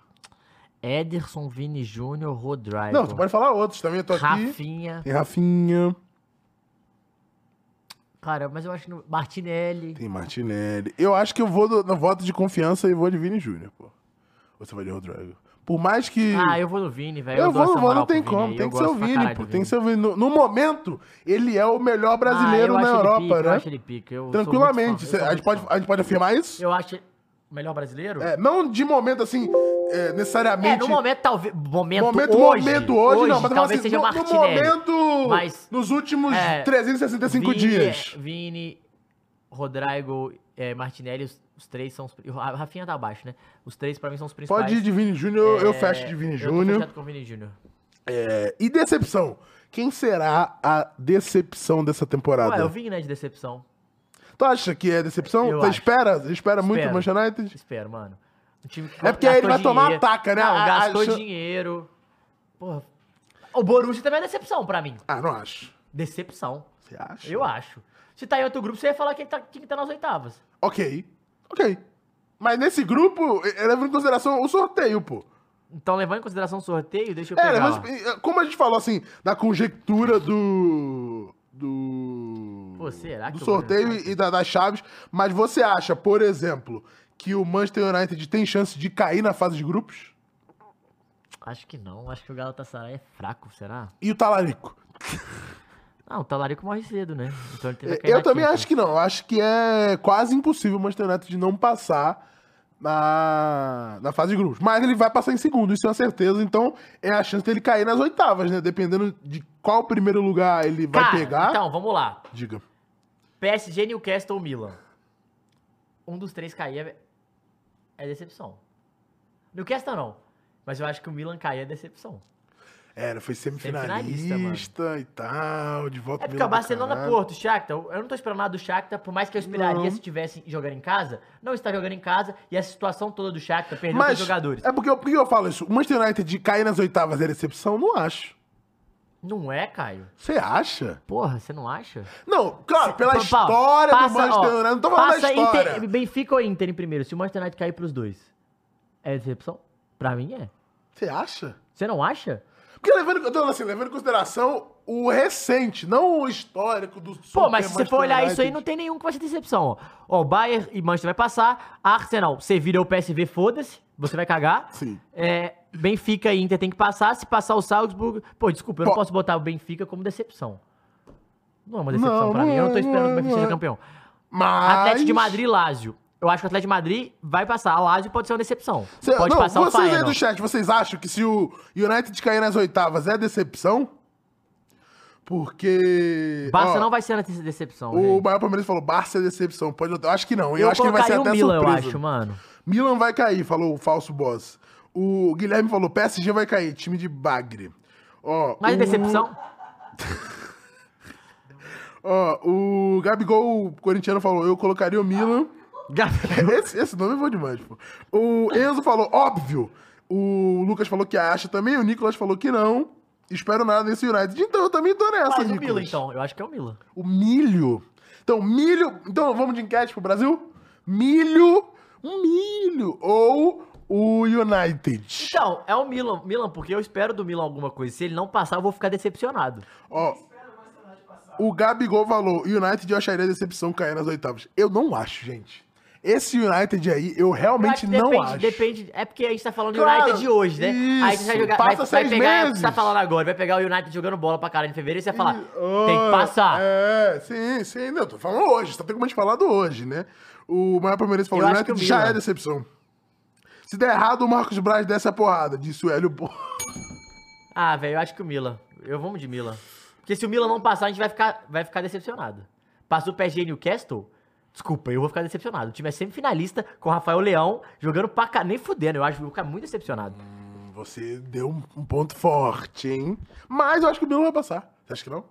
Speaker 2: Ederson, Vini Júnior, Rodrigo.
Speaker 1: Não, tu pode falar outros também, eu tô aqui.
Speaker 2: Rafinha.
Speaker 1: Tem Rafinha,
Speaker 2: Cara, mas eu acho que. não- Martinelli.
Speaker 1: tem Martinelli. Eu acho que eu vou do- no voto de confiança e vou de Vini Júnior, pô. Ou você vai de Rodrigo. Por mais que.
Speaker 2: Ah, eu vou no Vini, velho.
Speaker 1: Eu, vou,
Speaker 2: dou
Speaker 1: eu
Speaker 2: essa
Speaker 1: vou,
Speaker 2: moral
Speaker 1: não tem
Speaker 2: pro Vini
Speaker 1: como.
Speaker 2: aí,
Speaker 1: Tem
Speaker 2: eu
Speaker 1: que ser
Speaker 2: gosto
Speaker 1: o
Speaker 2: pra
Speaker 1: Vini,
Speaker 2: caralho
Speaker 1: pô.
Speaker 2: do
Speaker 1: Tem que
Speaker 2: Vini.
Speaker 1: ser o Vini. No, no momento, ele é o melhor brasileiro na
Speaker 2: Ah, eu acho ele pica,
Speaker 1: Europa,
Speaker 2: Eu acho
Speaker 1: né?
Speaker 2: ele pica. eu sou muito
Speaker 1: Tranquilamente.
Speaker 2: fã, eu sou
Speaker 1: a, gente
Speaker 2: muito
Speaker 1: pode,
Speaker 2: fã.
Speaker 1: a gente pode afirmar isso?
Speaker 2: Eu acho ele- o melhor brasileiro?
Speaker 1: É, não de momento assim, é, necessariamente.
Speaker 2: É, no momento, talvez. Momento,
Speaker 1: Momento,
Speaker 2: hoje.
Speaker 1: momento hoje, não, mas eu falo
Speaker 2: talvez
Speaker 1: assim,
Speaker 2: seja
Speaker 1: no, no
Speaker 2: Martinelli.
Speaker 1: momento,
Speaker 2: Mas-
Speaker 1: nos últimos
Speaker 2: é,
Speaker 1: 365
Speaker 2: Vini, é,
Speaker 1: dias.
Speaker 2: Vini, Rodrigo, eh, Martinelli, os, os três são os. pri- A Rafinha tá abaixo, né? Os três pra mim são os principais.
Speaker 1: Pode ir de Vini Júnior, eu
Speaker 2: É,
Speaker 1: fecho de Vini
Speaker 2: eu tô
Speaker 1: Júnior.
Speaker 2: fechado com o Vini Júnior.
Speaker 1: É, e decepção? Quem será a decepção dessa temporada?
Speaker 2: Ué, eu vim, né, de decepção.
Speaker 1: Tu acha que é decepção?
Speaker 2: Eu
Speaker 1: Tu
Speaker 2: acho.
Speaker 1: espera? Espera muito o
Speaker 2: Espero.
Speaker 1: Manchester United?
Speaker 2: Espero, mano. Um time que
Speaker 1: É porque aí ele vai
Speaker 2: gastou
Speaker 1: tomar ataca, né?
Speaker 2: Não,
Speaker 1: A- a-
Speaker 2: gastou
Speaker 1: isso-
Speaker 2: dinheiro. Porra. O Borussia também é decepção pra mim.
Speaker 1: Ah, não acho.
Speaker 2: Decepção.
Speaker 1: Você acha?
Speaker 2: Eu acho. Se tá em outro grupo, você ia falar quem tá, quem tá nas oitavas.
Speaker 1: Ok. Ok. Mas nesse grupo, eh, leva em consideração o sorteio, pô.
Speaker 2: Então, levando em consideração o sorteio, deixa eu
Speaker 1: É,
Speaker 2: pegar.
Speaker 1: levando-
Speaker 2: ó.
Speaker 1: eh, como a gente falou assim, da conjectura do. Do.
Speaker 2: Pô, será
Speaker 1: do
Speaker 2: que eu vou
Speaker 1: sorteio
Speaker 2: lembrar?
Speaker 1: e da- das chaves. Mas você acha, por exemplo, que o Manchester United tem chance de cair na fase de grupos?
Speaker 2: Acho que não. Acho que o Galatasaray é fraco, será?
Speaker 1: E o Talarico?
Speaker 2: Não, o Talarico morre cedo, né? Então ele tenta
Speaker 1: É,
Speaker 2: cair
Speaker 1: Eu
Speaker 2: na
Speaker 1: também
Speaker 2: quinta.
Speaker 1: acho que não. Eu acho que é quase impossível o Manchester United não passar na, na fase de grupos. Mas ele vai passar em segundo, isso é uma certeza. Então é a chance dele cair nas oitavas, né? Dependendo de qual primeiro lugar ele vai
Speaker 2: Cara,
Speaker 1: pegar.
Speaker 2: Então, vamos lá.
Speaker 1: Diga.
Speaker 2: PSG, Newcastle ou Milan? Um dos três cair é, é decepção. Newcastle não. Mas eu acho que o Milan cair é decepção.
Speaker 1: Era, foi
Speaker 2: Semifinalista,
Speaker 1: semifinalista e tal, de volta
Speaker 2: É porque
Speaker 1: Milan
Speaker 2: o
Speaker 1: pra
Speaker 2: Barcelona,
Speaker 1: caralho.
Speaker 2: Porto, Shakhtar, eu não tô esperando nada do Shakhtar, por mais que eu esperaria
Speaker 1: Não.
Speaker 2: se tivesse jogando em casa, não está jogando em casa e a situação toda do Shakhtar perdeu
Speaker 1: Mas
Speaker 2: os jogadores.
Speaker 1: é porque eu, por que eu falo isso. O Manchester United de cair nas oitavas é decepção? Não acho.
Speaker 2: Não é, Caio?
Speaker 1: Você acha?
Speaker 2: Porra, você não acha?
Speaker 1: Não, claro, pela
Speaker 2: Pô, Paulo,
Speaker 1: história do
Speaker 2: passa,
Speaker 1: Manchester
Speaker 2: ó,
Speaker 1: United. Não tô falando da
Speaker 2: passa
Speaker 1: história.
Speaker 2: Inter- Benfica ou Inter em primeiro? Se o Manchester United cair pros dois, é decepção? Pra mim é.
Speaker 1: Você acha?
Speaker 2: Você não acha?
Speaker 1: Porque levando, eu tô falando assim, levando em consideração o recente, não o histórico do
Speaker 2: Pô,
Speaker 1: super
Speaker 2: mas se você
Speaker 1: Manchester
Speaker 2: for olhar
Speaker 1: United.
Speaker 2: isso aí, não tem nenhum que vai ser decepção, ó. Ó, o Bayern e Manchester vai passar. Arsenal, você vira o PSV, foda-se. Você vai cagar.
Speaker 1: Sim.
Speaker 2: É, Benfica e Inter tem que passar. Se passar o Salzburg... Pô, desculpa, eu não
Speaker 1: Pô.
Speaker 2: posso botar o Benfica como decepção. Não é uma decepção
Speaker 1: Não,
Speaker 2: pra
Speaker 1: não
Speaker 2: mim. Eu não tô
Speaker 1: é,
Speaker 2: esperando
Speaker 1: não
Speaker 2: que o Benfica
Speaker 1: é,
Speaker 2: seja
Speaker 1: não é.
Speaker 2: campeão.
Speaker 1: Mas...
Speaker 2: Atlético de Madrid e Lazio. Eu acho que o Atlético de Madrid vai passar. A Lazio pode ser uma decepção.
Speaker 1: Cê-
Speaker 2: pode
Speaker 1: não,
Speaker 2: passar o
Speaker 1: vocês aí do
Speaker 2: Feyenoord.
Speaker 1: chat, vocês acham que se o United cair nas oitavas é decepção? Porque...
Speaker 2: Barça
Speaker 1: ó,
Speaker 2: não vai ser uma dece- decepção,
Speaker 1: O
Speaker 2: gente.
Speaker 1: maior Palmeiras falou, Barça é decepção. Pode, eu acho que não. Eu,
Speaker 2: Eu
Speaker 1: acho que vai ser
Speaker 2: colocaria
Speaker 1: até
Speaker 2: o Milan, eu
Speaker 1: surpresa.
Speaker 2: acho, mano.
Speaker 1: Milan vai cair, falou o falso boss. O Guilherme falou, PSG vai cair, time de bagre. Ó,
Speaker 2: Mas é
Speaker 1: o-
Speaker 2: decepção...
Speaker 1: Ó, o Gabigol o corintiano falou, eu colocaria o Milan.
Speaker 2: [LAUGHS]
Speaker 1: [LAUGHS] Esse, esse nome é bom demais, pô. O Enzo falou, óbvio. O Lucas falou que acha também, o Nicolas falou que não. Espero nada nesse United. Então eu também tô nessa,
Speaker 2: Mas o
Speaker 1: Nicolas.
Speaker 2: Milan, então. Eu acho que é o Milan.
Speaker 1: O milho. Então, milho. Então, vamos de enquete pro Brasil? Milho. Milho. Ou o United.
Speaker 2: Então, é o Milan, Milan, porque eu espero do Milan alguma coisa. Se ele não passar, eu vou ficar decepcionado.
Speaker 1: Ó. O Gabigol falou: United eu acharia decepção cair nas oitavas. Eu não acho, gente. Esse United aí, eu
Speaker 2: Eu
Speaker 1: realmente
Speaker 2: acho que
Speaker 1: não
Speaker 2: depende,
Speaker 1: acho.
Speaker 2: Depende, é porque a gente tá falando do
Speaker 1: Claro,
Speaker 2: United de hoje, né? Aí você
Speaker 1: isso,
Speaker 2: vai jogar,
Speaker 1: passa
Speaker 2: vai, vai
Speaker 1: seis
Speaker 2: pegar o que
Speaker 1: meses.
Speaker 2: você tá falando agora, vai pegar o United jogando bola pra caralho em fevereiro e você vai falar,
Speaker 1: Ah,
Speaker 2: tem que passar.
Speaker 1: É, sim, sim. Não, tô falando hoje. Só tem como a gente falar do hoje, né? O maior palmeirense falou,
Speaker 2: Eu acho que
Speaker 1: United
Speaker 2: o
Speaker 1: já
Speaker 2: Milan.
Speaker 1: é decepção. Se der errado, o Marcos Braz desce a porrada, disse o Hélio Bo- [LAUGHS]
Speaker 2: Ah, velho, eu acho que o Milan. Eu vamos de Milan. Porque se o Milan não passar, a gente vai ficar, vai ficar decepcionado. Passou o PSG e Newcastle? Desculpa, eu vou ficar decepcionado. O time é semifinalista com o Rafael Leão jogando pra cá, nem fudendo. Eu acho que eu vou ficar muito decepcionado.
Speaker 1: Você deu um, um ponto forte, hein? Mas eu acho que o Milan vai passar. Você acha que não?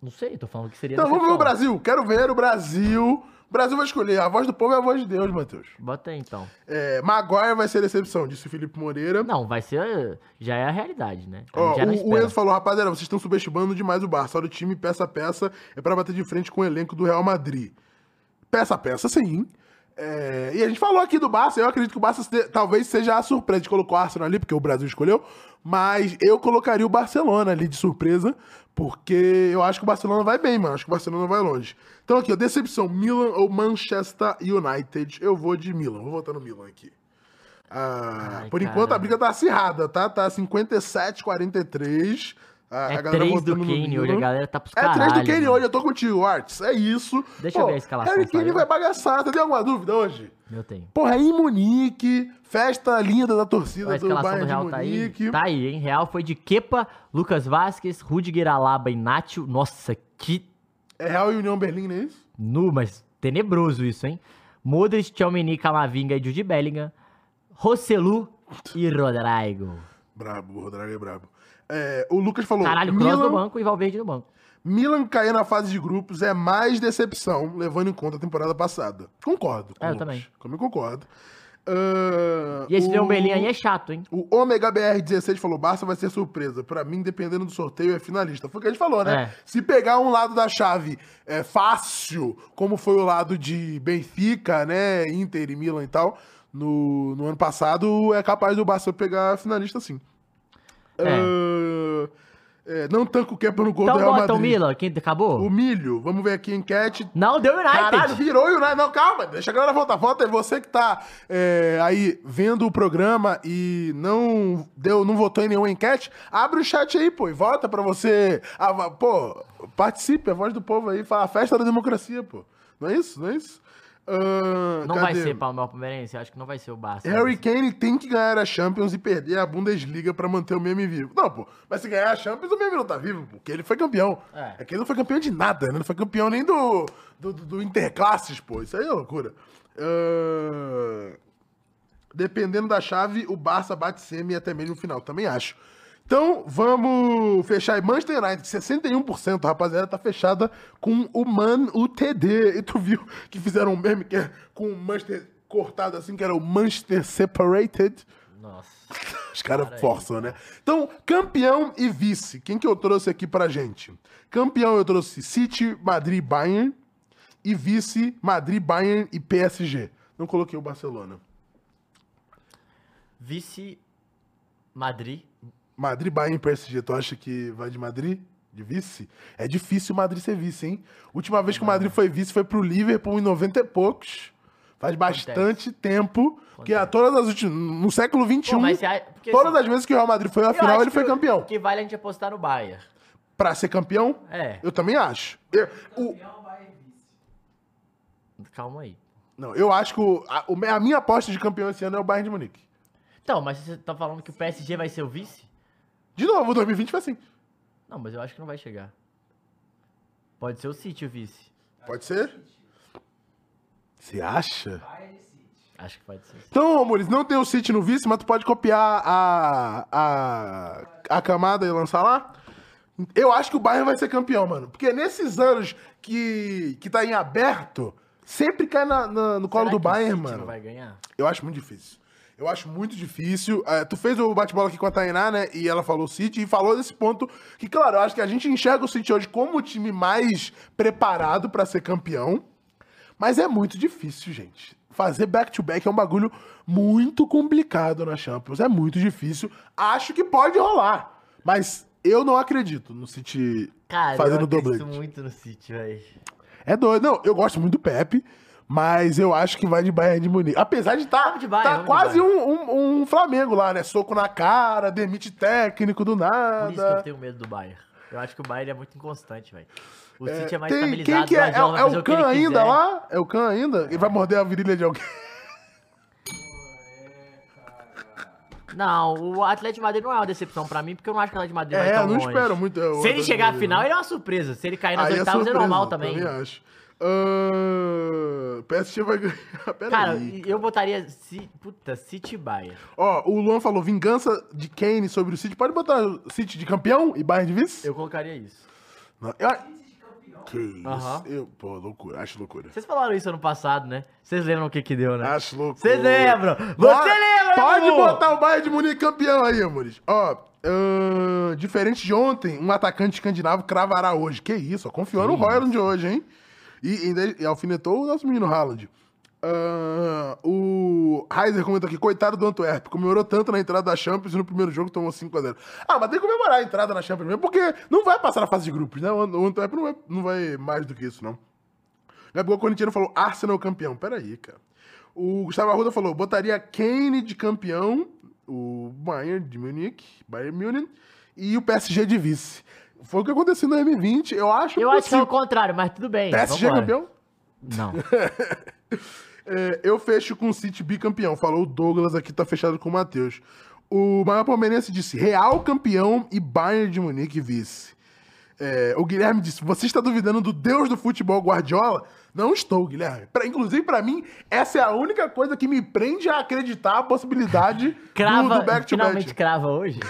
Speaker 2: Não sei, tô falando que seria.
Speaker 1: Então vamos ver
Speaker 2: é decepção.
Speaker 1: o Brasil. Quero ver o Brasil. O Brasil vai escolher. A voz do povo é a voz de Deus, Matheus.
Speaker 2: Bota aí então.
Speaker 1: É, Maguire vai ser decepção, disse o Felipe Moreira.
Speaker 2: Não, vai ser. Já é a realidade, né? A gente
Speaker 1: Ó,
Speaker 2: já não
Speaker 1: o, o
Speaker 2: espera.
Speaker 1: Enzo falou, rapaziada, vocês estão subestimando demais o Barça. Olha o time peça a peça, é pra bater de frente com o elenco do Real Madrid. Peça a peça, sim. É, e a gente falou aqui do Barça, eu acredito que o Barça se- talvez seja a surpresa. A gente colocou o Arsenal ali, porque o Brasil escolheu, mas eu colocaria o Barcelona ali de surpresa, porque eu acho que o Barcelona vai bem, mano. Acho que o Barcelona vai longe. Então aqui, ó, decepção, Milan ou Manchester United. Eu vou de Milan, vou votar no Milan aqui. Ah,
Speaker 2: Ai,
Speaker 1: por enquanto a
Speaker 2: cara.
Speaker 1: briga tá acirrada, tá? Tá 57, 43. A,
Speaker 2: É
Speaker 1: a galera
Speaker 2: três
Speaker 1: votando
Speaker 2: do
Speaker 1: no
Speaker 2: Kane hoje, a
Speaker 1: Milan.
Speaker 2: galera tá pros
Speaker 1: É
Speaker 2: caralho.
Speaker 1: três do Kane
Speaker 2: mano.
Speaker 1: hoje, eu tô contigo, Arts. É isso.
Speaker 2: Deixa eu ver a escalação,
Speaker 1: Harry
Speaker 2: tá
Speaker 1: Kane
Speaker 2: vendo?
Speaker 1: vai bagaçar, tá? Tem alguma dúvida hoje?
Speaker 2: Eu tenho.
Speaker 1: Porra, é em Munique, festa linda da torcida
Speaker 2: A
Speaker 1: do
Speaker 2: escalação do
Speaker 1: Bayern de
Speaker 2: Real tá aí.
Speaker 1: Munique.
Speaker 2: Tá aí, hein? Real foi de Kepa, Lucas Vasquez, Rudiger Alaba e Nacho. Nossa, que
Speaker 1: É Real e União Berlim, não é isso?
Speaker 2: nu, mas tenebroso isso, hein? Modric, Tchouameni, Camavinga e Jude Bellingham. Roselu e Rodrigo.
Speaker 1: Brabo, o Rodrigo é brabo. É, o Lucas falou,
Speaker 2: Caralho, Kroos no
Speaker 1: Milan,
Speaker 2: banco e Valverde no banco.
Speaker 1: Milan cair na fase de grupos é mais decepção, levando em conta a temporada passada. Concordo com
Speaker 2: É,
Speaker 1: o
Speaker 2: eu
Speaker 1: Lucas.
Speaker 2: também.
Speaker 1: Também concordo. Ah,
Speaker 2: E esse
Speaker 1: o-
Speaker 2: Leão Berlim aí é chato, hein?
Speaker 1: O Omega BR16 falou: Barça vai ser surpresa. Pra mim, dependendo do sorteio, é finalista. Foi o que a gente falou, né?
Speaker 2: É.
Speaker 1: Se pegar um lado da chave é, fácil, como foi o lado de Benfica, né? Inter e Milan e tal, no, no ano passado, é capaz do Barça pegar finalista sim.
Speaker 2: É.
Speaker 1: Ah, é, não tanca o Kepa no gol
Speaker 2: Então
Speaker 1: do Real
Speaker 2: bota o
Speaker 1: Madrid.
Speaker 2: Milan, quem acabou?
Speaker 1: O milho, vamos ver aqui a enquete.
Speaker 2: Não, deu United.
Speaker 1: Caralho, virou e o United. Não, calma, deixa a galera voltar. Volta é você que tá é, aí vendo o programa e não deu, não votou em nenhuma enquete. Abre o chat aí, pô, e vota pra você. a- a- pô, participe, a voz do povo aí. Fala, a festa da democracia, pô. Não é isso? Não é isso? Ahn,
Speaker 2: Não vai
Speaker 1: cadê?
Speaker 2: ser Palmeiras Palmeirense, eu acho que não vai ser o Barça.
Speaker 1: Harry Kane tem que ganhar a Champions e perder a Bundesliga pra manter o meme vivo. Não, pô, mas se ganhar a Champions, o meme não tá vivo, porque ele foi campeão.
Speaker 2: É.
Speaker 1: É, que ele não foi campeão de nada, né? Não foi campeão nem do, do, do- do Interclasses, pô. Isso aí é loucura. Ahn, Dependendo da chave, o Barça bate semi e até mesmo final. Também acho. Então, vamos fechar aí. Manchester United, 61%, rapaziada, tá fechada com o Man UTD. E tu viu que fizeram um meme que é com o Manchester cortado assim, que era o Manchester Separated.
Speaker 2: Nossa.
Speaker 1: [LAUGHS] Os caras forçam, né? Então, campeão e vice. Quem que eu trouxe aqui pra gente? Campeão eu trouxe City, Madrid, Bayern. E vice, Madrid, Bayern e PSG. Não coloquei o Barcelona.
Speaker 2: Vice Madrid.
Speaker 1: Madrid, Bayern e PSG, tu acha que vai de Madrid? De vice? É difícil o Madrid ser vice, hein? Última vez que o Madrid foi vice foi pro Liverpool em 90 e poucos. Faz bastante tempo. Que a todas as últimas. No século XXI.
Speaker 2: Pô, mas se a- porque,
Speaker 1: todas
Speaker 2: assim,
Speaker 1: as vezes que o Real Madrid foi à
Speaker 2: eu
Speaker 1: um final,
Speaker 2: acho
Speaker 1: ele foi
Speaker 2: que-
Speaker 1: campeão.
Speaker 2: Que vale é a gente apostar no Bayern.
Speaker 1: Pra ser campeão,
Speaker 2: É.
Speaker 1: eu também acho. Eu, o-
Speaker 2: Calma aí.
Speaker 1: não, eu acho que o- a, o- a minha aposta de campeão esse ano é o Bayern de Munique.
Speaker 2: Então, mas você tá falando que o PSG vai ser o vice?
Speaker 1: De novo, 2020 foi assim.
Speaker 2: Não, mas eu acho que não vai chegar. Pode ser o City o vice.
Speaker 1: Pode ser? Você acha?
Speaker 2: Acho que pode ser. sim.
Speaker 1: Então, Romulis, não tem o City no vice, mas tu pode copiar a, a, a camada e lançar lá? Eu acho que o Bayern vai ser campeão, mano. Porque nesses anos que, que tá em aberto, sempre cai na- na- no colo
Speaker 2: Será
Speaker 1: do
Speaker 2: que
Speaker 1: Bayern,
Speaker 2: o City
Speaker 1: mano.
Speaker 2: não vai ganhar?
Speaker 1: Eu acho muito difícil. Eu acho muito difícil. É, tu fez o bate-bola aqui com a Tainá, né? E ela falou o City e falou desse ponto que, claro, eu acho que a gente enxerga o City hoje como o time mais preparado pra ser campeão. Mas é muito difícil, gente. Fazer back-to-back é um bagulho muito complicado na Champions. É muito difícil. Acho que pode rolar. Mas eu não acredito no City
Speaker 2: Cara,
Speaker 1: fazendo
Speaker 2: eu acredito
Speaker 1: doblete.
Speaker 2: muito no City, velho.
Speaker 1: É doido. Não, eu gosto muito do Pepe, mas eu acho que vai de Bayern de Munique. Apesar de estar
Speaker 2: Vamos de Bayern,
Speaker 1: tá
Speaker 2: vamos
Speaker 1: quase
Speaker 2: de
Speaker 1: um, um- um Flamengo lá, né? Soco na cara, demite técnico do
Speaker 2: Por isso que eu
Speaker 1: nada.
Speaker 2: tenho medo do Bayern. Eu acho que o Bayern é muito inconstante, velho. O
Speaker 1: É,
Speaker 2: City é mais
Speaker 1: tem, quem
Speaker 2: estabilizado.
Speaker 1: que é? É,
Speaker 2: Guardiola vai
Speaker 1: é
Speaker 2: fazer
Speaker 1: o
Speaker 2: que ele
Speaker 1: Khan ainda
Speaker 2: quiser.
Speaker 1: lá? É o Khan ainda? Ele vai morder a virilha de alguém.
Speaker 2: Não, o Atlético de Madrid não é uma decepção pra mim, porque eu não acho que o Atlético de Madrid vai
Speaker 1: É,
Speaker 2: tão
Speaker 1: eu não
Speaker 2: longe.
Speaker 1: espero muito. é, o
Speaker 2: Se ele
Speaker 1: Atlético
Speaker 2: chegar à
Speaker 1: Madrid,
Speaker 2: final,
Speaker 1: né?
Speaker 2: ele é uma surpresa. Se ele cair nas
Speaker 1: Aí é
Speaker 2: oitavas, é,
Speaker 1: surpresa,
Speaker 2: normal também.
Speaker 1: Também acho. Ah, Ahn, PSG vai ganhar. [LAUGHS] Pera
Speaker 2: Cara,
Speaker 1: aí.
Speaker 2: eu botaria. Ci- Puta, City Bayern.
Speaker 1: Ó, o Luan falou vingança de Kane sobre o City. Pode botar o City de campeão e Bayern de vice?
Speaker 2: Eu colocaria isso.
Speaker 1: Não, eu... Que isso?
Speaker 2: Aham.
Speaker 1: Eu, pô, loucura. Acho loucura.
Speaker 2: Vocês falaram isso ano passado, né? Vocês lembram o que que deu, né?
Speaker 1: Acho loucura.
Speaker 2: Vocês lembram?
Speaker 1: Bora-
Speaker 2: Você lembra,
Speaker 1: Pode
Speaker 2: Bubu?
Speaker 1: botar o Bayern de Munique campeão aí, amores. Ó, ahn, diferente de ontem, um atacante escandinavo cravará hoje. Que isso, ó, confiou no Royal de hoje, hein? E, ainda- e alfinetou o nosso menino Haaland. Ahn, o Heiser comentou aqui, coitado do Antwerp, comemorou tanto na entrada da Champions e no primeiro jogo tomou 5x0. Ah, mas tem que comemorar a entrada na Champions mesmo, porque não vai passar na fase de grupos, né? O Ant- o Antwerp não vai, não vai mais do que isso, não. Gabigol Corinthiano falou Arsenal campeão. Peraí, cara. O Gustavo Arruda falou, botaria Kane de campeão, o Bayern de Munique, Bayern Munich, e o PSG de vice. Foi o que aconteceu em 2020, eu acho
Speaker 2: Eu acho que é o
Speaker 1: possível.
Speaker 2: contrário, mas tudo bem.
Speaker 1: PSG
Speaker 2: vambora.
Speaker 1: campeão?
Speaker 2: Não.
Speaker 1: É, eu fecho com o City bicampeão. Falou o Douglas aqui, tá fechado com o Matheus. O maior palmeirense disse Real campeão e Bayern de Munique vice. É, o Guilherme disse: Você está duvidando do deus do futebol Guardiola? Não estou, Guilherme. Pra- inclusive, pra mim, essa é a única coisa que me prende a acreditar a possibilidade do-
Speaker 2: [LAUGHS] Crava,
Speaker 1: do back-to-back.
Speaker 2: finalmente crava hoje?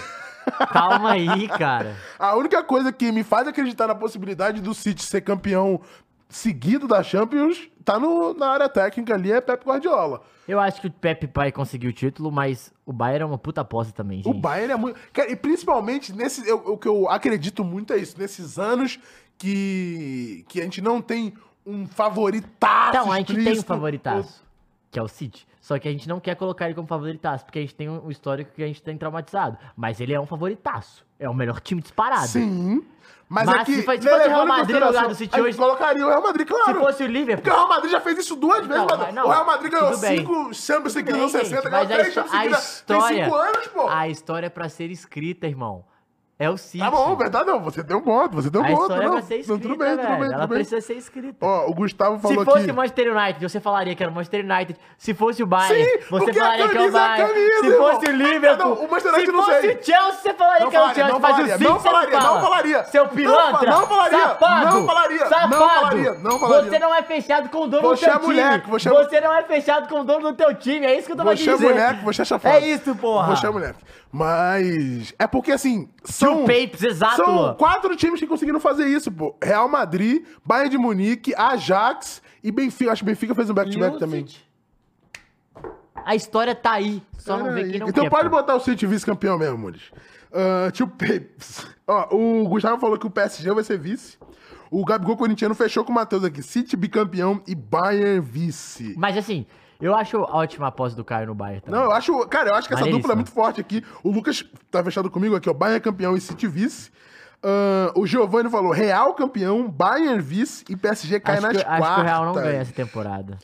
Speaker 2: Calma aí, cara.
Speaker 1: A única coisa que me faz acreditar na possibilidade do City ser campeão seguido da Champions tá no- na área técnica ali, é Pep Guardiola.
Speaker 2: Eu acho que o Pepe vai conseguir o título, mas o Bayern é uma puta aposta também,
Speaker 1: O
Speaker 2: gente.
Speaker 1: Bayern é muito. Cara, e principalmente nesse. eu- o que eu acredito muito é isso. Nesses anos que. que a gente não tem um favoritaço.
Speaker 2: Então, a gente tem um
Speaker 1: explícito.
Speaker 2: favoritaço, que é o City. Só que a gente não quer colocar ele como favoritaço, porque a gente tem um histórico que a gente tem traumatizado. Mas ele é um favoritaço. É o melhor time disparado.
Speaker 1: Sim. Mas,
Speaker 2: Mas
Speaker 1: aqui.
Speaker 2: se fosse- se
Speaker 1: né,
Speaker 2: fosse o Real
Speaker 1: levando em
Speaker 2: Madrid no lugar
Speaker 1: consideração,
Speaker 2: do City
Speaker 1: a gente
Speaker 2: hoje-
Speaker 1: colocaria o Real Madrid, claro.
Speaker 2: Se fosse o
Speaker 1: Porque
Speaker 2: Liverpool.
Speaker 1: o Real Madrid já fez isso duas vezes,
Speaker 2: Então,
Speaker 1: mas
Speaker 2: mas não,
Speaker 1: o Real Madrid ganhou
Speaker 2: tudo bem.
Speaker 1: cinco Champions
Speaker 2: Tudo
Speaker 1: seguidos
Speaker 2: bem,
Speaker 1: nos anos 60,
Speaker 2: gente,
Speaker 1: ganhou
Speaker 2: mas
Speaker 1: três
Speaker 2: a,
Speaker 1: Champions
Speaker 2: histó- a
Speaker 1: seguidas. Tem
Speaker 2: história.
Speaker 1: cinco anos, pô.
Speaker 2: A história é pra ser escrita, irmão. É o City.
Speaker 1: Tá bom, verdade não. Você deu um voto, você deu um
Speaker 2: a
Speaker 1: voto.
Speaker 2: história é
Speaker 1: não.
Speaker 2: pra ser
Speaker 1: Não,
Speaker 2: escrita.
Speaker 1: tudo bem,
Speaker 2: velho.
Speaker 1: tudo bem,
Speaker 2: Ela
Speaker 1: tudo bem.
Speaker 2: precisa ser escrita.
Speaker 1: Ó, o Gustavo falou
Speaker 2: se fosse
Speaker 1: aqui.
Speaker 2: o Manchester United, você falaria que era o Manchester United. Se fosse o Bayern,
Speaker 1: Sim,
Speaker 2: você
Speaker 1: porque a
Speaker 2: falaria que é o
Speaker 1: camisa é a
Speaker 2: Bayern.
Speaker 1: camisa,
Speaker 2: se
Speaker 1: irmão.
Speaker 2: fosse o Liverpool,
Speaker 1: Não, o Manchester United
Speaker 2: se
Speaker 1: não
Speaker 2: fosse
Speaker 1: sei.
Speaker 2: o Chelsea, você falaria
Speaker 1: Não
Speaker 2: que era o
Speaker 1: falaria,
Speaker 2: Chelsea.
Speaker 1: não
Speaker 2: Faz
Speaker 1: falaria,
Speaker 2: o City,
Speaker 1: não
Speaker 2: você
Speaker 1: falaria,
Speaker 2: fala.
Speaker 1: não falaria.
Speaker 2: Seu
Speaker 1: Não
Speaker 2: pilantra,
Speaker 1: fa- não falaria,
Speaker 2: safado,
Speaker 1: não falaria, não
Speaker 2: safado.
Speaker 1: falaria, não falaria.
Speaker 2: Você não é fechado com o dono
Speaker 1: Você
Speaker 2: do
Speaker 1: é
Speaker 2: teu time.
Speaker 1: moleque, você é-
Speaker 2: Você não é fechado com o dono do teu time, é isso que eu tava
Speaker 1: Você é
Speaker 2: dizendo.
Speaker 1: moleque, você é chafado.
Speaker 2: É isso, porra.
Speaker 1: Você é moleque. Mas. É porque assim. São,
Speaker 2: papes, exato,
Speaker 1: São
Speaker 2: Luan.
Speaker 1: quatro times que conseguiram fazer isso, pô. Real Madrid, Bayern de Munique, Ajax e Benfica. Acho que Benfica fez um back-to-back
Speaker 2: E o
Speaker 1: também.
Speaker 2: City? A história tá aí, só não vê
Speaker 1: Peraí.
Speaker 2: quem não
Speaker 1: então
Speaker 2: quer.
Speaker 1: pode
Speaker 2: pô.
Speaker 1: botar o City vice-campeão mesmo, Muniz. Ah, tio Pepes. [LAUGHS] Ó, o Gustavo falou que o PSG vai ser vice. O Gabigol Corintiano fechou com o Matheus aqui. City bicampeão e Bayern vice.
Speaker 2: Mas assim, eu acho ótima a posse do Caio no Bayern também.
Speaker 1: Não, eu acho. Cara, eu acho que essa
Speaker 2: Maneiríssimo.
Speaker 1: dupla é muito forte aqui. O Lucas tá fechado comigo aqui, ó. Bayern campeão e City vice. Ah, o Giovanni falou: Real campeão, Bayern vice e PSG cai
Speaker 2: acho,
Speaker 1: nas
Speaker 2: que,
Speaker 1: quartas.
Speaker 2: acho que o Real não ganha essa temporada.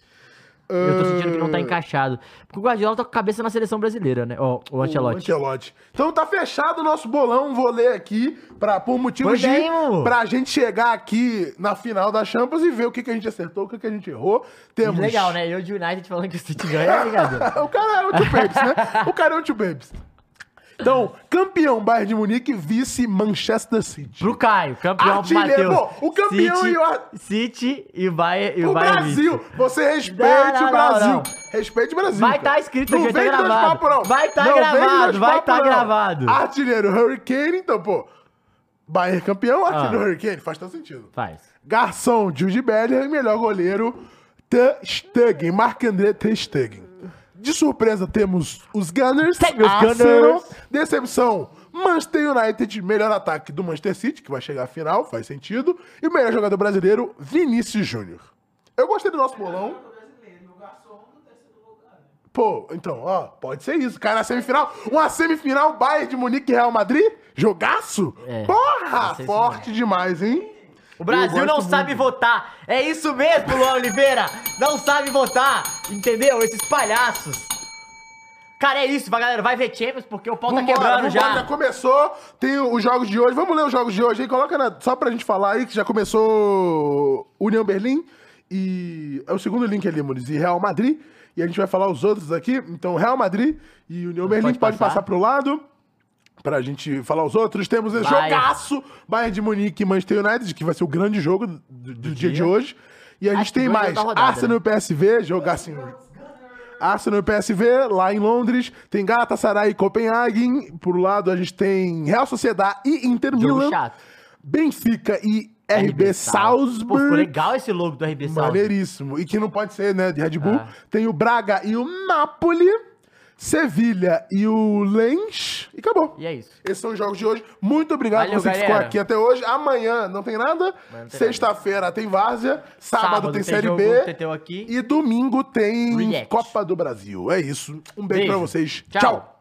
Speaker 2: Eu tô sentindo que não tá encaixado. Porque o Guardiola tá com a cabeça na seleção brasileira, né? Ó, o
Speaker 1: O
Speaker 2: Ancelotti.
Speaker 1: Ancelotti. Então tá fechado o nosso bolão, vou ler aqui, pra, por motivos
Speaker 2: Pois
Speaker 1: de...
Speaker 2: bem, Mu.
Speaker 1: Pra gente chegar aqui na final da Champions e ver o que, que a gente acertou, o que, que a gente errou. Temos...
Speaker 2: Legal, né? Eu de United falando que o City ganha, é brincadeira.
Speaker 1: [LAUGHS] o cara é o Tio Babes, né? O cara é o Tio Babes. Então, campeão Bayern de Munique, vice Manchester City.
Speaker 2: Pro Caio, campeão pro
Speaker 1: Artilheiro,
Speaker 2: Matheus.
Speaker 1: pô, o campeão
Speaker 2: City,
Speaker 1: e o ar-
Speaker 2: City e o Bayern. E
Speaker 1: O
Speaker 2: o Bayern
Speaker 1: Brasil!
Speaker 2: vice.
Speaker 1: Você respeite
Speaker 2: Não, não,
Speaker 1: o
Speaker 2: não,
Speaker 1: Brasil!
Speaker 2: não.
Speaker 1: Respeite o Brasil!
Speaker 2: Vai
Speaker 1: cara.
Speaker 2: tá escrito
Speaker 1: Não
Speaker 2: aqui, tá
Speaker 1: vem de dois
Speaker 2: gravado.
Speaker 1: papos, não.
Speaker 2: Vai tá
Speaker 1: Não vem de dois
Speaker 2: gravado, vai
Speaker 1: papos,
Speaker 2: tá
Speaker 1: não.
Speaker 2: gravado.
Speaker 1: Artilheiro Hurricane, então, pô. Bayern
Speaker 2: Ah.
Speaker 1: campeão, artilheiro Hurricane, faz todo sentido.
Speaker 2: Faz.
Speaker 1: Garçom, Jude Bellingham e melhor goleiro, Ter Stegen, Marc-André Ter Stegen. De surpresa, temos os Gunners,
Speaker 2: Tem os Gunners.
Speaker 1: decepção, Manchester United, melhor ataque do Manchester City, que vai chegar à final, faz sentido, e o melhor jogador brasileiro, Vinícius Júnior. Eu gostei do nosso bolão. Pô, então, ó, pode ser isso. Cara, na semifinal, uma semifinal, Bayern de Munique e Real Madrid, jogaço?
Speaker 2: É,
Speaker 1: Porra,
Speaker 2: vai ser isso
Speaker 1: forte demais, hein?
Speaker 2: O
Speaker 1: Eu
Speaker 2: Brasil não
Speaker 1: gosto
Speaker 2: sabe votar. É isso mesmo, Luan Oliveira. Não sabe votar. Entendeu? Esses palhaços. Cara, é isso, vai, galera. Vai ver Champions porque o pau tá
Speaker 1: Vambora,
Speaker 2: quebrando
Speaker 1: vambora,
Speaker 2: já.
Speaker 1: começou, tem os jogos de hoje. Vamos ler os jogos de hoje aí. Coloca na, só pra gente falar aí que já começou União Berlim e. É o segundo link ali, Muniz, e Real Madrid. E a gente vai falar os outros aqui. Então, Real Madrid e União Berlim pode,
Speaker 2: passar.
Speaker 1: passar pro lado. Pra gente falar os outros, temos esse
Speaker 2: Vai.
Speaker 1: jogaço Bayern de Munique e Manchester United, que vai ser o grande jogo do, do dia, de hoje. E a
Speaker 2: Acho
Speaker 1: gente
Speaker 2: que
Speaker 1: tem
Speaker 2: ganha
Speaker 1: mais
Speaker 2: da rodada, né?
Speaker 1: Arsenal e PSV, jogar assim. Arsenal e PSV, lá em Londres. Tem Galatasaray e Copenhagen. Por um lado, a gente tem Real Sociedade e Inter
Speaker 2: Jogo
Speaker 1: Milan.
Speaker 2: chato. É
Speaker 1: Benfica e RB
Speaker 2: Pô, ficou
Speaker 1: Salzburg.
Speaker 2: legal esse logo do RB Salzburg.
Speaker 1: Maneiríssimo. E que não pode ser, né? De Red Bull.
Speaker 2: Ah.
Speaker 1: Tem o Braga e o Napoli. Sevilha e o Lens. E acabou.
Speaker 2: E é isso.
Speaker 1: Esses são os jogos de hoje. Muito obrigado
Speaker 2: Valeu,
Speaker 1: por você que ficou
Speaker 2: galera.
Speaker 1: aqui até hoje. Amanhã não tem nada.
Speaker 2: Amanhã não tem
Speaker 1: Sexta-feira tem Várzea. Sábado, tem, Série
Speaker 2: jogo,
Speaker 1: B.
Speaker 2: Teteu aqui.
Speaker 1: E domingo tem
Speaker 2: React.
Speaker 1: Copa do Brasil. É isso. Um beijo,
Speaker 2: Beijo.
Speaker 1: pra vocês.
Speaker 2: Tchau.
Speaker 1: Tchau.